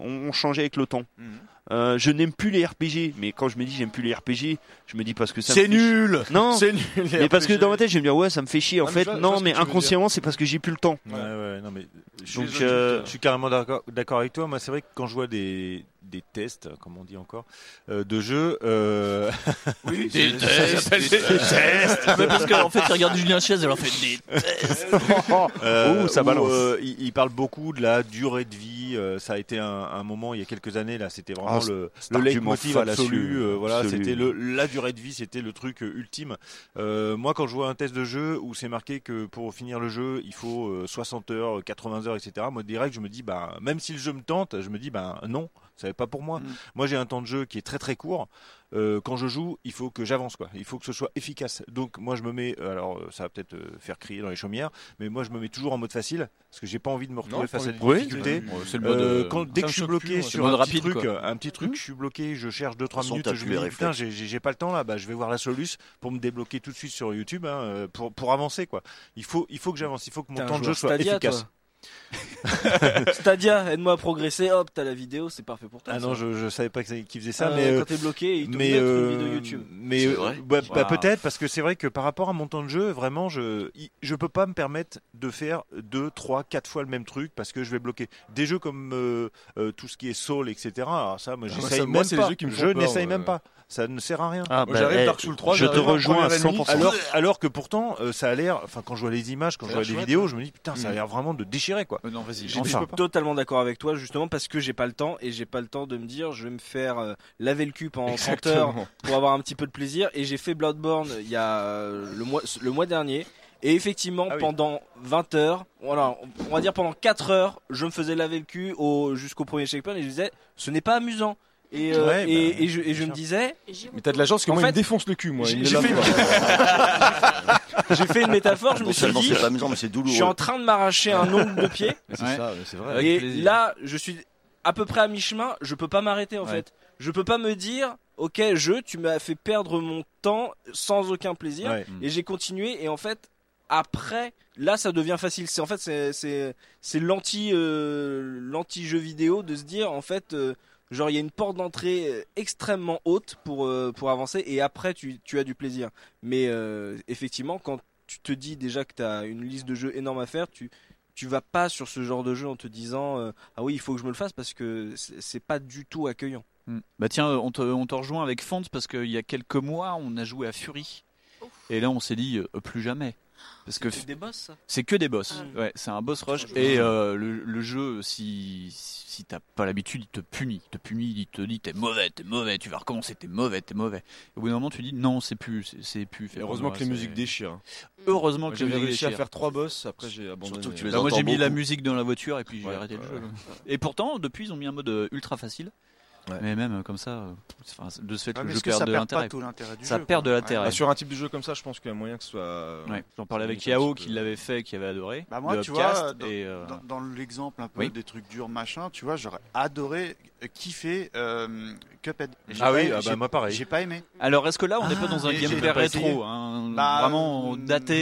ont, ont changé avec le temps. Mhm. Euh, je n'aime plus les RPG, mais quand je me dis j'aime plus les RPG, je me dis parce que ça me C'est fait chi- nul Non, C'est nul, les Mais parce que RPG. dans ma tête, je vais me dire ouais, ça me fait chier. En Non, Ah, mais fait, je vois- je vois non, ce mais que tu veux dire. inconsciemment, c'est parce que j'ai plus le temps. Ouais, ouais, non, mais je suis, Donc, désolé, euh, je suis carrément d'accord d'accord avec toi. Moi, c'est vrai que quand je vois des, des tests, comme on dit encore, euh, de jeux. euh, Oui, ça- des ça tests, s'appelle des tests. Mais parce qu'en fait, ils regardent Julien Chiez, alors on fait des tests. Oh, ça où, balance. euh, il, il parle beaucoup de la durée de vie. euh, ça a été un, un moment il y a quelques années là. C'était vraiment Ah, le, cet le argument leitmotiv fallacieux, absolu. euh, voilà, absolu. c'était le, la durée de vie, c'était le truc euh, ultime. Euh, moi, quand je vois un test de jeu où c'est marqué que pour finir le jeu, il faut euh, 60 heures, euh, 80 heures, etc. Moi, direct, je me dis, bah, même si le jeu me tente, je me dis, bah, non, ça n'est pas pour Mm. moi. Moi, j'ai un temps de jeu qui est très très court. Euh, quand je joue, il faut que j'avance, quoi. Il faut que ce soit efficace. Donc, moi, je me mets, alors, euh, ça va peut-être euh, faire crier dans les chaumières, mais moi, je me mets toujours en mode facile parce que j'ai pas envie de me retrouver Non, face à des oui, difficultés. ouais, c'est le mode, Euh, euh, quand, ça dès que me je suis choque plus, bloqué moi, c'est sur le un mode petit, rapide, truc, quoi. euh, un petit Mhm. truc, je suis bloqué, je cherche 2-3 De toute façon, minutes, t'as je plus me les dis, putain, réflexes. j'ai- j'ai j'ai pas le temps là, bah, je vais voir la soluce pour me débloquer tout de suite sur YouTube hein, euh, pour, pour avancer, quoi. Il faut, il faut que j'avance, il faut que mon T'es un temps de jeu joueur soit Stadia, efficace. toi. Stadia, aide-moi à progresser. Hop, t'as la vidéo, c'est parfait pour toi. Ah non, ça. je, je savais pas que ça- qu'il faisait ça, Euh, mais quand euh, t'es bloqué, il te mais, met sur une euh, vidéo YouTube. Mais C'est euh, vrai bah, bah, Waouh. peut-être parce que c'est vrai que par rapport à mon temps de jeu, vraiment, je il- je peux pas me permettre de faire deux, trois, quatre fois le même truc parce que je vais bloquer. Des jeux comme euh, euh, tout ce qui est Soul, etc. Alors ça, moi, Ah, j'essaye moi, ça- même moi, c'est les pas. jeux qui me font je peur, n'essaye euh. même pas. Ça ne sert à rien. Ah, Moi, bah, j'arrive eh, Dark Souls 3, je j'arrive te pas à rejoins prendre à la nuit. 100%. Alors, alors que pourtant, euh, ça a l'air. Enfin, quand je vois les images, quand Ça je a vois l'air les chouette, vidéos, ouais. je me dis putain, ça a Mm. l'air vraiment de déchirer quoi. non, vas-y. J'ai- Je je peux suis pas. totalement d'accord avec toi, justement, parce que j'ai pas le temps et j'ai pas le temps de me dire je vais me faire euh, laver le cul pendant 30 heures Exactement. pour avoir un petit peu de plaisir. Et j'ai fait Bloodborne il y a euh, le mois, le mois dernier. Et effectivement, Ah pendant 20 heures, voilà, on- on va dire pendant 4 heures, je me faisais laver le cul au- jusqu'au premier checkpoint et je disais ce n'est pas amusant. Et, euh, Ouais, bah, et, et je, et je me sûr. disais. Mais t'as de la chance parce que En moi, il fait, me défonce le cul, moi. il j'ai- me j'ai lave fait- J'ai fait une métaphore, je Non me suis seulement dit. c'est pas amusant, mais c'est douloureux. Je suis en train de m'arracher un ongle de pied. C'est ça, ouais, c'est vrai. Et Avec plaisir. là, je suis à peu près à mi-chemin, je peux pas m'arrêter en Ouais. fait. Je peux pas me dire, ok, jeu, tu m'as fait perdre mon temps sans aucun plaisir. Ouais. Et j'ai continué, et en fait, après, là, ça devient facile. C'est en fait, c'est- c'est c'est l'anti euh, l'anti jeu vidéo de se dire, en fait. euh, Genre il y a une porte d'entrée euh, extrêmement haute pour, euh, pour avancer et après tu, tu as du plaisir. Mais euh, effectivement quand tu te dis déjà que tu as une liste de jeux énorme à faire, tu, tu vas pas sur ce genre de jeu en te disant euh, ah oui il faut que je me le fasse parce que c'est c'est pas du tout accueillant. Hmm. Bah tiens, euh, on te, on te rejoint avec Font parce qu'il y a quelques mois, on a joué à Fury. Et là, on s'est dit euh, plus jamais. Parce que des boss, ça c'est que des boss. Ouais, c'est un boss rush. Et euh, le, le jeu, si, si t'as pas l'habitude, il te punit. Il te punit, il te dit t'es mauvais, t'es mauvais, tu vas recommencer, t'es mauvais, t'es mauvais. Et au bout d'un moment, tu dis non, c'est plus, c'est- c'est plus. fait pour Heureusement moi, que les c'est- musiques déchirent. Heureusement Moi, que les j'avais musiques réussi à déchirent. faire trois boss, après j'ai abandonné. Surtout que tu les Bah, moi, entends j'ai mis la beaucoup. musique dans la voiture et puis j'ai arrêté le jeu. Et pourtant, depuis, ils ont mis un mode euh, ultra facile. Mais même euh, comme ça, euh, c'est- enfin, de ce fait, Ah, le mais jeu est-ce que perd ça de perd pas l'intérêt. tout l'intérêt du Ça jeu, perd de quoi l'intérêt. Bah, sur un type de jeu comme ça, je pense qu'il y a moyen que ce soit. Ouais. J'en parlais avec Yao qui l'avait fait, qui avait adoré. Bah moi, de tu Upcast, vois, dans, et, euh, dans- dans l'exemple un peu oui. des trucs durs, machin, tu vois, j'aurais adoré, euh, kiffé euh, Cuphead. Et j'ai Ah pas- oui, ah bah, j'ai- moi, pareil. J'ai pas aimé. Alors, est-ce que là, on n'est pas dans un Et j'ai gameplay pas essayé. rétro, hein, Bah, hmm, vraiment daté,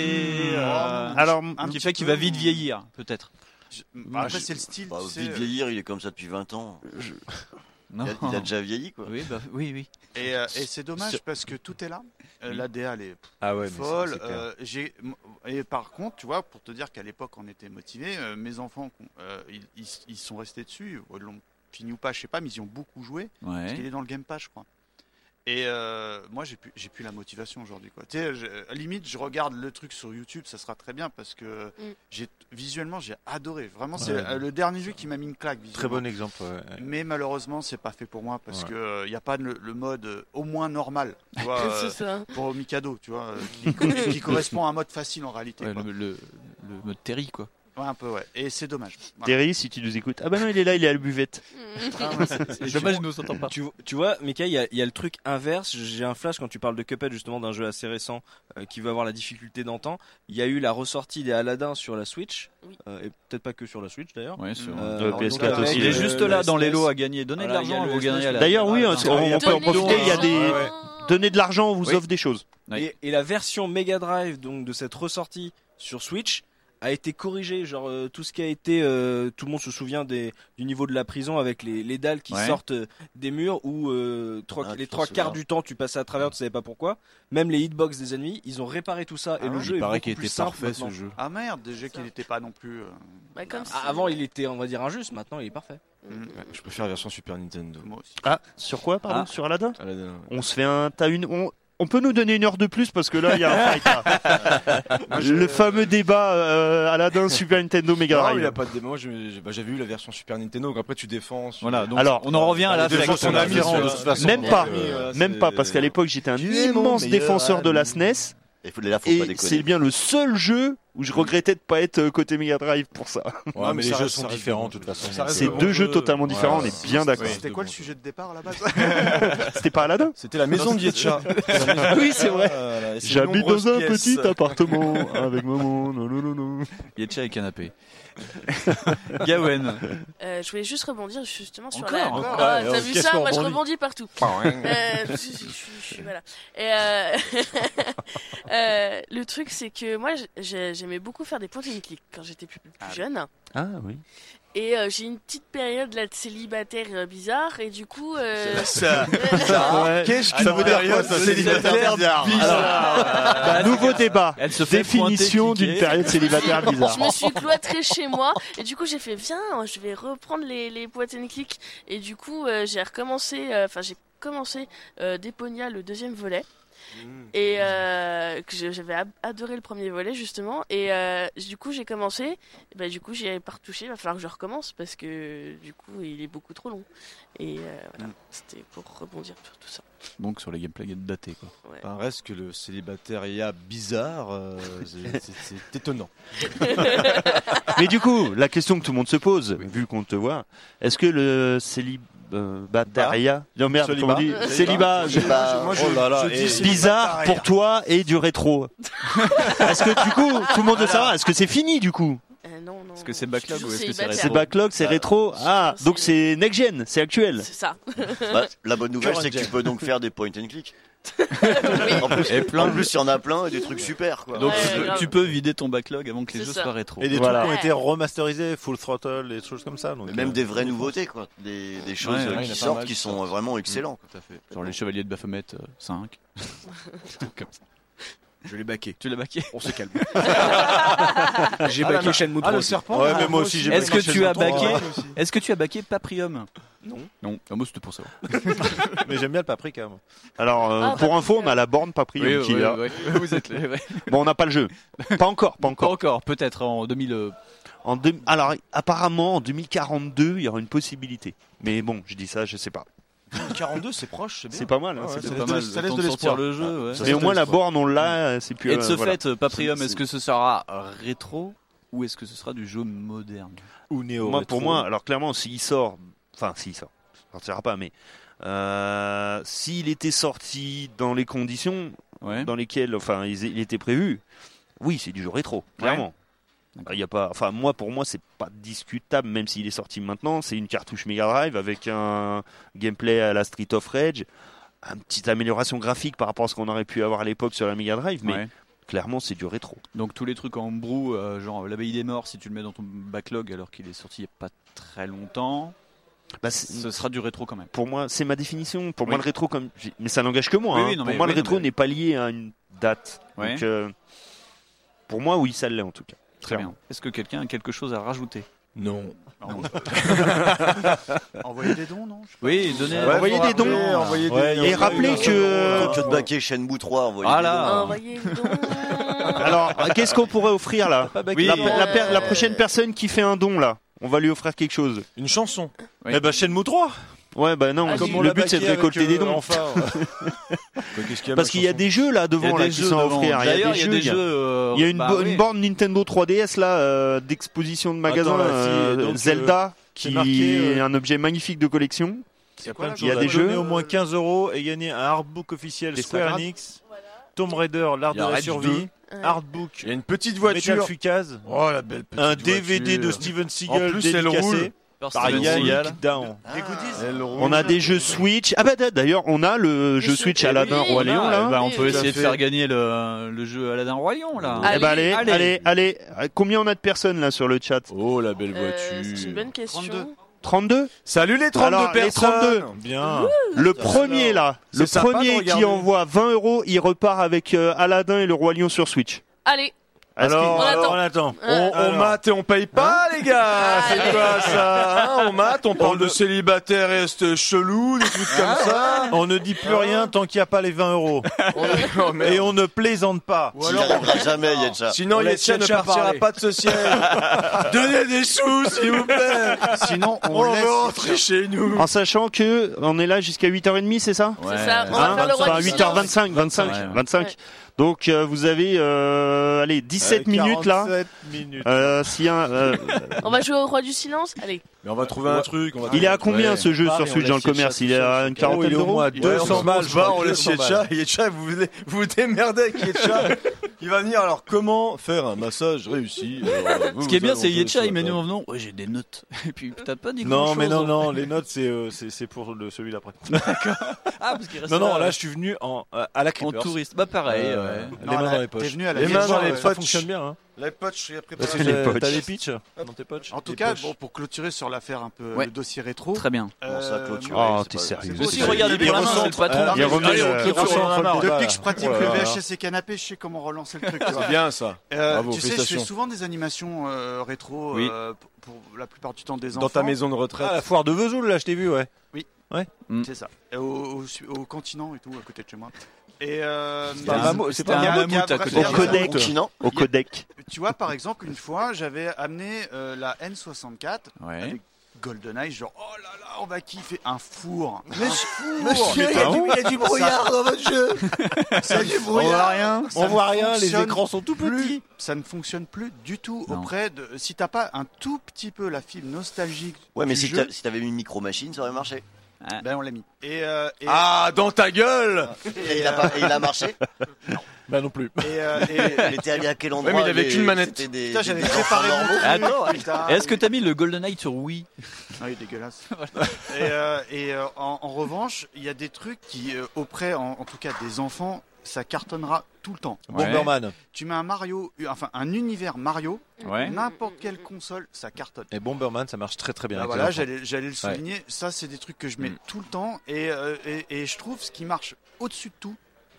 euh, Alors, qui fait qu'il va vite vieillir, peut-être. Ah, bah, après, c'est le style, Bah, tu sais, vite euh, vieillir, il est comme ça depuis 20 ans. Il, a, il a déjà vieilli, quoi. Oui, bah, oui, oui. Et, euh, et c'est dommage Sur- parce que tout est là. Euh, Oui. La DA, elle est pff, Ah ouais, mais folle. c'est- c'est clair. Euh, j'ai- m- et par contre, tu vois, pour te dire qu'à l'époque, on était motivés, euh, mes enfants, qu'on- euh, ils, ils- ils sont restés dessus. Ils l'ont fini ou pas, je sais pas, mais ils y ont beaucoup joué. Ouais. Parce qu'il est dans le Game Pass, je crois. Et euh, moi, j'ai plus, j'ai plus la motivation aujourd'hui. Quoi. Tu sais, je- à la limite, je regarde le truc sur YouTube, ça sera très bien parce que Mm. j'ai, visuellement, j'ai adoré. Vraiment, c'est Ouais. euh, le dernier jeu qui m'a mis une claque. Très bon visuellement. exemple. ouais. Mais malheureusement, c'est pas fait pour moi parce Ouais. que euh, y a pas le, le mode euh, au moins normal, tu vois, euh, C'est ça. pour Mikado, tu vois, euh, qui, co- qui correspond à un mode facile en réalité. Ouais, quoi. le, le- le mode Terry, quoi. Ouais, un peu ouais. Et c'est dommage. Voilà. Terry, si tu nous écoutes. Ah bah non, il est là, il est à la buvette. Ah ouais, c'est- Et Dommage, tu- il nous entend pas. Tu, tu vois, Mika, il y, a- il y a le truc inverse. J'ai un flash quand tu parles de Cuphead, justement, d'un jeu assez récent euh, qui va avoir la difficulté d'antan. Il y a eu la ressortie des Aladdin sur la Switch, euh, et peut-être pas que sur la Switch d'ailleurs. Ouais, sur- Euh, donc, PS4 aussi. avec, Il est euh, juste le là dans les SNES. lots à gagner. Donnez de Voilà, l'argent, il y a vous le gagnez SNES, à la- le D'ailleurs, oui, Aladdin. hein, on- on peut en profiter, il y a des- Ouais, ouais. Donnez de l'argent, on vous Oui. offre des choses. Et, et la version Mega Drive donc de cette ressortie sur Switch a été corrigée, genre euh, tout ce qui a été, euh, tout le monde se souvient des, du niveau de la prison avec les, les dalles qui Ouais. sortent euh, des murs où euh, trois- Ah, les trois souviens. quarts du temps tu passais à travers, tu savais pas pourquoi. Même les hitbox des ennemis, ils ont réparé tout ça et le Ah ouais jeu Il est paraît beaucoup qu'il plus était simple parfait, ce maintenant. jeu. Ah merde, déjà qu'il n'était pas non plus. euh, Bah, comme Ah, Avant il était, on va dire injuste, maintenant il est parfait. Je préfère la version Super Nintendo. Moi aussi. Ah, sur quoi, pardon Ah. Sur Aladdin Aladdin, ouais. On se fait un. T'as une. On... on peut nous donner une heure de plus parce que là, il y a un fight. hein. là. Moi, je- Le fameux débat euh, Aladdin Super Nintendo Mega Non, Drive. il a pas de démo. je- je- bah, J'avais eu la version Super Nintendo, donc après tu défends. sur- Voilà, donc Alors, on en revient à Bah, la les deux flex, sont on en amis, revient sur- à- de toute façon, même donc, pas, euh, même c'est- pas, parce qu'à l'époque j'étais un Tu es mon immense meilleur défenseur de la SNES. Et faut- là, faut pas Et déconner. c'est bien le seul jeu où je regrettais de pas être euh, côté Mega Drive pour ça. Ouais, mais les jeux sont différents de toute façon. reste C'est de deux bons jeux jeux. totalement différents, on est c'est- bien c'est- d'accord. C'était quoi le sujet de départ à la base C'était pas Aladdin C'était la maison d'Ietcha. oui, c'est vrai. Ah, là, et ses J'habite nombreuses dans un pièces. petit appartement avec maman. Non, non, non, non. Yetcha et canapé. Gawen. Euh, je voulais juste rebondir justement sur Encore, la. encore. Ah, Ouais, T'as euh, vu qu'est-ce ça qu'on Moi, je rebondit rebondis partout. Ah ouais. Euh, je, je- je- je- voilà. Et, euh, euh, le truc, c'est que moi, j'ai- j'aimais beaucoup faire des points and click quand j'étais plus, plus jeune. Ah oui. Et euh, j'ai une petite période là de célibataire euh, bizarre et du coup. euh, ça- Ça- Ouais. Ah, qu'est-ce que- Ça veut dire Alors, quoi, ça, célibataire bizarre Ah, Alors, Nouveau débat. Définition d'une période célibataire bizarre. Je me suis cloîtrée chez moi et du coup j'ai fait viens, je vais reprendre les les boîtes and click et du coup euh, j'ai recommencé, euh, enfin j'ai commencé euh, Deponia le deuxième volet. Mmh. Et euh, que je- j'avais ab- adoré le premier volet justement et euh, du coup j'ai commencé, et bah, du coup j'y avais pas retouché, il va falloir que je recommence parce que du coup il est beaucoup trop long. Et euh, Mmh. voilà, c'était pour rebondir sur tout ça. Donc sur les gameplays datés, quoi. Ben, reste que le célibataire bizarre, euh, c'est- c'est c'est étonnant. Mais du coup, la question que tout le monde se pose, vu qu'on te voit, est-ce que le célibatariat, non merde, Bah, Célibat. comment on dit, Célibat. célibat, Célibat. Moi, je- oh là là, je dis et- célibatariat. bizarre pour toi et du rétro. est-ce que du coup, tout le monde veut savoir, est-ce que c'est fini du coup Est-ce que c'est backlog ou est-ce que c'est C'est backlog, Bah, c'est rétro, ah, donc c'est next gen, c'est actuel. C'est ça. Bah, la bonne nouvelle, Current c'est que gen. tu peux donc faire des point and click. en plus, Et plein en de- plus, il y en a plein et des trucs super. Quoi. Donc tu, peux, tu peux vider ton backlog avant que les C'est jeux ça. soient rétro. Et des Voilà. trucs qui ont été Ouais. remasterisés, Full Throttle, des choses comme ça. Donc, Mais même euh, des vraies nouveautés, quoi. Des, des choses Ouais, euh, ouais, il y en qui a pas sortent mal Mm, qui qui sont euh, vraiment excellentes. Genre les Chevaliers de Baphomet euh, 5. Comme ça. Je l'ai baqué. Tu l'as baqué On se calme. J'ai Ah, j'ai Ah, baqué baqué Shenmue Shenmue III 3 aussi. Est-ce que tu as baqué Est-ce que tu as baqué Paprium Non. Non, Ah, moi c'était pour savoir. Mais j'aime bien le paprika, moi. Alors, euh, Ah, pour bah, info, on a la borne Paprium Oui, qui est oui, là. oui. Vous êtes les- ouais. Bon, on n'a pas le jeu. Pas encore, pas encore. encore, peut-être en euh. 2000. En deux- Alors, apparemment, en 2042, il y aura une possibilité. Mais bon, je dis ça, je sais pas. 42, c'est proche, c'est bien. C'est pas mal, hein, Ah ouais, c'est ça pas laisse- mal. Ça laisse temps de de l'espoir. sortir le jeu. ouais. Mais au moins, la borne, on l'a. euh, C'est plus. Et de euh, ce voilà. fait, Paprium, est-ce que ce sera euh, rétro ou est-ce que ce sera du jeu moderne Ou Moi, pour moi, alors clairement, s'il sort, enfin, s'il sort, il sortira pas, mais euh, s'il était sorti dans les conditions dans lesquelles, enfin, ils- il, était prévu, oui, c'est du jeu rétro, clairement. Il y a pas, enfin, moi, pour moi, c'est pas discutable, même s'il est sorti maintenant, c'est une cartouche Mega Drive avec un gameplay à la Street of Rage, une petite amélioration graphique par rapport à ce qu'on aurait pu avoir à l'époque sur la Mega Drive, mais Ouais. clairement, c'est du rétro. Donc tous les trucs en brou, euh, genre l'abbaye des morts, si tu le mets dans ton backlog alors qu'il est sorti il n'y a pas très longtemps, ce sera du rétro quand même. pour moi, c'est ma définition. Pour Oui. moi, le rétro, comme j'ai- mais ça n'engage que moi. Oui, hein. oui, non, pour mais- moi, oui, le rétro non, mais- n'est pas lié à une date. Ouais. Donc, euh, pour moi, oui, ça l'est en tout cas. Très bien. Est-ce que quelqu'un a quelque chose à rajouter Non. Non. Envoyez des dons, non Je sais pas. Oui, donnez. Ouais, envoyez faut des dons. rappeler, envoyez des- Ouais, et envoyez rappelez des- que. Plutôt de baquer Shenmue 3, Ah envoyez Voilà. des dons. Alors, qu'est-ce qu'on pourrait offrir là baguette. la, Oui. la per- Euh, la prochaine personne qui fait un don là, on va lui offrir quelque chose. Une chanson. Eh ben, Shenmue 3 Ouais, bah non, Ah, comme si. le but c'est de Avec, récolter euh, des dons. enfin, ouais. qu'est-ce qu'il y a, Parce ma qu'il y a chanson des jeux là devant Il y a là, des qui jeux sont à devant. offrir. D'ailleurs, il y a des il y a- jeux, euh, Il y a une, bah bo- oui. une borne Nintendo 3DS là euh, d'exposition de magasin Attends, là, là, si, euh, donc, Zelda euh, c'est qui marqué, euh, est un objet magnifique de collection. Il y a plein de Il y a choses à des donner, jeux. au moins 15 euros et gagner un artbook officiel Des Square Instagram. Enix, Tomb Raider, l'art Il de y a la Rage survie, 2. Ouais. artbook. Il y a une petite voiture. Metal Fugazi. Oh, la belle petite Un DVD voiture. de Steven Seagal. En plus, elle dédicacé roule. Par Par Steven Yann Seagal. Down. Ah. On a des jeux Switch. Ah bah d'ailleurs, on a le jeu Switch Aladdin Roi Lion là. Eh ben, Bah, on peut hein. Tout à essayer de fait. faire gagner le, le jeu Aladdin Roi Lion là. Eh ben, allez, allez, allez, Euh, Combien on a de personnes là sur le chat Oh la belle C'est une bonne question. 32 Salut les 32 Les personnes. 32 Bien. Le Ça, premier là, c'est le sympa de premier qui regarder. envoie 20 euros, il repart avec euh, Aladdin et le Roi Lion sur Switch. Allez. Alors, on attend. on attend. On, on mate et on paye pas, Hein les gars! C'est quoi ça? hein on mate, on parle de célibataire et ce chelou, des trucs comme Ah. ça. On ne dit plus rien tant qu'il n'y a pas les 20 euros. Oh, et on ne plaisante pas. S'il arrivera jamais, Yetcha. Sinon, Yetcha ne partira pas de ce ciel. Donnez des sous, s'il vous plaît. Sinon, on, veut rentrer chez nous. En sachant que on est là jusqu'à 8h30, c'est ça Hein Ouais. C'est ça, on va faire le roi Enfin, du 8h25, 25, 25. Donc euh, vous avez euh, allez 17 Euh, minutes là. 47 minutes. Euh, s'il y a, euh, On va jouer au roi du silence Allez. Mais on va trouver un truc. on va il est à trouver- combien Ouais. ce jeu Pareil, sur on Switch dans le laisse Yetcha commerce tout Il est à seul. une quarantaine Oh, il est au d'euros moins à 200 balles. Je barre, on laisse 200 Yetcha. balles. Yetcha, vous vous- vous démerdez avec Yetcha. Il va venir. Alors, comment faire un massage réussi Alors, vous, Ce qui est vous bien, allongez c'est Yetcha, sur il la m'a dit table. en venant Ouais, j'ai des notes. Et puis, t'as pas dit Non, grand-chose, mais non, en non, fait. les notes, c'est euh, c'est- c'est pour le, celui d'après. Ah, parce qu'il reste Non, non, là, là, ouais. je suis venu en, euh, à la Creepers. En touriste. Bah, pareil, ouais. Les Non, mains là, dans les t'es poches. venu à la les mains Creepers, dans les ouais. poches. Ça fonctionne bien, hein. Les poches, j'ai Parce préparé. que j'ai- T'as les pitchs dans tes poches En tout Les cas, poches. bon, pour clôturer sur l'affaire un peu Ouais. Euh, le dossier rétro. Très bien. Euh, Bon, ça a clôturé, Oh, t'es Ah, sérieux. c'est Aussi, pas- regardez il bien la main, recentre, c'est le patron. euh, Il remonte allez, les- on il clôture, recentre on remonte. le bordel. Depuis que je pratique Oh là le là. VHS et canapé, je sais comment relancer le truc. tu vois. C'est bien, ça. Euh, Bravo, Tu sais, je fais félicitations. souvent des animations euh, rétro Oui. euh, pour- pour la plupart du temps des enfants. Dans ta maison de retraite. Ah, la foire de Vesoul, là, je t'ai vu, ouais. Oui. Ouais. Mm. C'est ça. Et Au, au- au continent et tout, à côté de chez moi. Et euh, C'était un mammouth, c'était un il y a- mammouth il y a- à côté il y a- de chez moi. Au continent. Au codec. Tu vois, par exemple, une fois, j'avais amené euh, la N64 Ouais. avec GoldenEye, genre, oh là là, on va kiffer un four. Mais Un je- four. monsieur, il y a Ah du- bon il y a du brouillard Ça- dans votre jeu. Ça- Il y a du On voit brouillard. rien. On Ça voit ne rien, les fonctionne écrans sont tout plus. petits. Ça ne fonctionne plus du tout Non. auprès de. Si t'as pas un tout petit peu la fibre nostalgique. Ouais, mais du si jeu, t'a- si t'avais mis une micro-machine, ça aurait marché. Ben, on l'a mis. Et, euh, et- Ah, dans ta gueule Et il a, pas- et il a marché Bah non plus. Et, euh, et- Il était allé à quel endroit Oh, les- c'était des- Putain, j'avais des- préparé des- mon Attends, truc, Oh, putain. est-ce que t'as mis le Golden Knight sur Wii Ah oui, dégueulasse. Et, euh, et, euh, en, en revanche, il y a des trucs qui, euh, auprès, en, en tout cas des enfants, ça cartonnera tout le temps. Ouais. Bomberman. Tu mets un Mario, euh, enfin un univers Mario, Ouais. n'importe quelle console, ça cartonne. Et Bomberman, ça marche très très bien. Bah avec les voilà, enfants. j'allais j'allais le Ouais. souligner. Ça, c'est des trucs que je mets Mm. tout le temps. Et, euh, et, et je trouve ce qui marche au-dessus de tout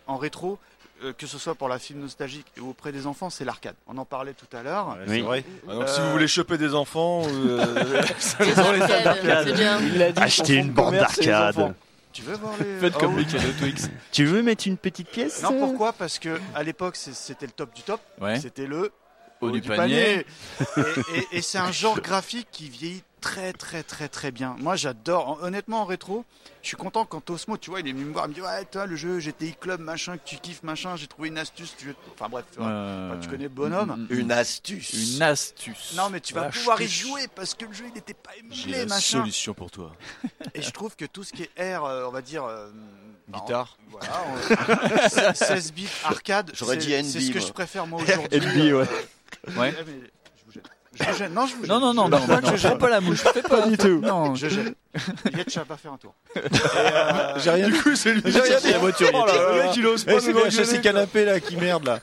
en rétro. euh, que ce soit pour la film nostalgique ou auprès des enfants, c'est l'arcade. On en parlait tout à l'heure. Euh, Ouais, c'est Oui. vrai. Ah, donc, si vous voulez choper des enfants, euh, c'est dans les salles d'arcade. C'est bien. Il a dit, Achetez son une fonds de borne commerce, c'est les d'arcade. enfants. Tu veux voir les Oh Faites comme Ah oui. les canaux Twix. Tu veux mettre une petite pièce Non, euh pourquoi Parce que à l'époque, c'est- c'était le top du top. Ouais. C'était le Haut du et et- et c'est un genre graphique qui vieillit très, très, très, très bien. Moi, j'adore. En- Honnêtement, en rétro, je suis content quand Osmo, tu vois, il est venu me voir, il me dit Ouais, toi, le jeu GTI Club, machin, que tu kiffes, machin, j'ai trouvé une astuce. Tu veux- Enfin, bref, tu, vois. Euh, Enfin, tu connais le Bonhomme. Une astuce. mm, Une astuce. Non, mais tu vas La pouvoir y ch'tiche. jouer parce que le jeu, il n'était pas J'ai émulé, la machin. solution pour toi. Et je trouve que tout ce qui est R, euh, on va dire. euh, bah, Guitare. on- voilà, on- 16 bits arcade. J'aurais c'est- dit NB, C'est ce que moi. je préfère moi aujourd'hui. NB, ouais. euh, Ouais. eh, mais Je vous jette. Je vous jette. Non, je vous jette. Non, non, non, Je- non, non, non, je jette. fais pas la mouche, fais pas- Pas du tout. Non, je je- jette. Yetch va pas faire un tour. J'ai rien euh, Du dit. coup, c'est lui qui J'ai rien cherche dit. la voiture, Oh là il est- là le là. hein, mec, il ose Eh, pas C'est nous bien engueuler, ces quoi. canapés là qui merdent là.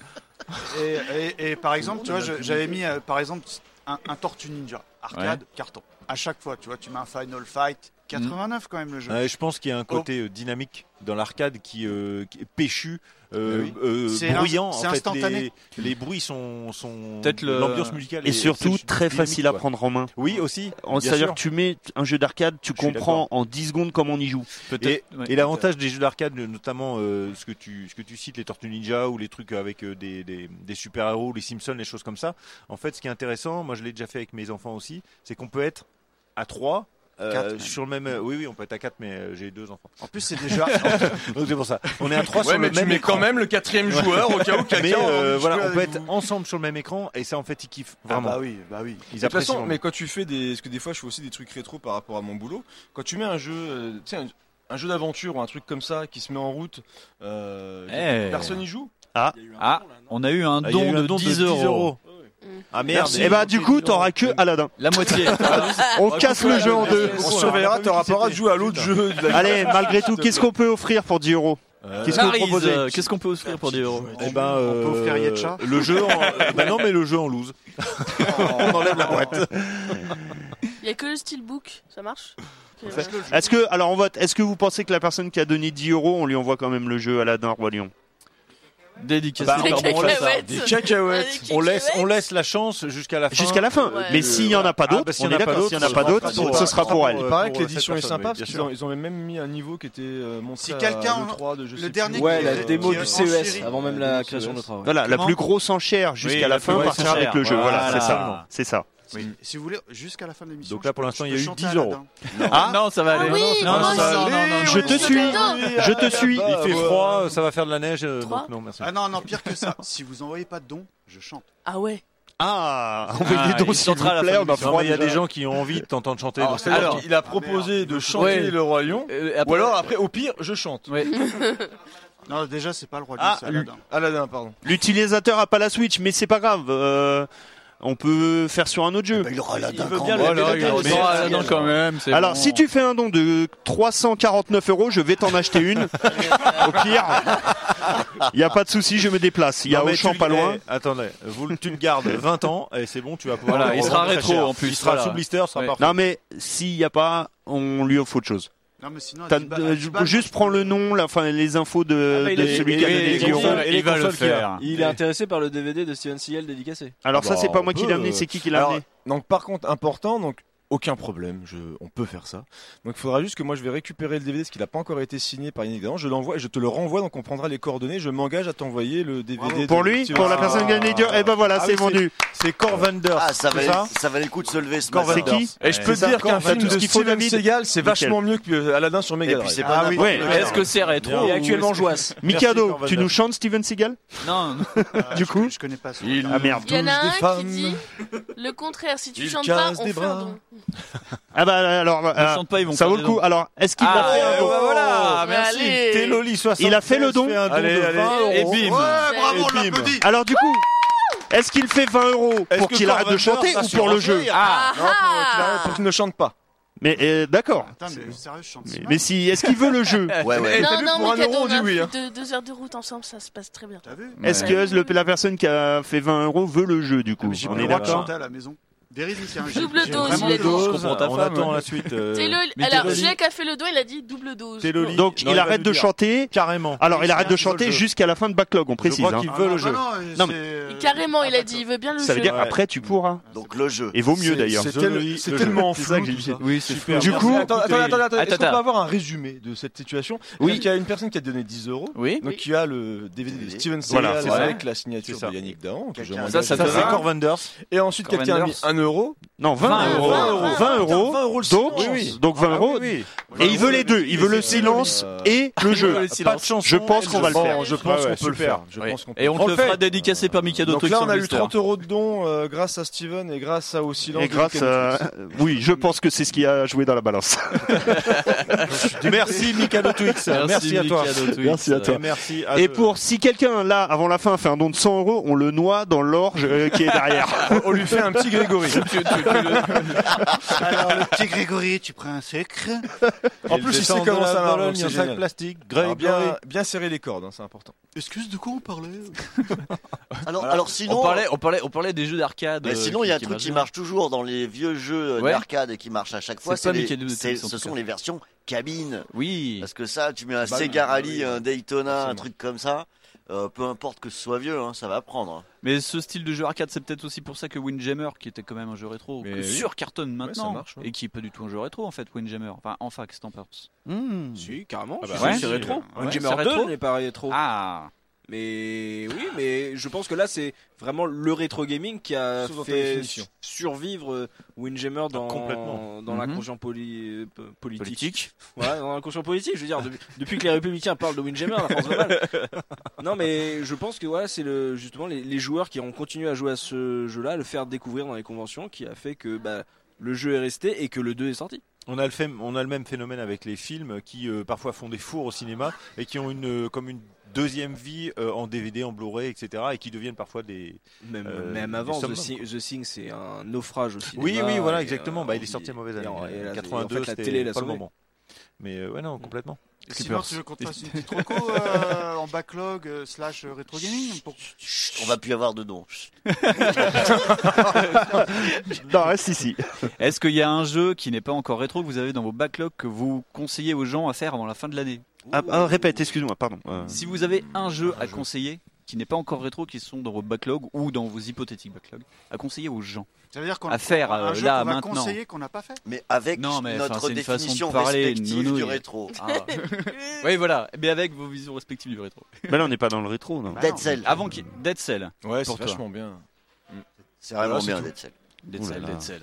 Et, et- et par exemple, tu vois, je- j'avais mis euh, par exemple un, un Tortue Ninja, arcade, Ouais. carton. À chaque fois, tu vois, tu mets un Final Fight, 89 quand même le jeu. Ouais, je pense Oh. qu'il y a un côté euh, dynamique dans l'arcade qui, euh, qui est péchu, euh, Oui. euh, C'est ins- bruyant. en c'est fait. instantané. Les, les bruits sont, sont Peut-être le- l'ambiance musicale Et est- surtout c'est très dynamique, facile à quoi. prendre en main. Oui, aussi. En- bien C'est-à-dire sûr. que tu mets un jeu d'arcade, tu Je suis comprends en 10 secondes comment on y joue. Et, et l'avantage des jeux d'arcade, notamment euh, ce, que tu, ce que tu cites, les Tortues Ninja ou les trucs avec euh, des, des- des super-héros, les Simpsons, les choses comme ça, en fait, ce qui est intéressant, moi je l'ai déjà fait avec mes enfants aussi, c'est qu'on peut être à 3. Quatre, même. sur le même euh, oui oui on peut être à 4 mais euh, j'ai deux enfants en plus c'est déjà donc c'est pour ça on est à 3 Ouais, sur mais le tu même mets écran. quand même le quatrième Ouais. joueur au cas où quelqu'un mais a envie euh, de voilà jouer on peut avec être ensemble sur le même écran et ça en fait ils kiffent vraiment bah oui bah oui de toute façon, mais quand tu fais des. Parce que des fois, je fais aussi des trucs rétro par rapport à mon boulot. Quand tu mets un jeu. euh, Tu sais, un, un jeu d'aventure ou un truc comme ça qui se met en route. euh, Eh. Personne y joue Ah, ah, on a eu un Ah, il y a don, eu un don de de 10 10 euros. Euh, euros. Ah, merde. Et eh ben du coup, t'auras que Aladdin. La moitié. Ah, on casse le jeu en deux. On surveillera, t'auras pas le droit de jouer à l'autre jeu. de la- Allez, malgré tout, qu'est-ce qu'on peut offrir pour 10 euros Qu'est-ce qu'on peut Maryse, euh, proposer Qu'est-ce qu'on peut offrir pour 10 euros Eh ben, euh, le jeu en... bah non mais le jeu en loose on enlève la boîte Il y a que le steelbook, ça marche Est-ce que, alors on vote, est-ce que vous pensez que la personne qui a donné 10 euros, on lui envoie quand même le jeu Aladdin Roi Lion Dédicacé Bah, par bon, on laisse- Des cacahuètes. On laisse, on laisse la chance jusqu'à la fin. Jusqu'à la fin. Mais s'il y en a pas d'autres, on est d'accord, Ah, bah, s'il y en a pas d'autres, ce sera pour elle. Il paraît que l'édition est sympa parce qu'ils ont, ils ont même mis un niveau qui était euh, montré Si quelqu'un à en- 2, 3 de je le sais plus dernier où. Ouais, qui- la qui- démo qui- du en E E CES, série. avant même la création de notre travail. Voilà, la Comment plus grosse enchère jusqu'à Oui, la la fin plus grosse partira avec enchère. le jeu. Voilà, Voilà. c'est ça. Absolument. C'est ça. Oui. Si vous voulez, jusqu'à la fin de l'émission. Donc là, pour je peux- l'instant, je il y a peux eu chanter 10 Aladdin. euros. Ah non, ça va Ah aller. oui, Non, moi ça va aussi. aller. Oui, Je oui, te oui, suis. oui, Je oui, te oui, suis. Il fait froid, ça va faire de la neige. euh, Donc non, merci. Ah non, non, pire que ça. si vous envoyez pas de dons, je chante. Ah ouais Ah, envoyez Ah, des dons, il s'il chantera vous à la plaît, fin de on a l'émission. froid Il y a déjà. des gens qui ont envie de t'entendre Ah, chanter. Alors, donc c'est c'est-à-dire gentil. qu'il a proposé de chanter Ouais. le roi lion, Euh, après- ou alors après, au pire, je chante. Non, déjà, c'est pas le roi Lion, ah, c'est Aladdin. Aladdin, pardon. L'utilisateur a pas la Switch, mais c'est pas grave. euh, on peut faire sur un autre jeu. il aura la veut bien quand même. l'aimer, il mais- aura Aladdin quand même, c'est Alors, bon. si tu fais un don de 349 euros, je vais t'en acheter une. Au pire, il n'y a pas de souci, je me déplace. Il y a Non, mais Auchan tu- pas loin. eh, Attendez, vous, tu le gardes 20 ans et c'est bon, tu vas pouvoir. Voilà, le il sera revendre rétro, très cher. en plus, Il sera voilà. sous blister, ça Ouais. part. Non, mais s'il n'y a pas, on lui offre autre chose. Non, mais sinon, à T'as- 10 balles- euh, à 10 balles, juste prends le nom, la, enfin, les infos Ah, de, de celui qui Ah, a donné les euros. Il est intéressé par le DVD de Steven Seagal dédicacé. Alors ça, Bah, c'est pas moi on qui l'ai peut, amené, euh, c'est qui qui l'a alors, amené Donc par contre, important, donc aucun problème, je, on peut faire ça. Donc il faudra juste que moi je vais récupérer le DVD parce qu'il n'a pas encore été signé par Yannick Dahan. Je l'envoie et je te le renvoie, donc on prendra les coordonnées. Je m'engage à t'envoyer le DVD. Pour lui Pour la personne qui a donné les euros Eh ben voilà, c'est vendu. Ah C'est Corvander. Ah, ça valait, C'est ça ça, valait le coup de se lever ce Corps matin. Vendors. Et je peux te dire qu'un film de Steven Seagal, c'est vachement mieux que euh, Aladdin sur Mega Et puis c'est pas n'importe Ah Ouais. lequel. hein. ou- Mikado, Corvander. tu nous chantes Steven Seagal Non. du coup, je connais pas ça. Ah merde. Il y en a un qui dit le contraire, si tu Il chantes pas, casse on des fait un don. Ah bah alors, euh, chantent pas, ils vont ça faire vaut des le coup. dons. Alors, est-ce qu'il Ah, a fait un ouais, don bah voilà, Oh, merci. Allez. Il a fait le don. fait un don de 20 Et euros. bim. Ouais, bravo, on Et bim. l'applaudit. Alors du coup, est-ce qu'il fait 20 euros Est-ce pour que qu'il arrête de Corvander chanter va ou pour le jeu surveiller Ah, non, pour qu'il arrête, pour qu'il ne chante pas. Mais euh, d'accord. Attends, mais sérieux, je chante. Mais, mais si, est-ce qu'il veut le jeu ouais. Non, t'as vu, non, pour mon un cadeau, euro, on on dit a oui, fait hein. deux, deux heures de route ensemble, ça se passe très bien. T'as vu Est-ce que le- la personne qui a fait 20 euros veut le jeu du coup J'ai On pas est le droit de d'accord chanter à la maison. Vérifie, hein, j'ai- Double j'ai dose, vraiment il a le dit. dos, Je comprends ta on femme, attend ouais. la suite. euh, T'es le- mais Alors, t'es le- Jake a fait le doigt, il a dit double dose. Téloli. Donc Non, il va arrête nous de dire. chanter. Carrément. Alors il arrête Il veut de le chanter jeu. jusqu'à la fin de backlog, on précise. crois hein. qu'il veut le jeu. Non, mais Carrément, Ah, il a dit, il veut bien le ça veut jeu. dire après tu pourras. Donc le jeu. Et vaut mieux C'est- d'ailleurs. c'est tel- C'est tellement flou. ça que j'ai tout dit. ça. Oui, c'est Super. Du Merci. coup, attends, attends, attends, attends, Est-ce qu'on peut attends. avoir un résumé de cette situation Oui. Il y a une personne qui a donné 10 euros. Oui. Donc il y a le DVD de Steven Seagal Voilà, c'est ça. avec la signature C'est ça. de Yannick Dahan. que je Quelqu'un- m'engage Ça, ça à donne faire. un. Corps Wonders. Et ensuite, quelqu'un a mis Corps 1 euro. Non, 20 euros. 20 euros. 20 euros. le Donc, silence. Oui, oui. donc 20 Ah, euros. oui, oui. Et il veut les deux. Il veut le silence euh, et le jeu. Pas de chanson, je pense qu'on va le je faire. pense- je pense qu'on peut le faire. Je pense qu'on peut Et on te le le fait. fera dédicacer par Mikado Donc Truc là, sur on a eu Blister. 30 euros de dons euh, grâce à Steven et grâce à au silence. Et de grâce Ken à... Fox. Oui, je pense que c'est ce qui a joué dans la balance. Merci Mikado Twix. Merci à toi. Merci à toi. Et Merci à Et eux. pour si quelqu'un là avant la fin fait un don de 100 euros, on le noie dans l'orge euh, qui est derrière. on lui fait un petit Grégory. Alors, le petit Grégory, tu prends un sucre En plus, il sait comment ça marche. Bologne, un sac plastique, Greg, Grégory. bien, bien serrer les cordes, hein, c'est important. Excuse, de quoi on parlait euh Alors, Voilà. alors sinon. on parlait, on parlait, on parlait des jeux d'arcade. Mais euh, sinon, il y a un qui truc qui marchent marche toujours dans les vieux jeux Ouais. d'arcade et qui marche à chaque fois. C'est pas les- Mickey Mouse c'est- Tennis, en ce tout sont cas. les versions cabine. Oui. Parce que ça, tu mets un Bah, Sega oui, Rally, oui. un Daytona, un truc comme ça. euh, peu importe que ce soit vieux, hein, ça va prendre. Mais ce style de jeu arcade, c'est peut-être aussi pour ça que Windjammer, qui était quand même un jeu rétro, que oui. sur carton maintenant, ça marche, et qui est pas du tout un jeu rétro en fait, Windjammer. Enfin, en fac, qu'est-ce que t'en penses Si, carrément. Ah bah Si, ouais. si, c'est Ouais. rétro. Ouais. Windjammer C'est 2 rétro. n'est pas rétro. Ah. Mais oui, mais je pense que là, c'est vraiment le rétro gaming qui a Sous fait définition. su- survivre euh, Windjammer Ah, dans, Complètement. dans Mhm. l'inconscient poli- euh, p- politique. Ouais, dans l'inconscient politique, je veux dire, depuis, depuis que les républicains parlent de Windjammer, la France va mal. Non, mais je pense que voilà, c'est le, justement les, les joueurs qui ont continué à jouer à ce jeu-là, à le faire découvrir dans les conventions, qui a fait que bah, le jeu est resté et que le 2 est sorti. On a, le fait- on a le même phénomène avec les films qui euh, parfois font des fours au cinéma et qui ont une, euh, comme une deuxième vie euh, en DVD, en Blu-ray, etc. et qui deviennent parfois des. Même, euh, même des avant, The, summums. Thing, The Thing, c'est un naufrage aussi. Oui, oui, voilà, euh, exactement. Bah, il est sorti à mauvaise année. En 82, fait, la c'était télé l'a pas le sauvé. Mm. moment. Mais euh, ouais, non, complètement. Sinon, tu veux qu'on te fasse une petite reco euh, en backlog euh, slash euh, rétro gaming pour- On va plus avoir de dons. non, reste ici. Est-ce qu'il y a un jeu qui n'est pas encore rétro que vous avez dans vos backlogs que vous conseillez aux gens à faire avant la fin de l'année Ah, ah, répète, excuse-moi, pardon. Euh, Si vous avez un jeu à conseiller qui n'est pas encore rétro, qui sont dans vos backlogs ou dans vos hypothétiques backlogs, à conseiller aux gens. Ça veut dire qu'on à faire un euh, jeu là qu'on va maintenant. conseiller qu'on n'a pas fait. Mais avec Non, mais, enfin, notre c'est une façon de définition parler, respective nounouille. du rétro. Ah. oui, voilà. Mais avec vos visions respectives du rétro. Bah Mais là, on n'est pas dans le rétro. Non. Dead Cell. Avant qui Dead Cell. Ouais, pour c'est toi. vachement bien. Mm. C'est vraiment bien Voilà, c'est tout. Dead Cell. Dead Ouh là Cell, là. Dead Cell.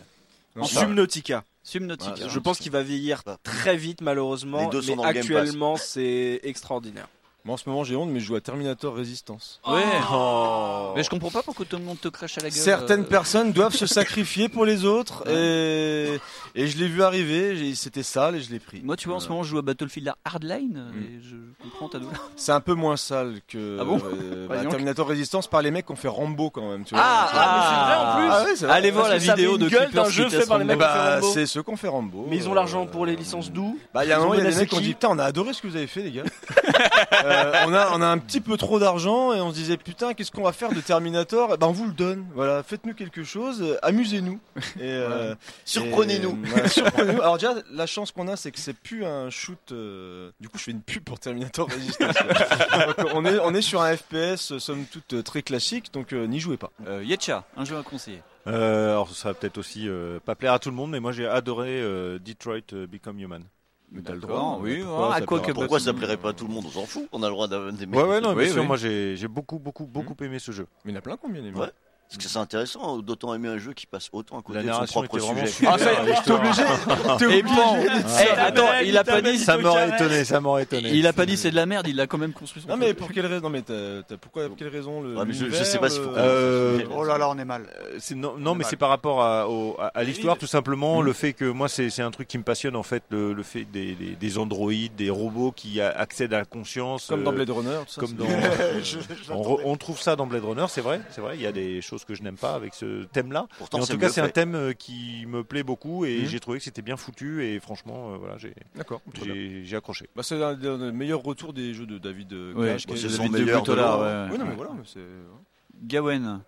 Non, Enfin, ça- Subnautica. Subnautica. Voilà, je pense qu'il va vieillir très vite malheureusement. Les deux sont mais dans le Game Pass. actuellement c'est extraordinaire. Moi en ce moment j'ai honte, mais je joue à Terminator Resistance. Oh. Ouais. Oh. Mais je comprends pas pourquoi tout le monde te crache à la gueule. Certaines euh, personnes doivent se sacrifier pour les autres et, et je l'ai vu arriver, j'ai- c'était sale et je l'ai pris. Euh. Mm. Moi, tu vois, en ce Voilà. moment, je joue à Battlefield la Hardline. Et je comprends ta douleur. C'est un peu moins sale que Ah bon bah, Voyons. Terminator Résistance par les mecs qui ont fait Rambo quand même. Tu vois. Ah, ah, mais c'est vrai en plus. Ah ouais, c'est vrai. Allez voir Parce la que ça vidéo avait une de gueule Clippers d'un jeu Clippers fait par les mecs. Rambo. Bah, Rambo. c'est ceux qui ont fait Rambo. Mais ils ont l'argent pour les licences d'où Bah, il y a un Ils ont moment, il y a des menacé mecs qui ont qui dit Putain, on a adoré ce que vous avez fait, les gars. Euh, on, a, on a un petit peu trop d'argent et on se disait Putain, qu'est-ce qu'on va faire de Terminator Eh ben, On vous le donne. Voilà, faites-nous quelque chose, euh, amusez-nous. Et, euh, Ouais. Surprenez-nous. et, euh, voilà, surprenez-nous. Alors, déjà, la chance qu'on a, c'est que c'est plus un shoot. euh, Du coup, je fais une pub pour Terminator Resistance. Donc, on, est, on est sur un FPS, euh, somme toute, euh, très classique, donc euh, n'y jouez pas. Euh, Yetcha, un jeu à conseiller. Euh, alors ça va peut-être aussi euh, pas plaire à tout le monde, mais moi j'ai adoré euh, Detroit euh, Become Human. Mais t'as le D'accord, droit. oui, Pourquoi ah, ça à quoi plaira que- pas Pourquoi ça plairait pas à tout le monde On s'en fout. On a le droit d'aimer. Ouais, ouais, non, bien Oui, sûr, oui. Mmh. moi j'ai j'ai beaucoup, beaucoup, beaucoup aimé ce jeu. Mais il y en a plein combien aimé. Ouais. Parce que c'est intéressant, d'autant aimer un jeu qui passe autant à côté La de son narration propre était vraiment sujet. super. Ah, ça y est, t'es obligé, t'es Et obligé. bon, Ah, eh, attends, t'appelles, il a il pas dit. t'appelle, Ça m'aurait étonné, ça m'aurait étonné. Il a pas dit c'est de la merde, il l'a quand même construit. son Non, mais truc. pour quelle raison Non, mais t'as- t'as- pourquoi, pour quelle raison le. Ouais, mais je- je l'univers, sais pas s'il le- faut- Euh, Oh là là, on est mal. Euh, c'est- non, non, mais c'est par rapport à, au- à- à l'histoire, tout simplement. Le fait que moi, c'est c'est un truc qui me passionne, en fait, le, le fait des, des- des androïdes, des robots qui a- accèdent à la conscience. euh, Comme dans Blade Runner, tout ça, comme c'est- dans, Je- je on, re- on trouve ça dans Blade Runner, c'est vrai, c'est vrai. Il y a des choses que je n'aime pas avec ce thème-là. Pourtant, Mais en c'est tout cas, mieux c'est un fait. thème euh, qui me plaît beaucoup et Mhm. j'ai trouvé que c'était bien foutu et franchement, euh, voilà, j'ai D'accord, très j'ai- j'ai accroché. Bah, c'est un des un des meilleurs retours des jeux de David euh, Ouais, Cage. bon, qui c'est est- son David meilleur Gutola, de loin, ouais. Oui, non, mais Ouais. voilà, mais c'est. Gawen.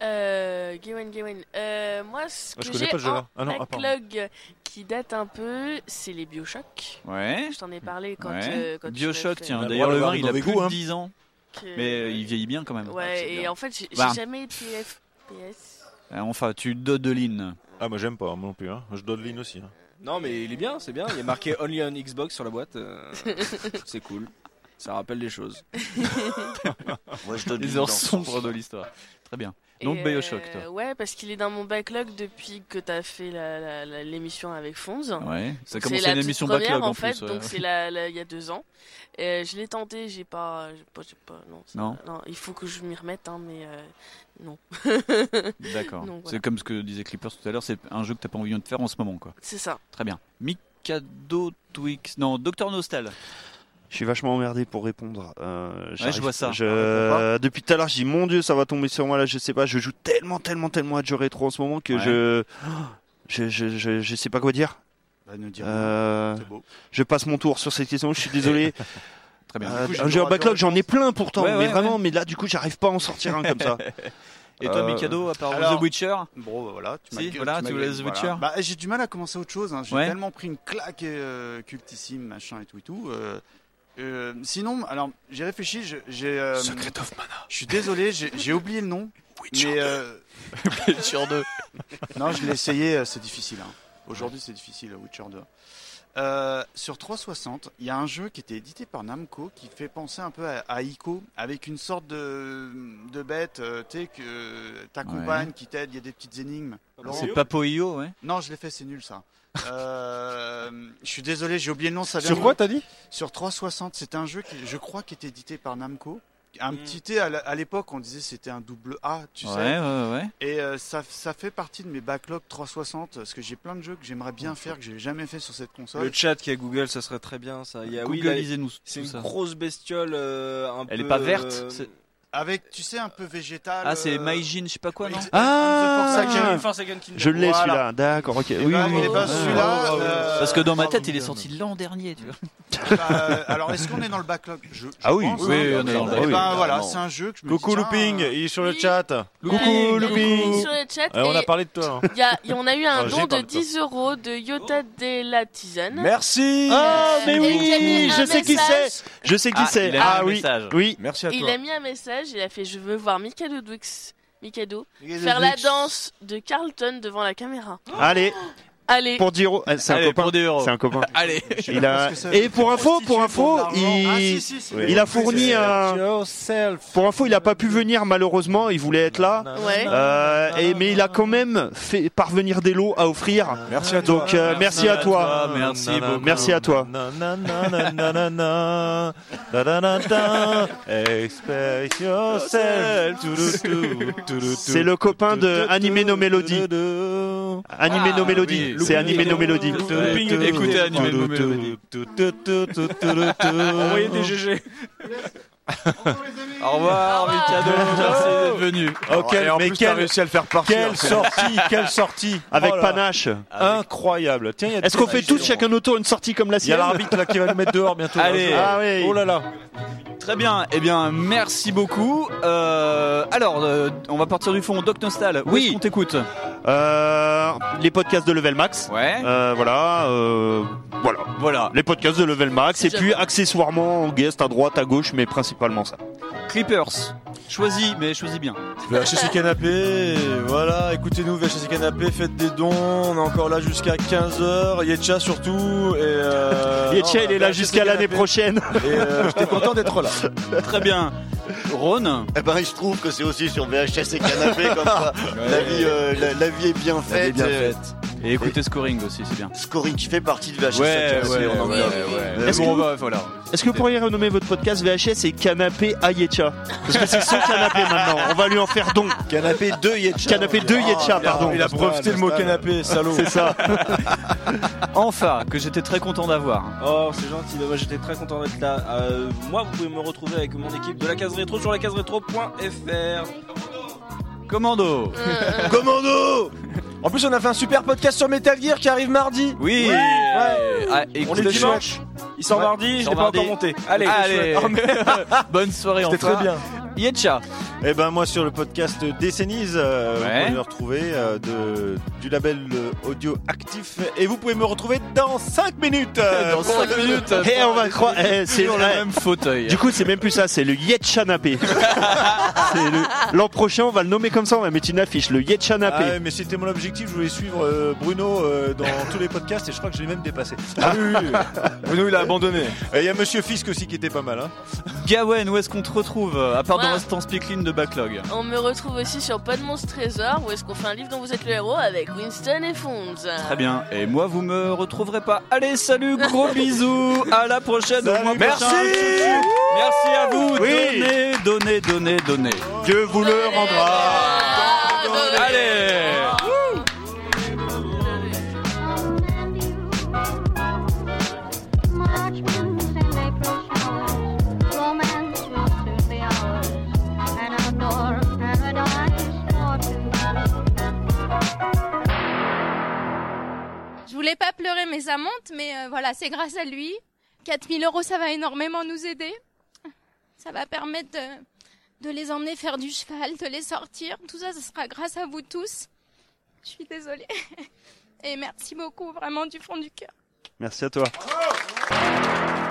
Euh, Gawain, Gawain. Euh, moi, ce Ah, je que connais j'ai pas ce jeu-là. en Ah non, ah, pardon. backlog qui date un peu, c'est les Bioshock. Ouais. Je t'en ai parlé quand, Ouais. euh, quand tu Bioshock, m'as fait- Bah, tiens, d'ailleurs, le 1, il a plus hein. de 10 ans. Que- Mais euh, il vieillit bien quand même. Ouais, et en fait, j'ai j'ai Bah. jamais été FPS. Euh, Ah, Enfin, tu dodelines. Ah, moi j'aime pas, moi non plus. Hein. Je dodeline aussi. hein. Non, mais il est bien, c'est bien. Il y a marqué Only on Xbox sur la boîte. euh, c'est cool. Ça rappelle des choses. Moi, je Les heures sombres de l'histoire. Très bien. Donc, Et, Bioshock, euh, toi. Ouais, parce qu'il est dans mon backlog depuis que t'as fait la- la- la- l'émission avec Fonz. Ouais, ça C'est a commencé la une toute émission première, backlog, en en fait, plus, ouais. donc c'est la- la- il y a deux ans. Euh, je l'ai tenté, j'ai pas, j'ai pas, j'ai pas- non, ça- Non. Il faut que je m'y remette, hein, mais euh, non. D'accord. Donc, voilà. C'est comme ce que disait Clippers tout à l'heure, c'est un jeu que t'as pas envie de faire en ce moment, quoi. C'est ça. Très bien. Mikado Twix. Non, Docteur Nostal. Je suis vachement emmerdé pour répondre. Euh, j'arrive- je vois ça. je- On répond Depuis tout à l'heure, je dis mon Dieu, ça va tomber sur moi là. Je sais pas. Je joue tellement, tellement, tellement à jeux rétro en ce moment que Ouais. je... je, je, je, je sais pas quoi dire. Bah, ne dis Euh, Je passe mon tour sur cette question. Je suis désolé. Très bien. Euh, Du coup, j'ai un le jeu droit en à backlog, deux j'en ai plein pourtant, Ouais, ouais, mais vraiment. Mais là, du coup, j'arrive pas à en sortir un comme ça. Et toi, Euh, Mikado, à part Alors, The Witcher Bon, bah, voilà, tu Si, m'as voilà, tu m'as- voulais The voilà. Witcher Bah, j'ai du mal à commencer autre chose. hein. J'ai Ouais. tellement pris une claque euh, cultissime, machin et tout et tout. euh, euh, sinon, alors j'ai réfléchi. je- J'ai. euh, Secret of Mana. Je suis désolé, j'ai j'ai oublié le nom. Witcher mais, 2. euh, Witcher 2. non, je l'ai essayé. euh, C'est difficile. hein. Aujourd'hui, c'est difficile. Witcher 2. Euh, sur 360, il y a un jeu qui était édité par Namco qui fait penser un peu à, à Ico avec une sorte de, de bête, euh, tu sais, que euh, t'accompagnes, qui t'aide, il y a des petites énigmes. Laurent C'est Papo Io, ouais. non, je l'ai fait, c'est nul ça. Euh, je suis désolé, j'ai oublié le nom. Ça vient Sur de- quoi, t'as dit Sur 360. C'était un jeu qui, je crois, qui était édité par Namco. Mm. Un petit T à la- à l'époque, on disait c'était un double A, tu Ouais, sais. ouais, ouais. Et euh, ça, ça fait partie de mes backlogs 360 parce que j'ai plein de jeux que j'aimerais bien faire que j'ai jamais fait sur cette console. Le chat qui a Google, ça serait très bien ça. Il y a, oui, là, Googleisez-nous C'est tout une ça. grosse bestiole euh, un Elle peu. est pas verte, euh, c'est- Avec, tu sais, un peu végétal. Ah, c'est euh, Maijin, je sais pas quoi, non Ah, Forsaken. je l'ai Voilà. celui-là. D'accord, ok. Eh oui, ben, oui, Ah. oui. eh ben, celui-là, euh, Oh, Parce que dans ma tête, il est sorti l'an dernier, tu vois. Bah, euh, alors, est-ce qu'on est dans le backlog Je- je Ah oui, pense, oui, hein. on est dans le Eh backlog. ben, voilà, Clairement. c'est un jeu que je me Coucou dis, tiens, Looping, il est sur le chat. Ouais, Coucou euh, Looping. sur le chat. Ouais, on a et parlé de toi. hein. Il y a- il y- on a eu un Ah, j'ai don de parlé de toi. 10 euros de Yota de la Tisane. Merci. Ah, Euh, mais et il a mis oui, un je sais qui message. c'est. Je sais qui Ah, c'est. il a Ah un oui, message. oui. Merci Il a mis un message, il a fait Je veux voir Mikado Dwix, Mikado, Mikado faire la Dwix. danse de Carlton devant la caméra. Allez. Allez. Ah. Pour 10 euros. Eh, C'est un Allez, copain. pour Ah, 10 euros. C'est un copain. Allez. Il a... Et pour info, pour info, il, il a fourni un. Pour info, il a pas pu venir malheureusement. Il voulait être là. Ouais. Euh, et- mais il a quand même fait parvenir des lots à offrir. Merci à toi. Donc euh, merci, à toi. Merci beaucoup. Merci à toi. Nanananananana. Da-da-da-da. Expect yourself. Toudou-tou, toudou-tou. C'est le copain de Animé nos mélodies. Ah, Animé Ah, nos mélodies. C'est Animé nos mélodies. Écoutez Animé nos mélodies. Envoyez des GG. Au revoir, Mikado. Merci d'être venu. Oh, quel- Et en mais plus, quel- t'as réussi à le faire partir. Quelle sortie, quelle sortie. Avec Oh là là. panache. Incroyable. Tiens, il y a Est-ce qu'on fait Panache, tous c'est chacun notre tour une sortie comme la Il y a sienne l'arbitre là qui va nous mettre dehors bientôt. Allez. Ah oui. Oh là là. Très bien, eh bien merci beaucoup. Euh, alors, euh, on va partir du fond. Doc Nostal, où est-ce qu'on t'écoute Euh, les podcasts de Level Max. Ouais. Euh, voilà, euh, voilà. Voilà. Les podcasts de Level Max. Et puis accessoirement en guest à droite, à gauche, mais principalement ça. Clippers, choisis, mais choisis bien. VHC Canapé, voilà, écoutez-nous, VHC Canapé, faites des dons, on est encore là jusqu'à 15h, Yetcha surtout, et euh, Yetcha, non, il est là VHC jusqu'à l'année Canapé. prochaine. Et euh, j'étais content d'être là. Très bien. Rhône Eh ben, il se trouve que c'est aussi sur VHS et canapé comme ça. La, Ouais. vie, euh, la, la vie est bien Elle est faite. bien euh, faite. Et écoutez Scoring aussi, c'est bien. Scoring qui fait partie de VHS. Ouais, ouais, et ouais, canapé, on en ouais, vient. ouais. Mais Mais bon, bon, bah, voilà. Est-ce que vous pourriez renommer votre podcast VHS et Canapé à Yetcha Parce que c'est son canapé maintenant. On va lui en faire don. Canapé 2 Yetcha. Canapé 2 Yetcha, il a- pardon. il a breveté le mot canapé, salaud. C'est ça. Enfin, que j'étais très content d'avoir. Oh, c'est gentil, mais moi j'étais très content d'être là. Euh, moi, vous pouvez me retrouver avec mon équipe de la case rétro sur la case Commando Commando En plus, on a fait un super podcast sur Metal Gear qui arrive mardi. Oui Ouais. Ah, On écoute, est le dimanche. chouette. Il sort Ouais, mardi, il je sort l'ai pas mardi. encore monté. Allez, Allez. chouette. Oh, merde. Bonne soirée C'était enfin. très bien. Yetcha Eh ben moi sur le podcast Décennies, euh, vous Ouais. pouvez me retrouver euh, de, du label euh, audio actif et vous pouvez me retrouver dans 5 minutes. euh, Dans pour cinq le- minutes, Et on va croire. eh, c'est toujours eh, la même fauteuil. Du coup, c'est même plus ça, c'est le Yetchanapé. C'est le- L'an prochain, on va le nommer comme ça, on va mettre une affiche, le Yetchanapé. Ah ouais, mais c'était mon objectif, je voulais suivre euh, Bruno euh, dans tous les podcasts et je crois que je l'ai même dépassé. Ah oui, oui, Bruno il a abandonné. Et il y a Monsieur Fisk aussi qui était pas mal. Hein. Gawen, où est-ce qu'on te retrouve euh, À part dans Moi. l'instant Speakline de Backlog. On me retrouve aussi sur Podmonstre Trésor où est-ce qu'on fait un livre dont vous êtes le héros avec Winston et Fonz. Très bien. Et moi, vous me retrouverez pas. Allez, salut, gros bisous. À la prochaine. au mois Merci. prochain. Merci à vous. Oui. Donnez, donnez, donnez, donnez. Dieu vous le rendra. Allez. Romance will soon be ours, an outdoor paradise or Je voulais pas pleurer mes amantes, mais euh, voilà, c'est grâce à lui. 4000 euros, ça va énormément nous aider. Ça va permettre de, de les emmener faire du cheval, de les sortir. Tout ça, ce sera grâce à vous tous. Je suis désolée. Et merci beaucoup, vraiment du fond du cœur. Merci à toi.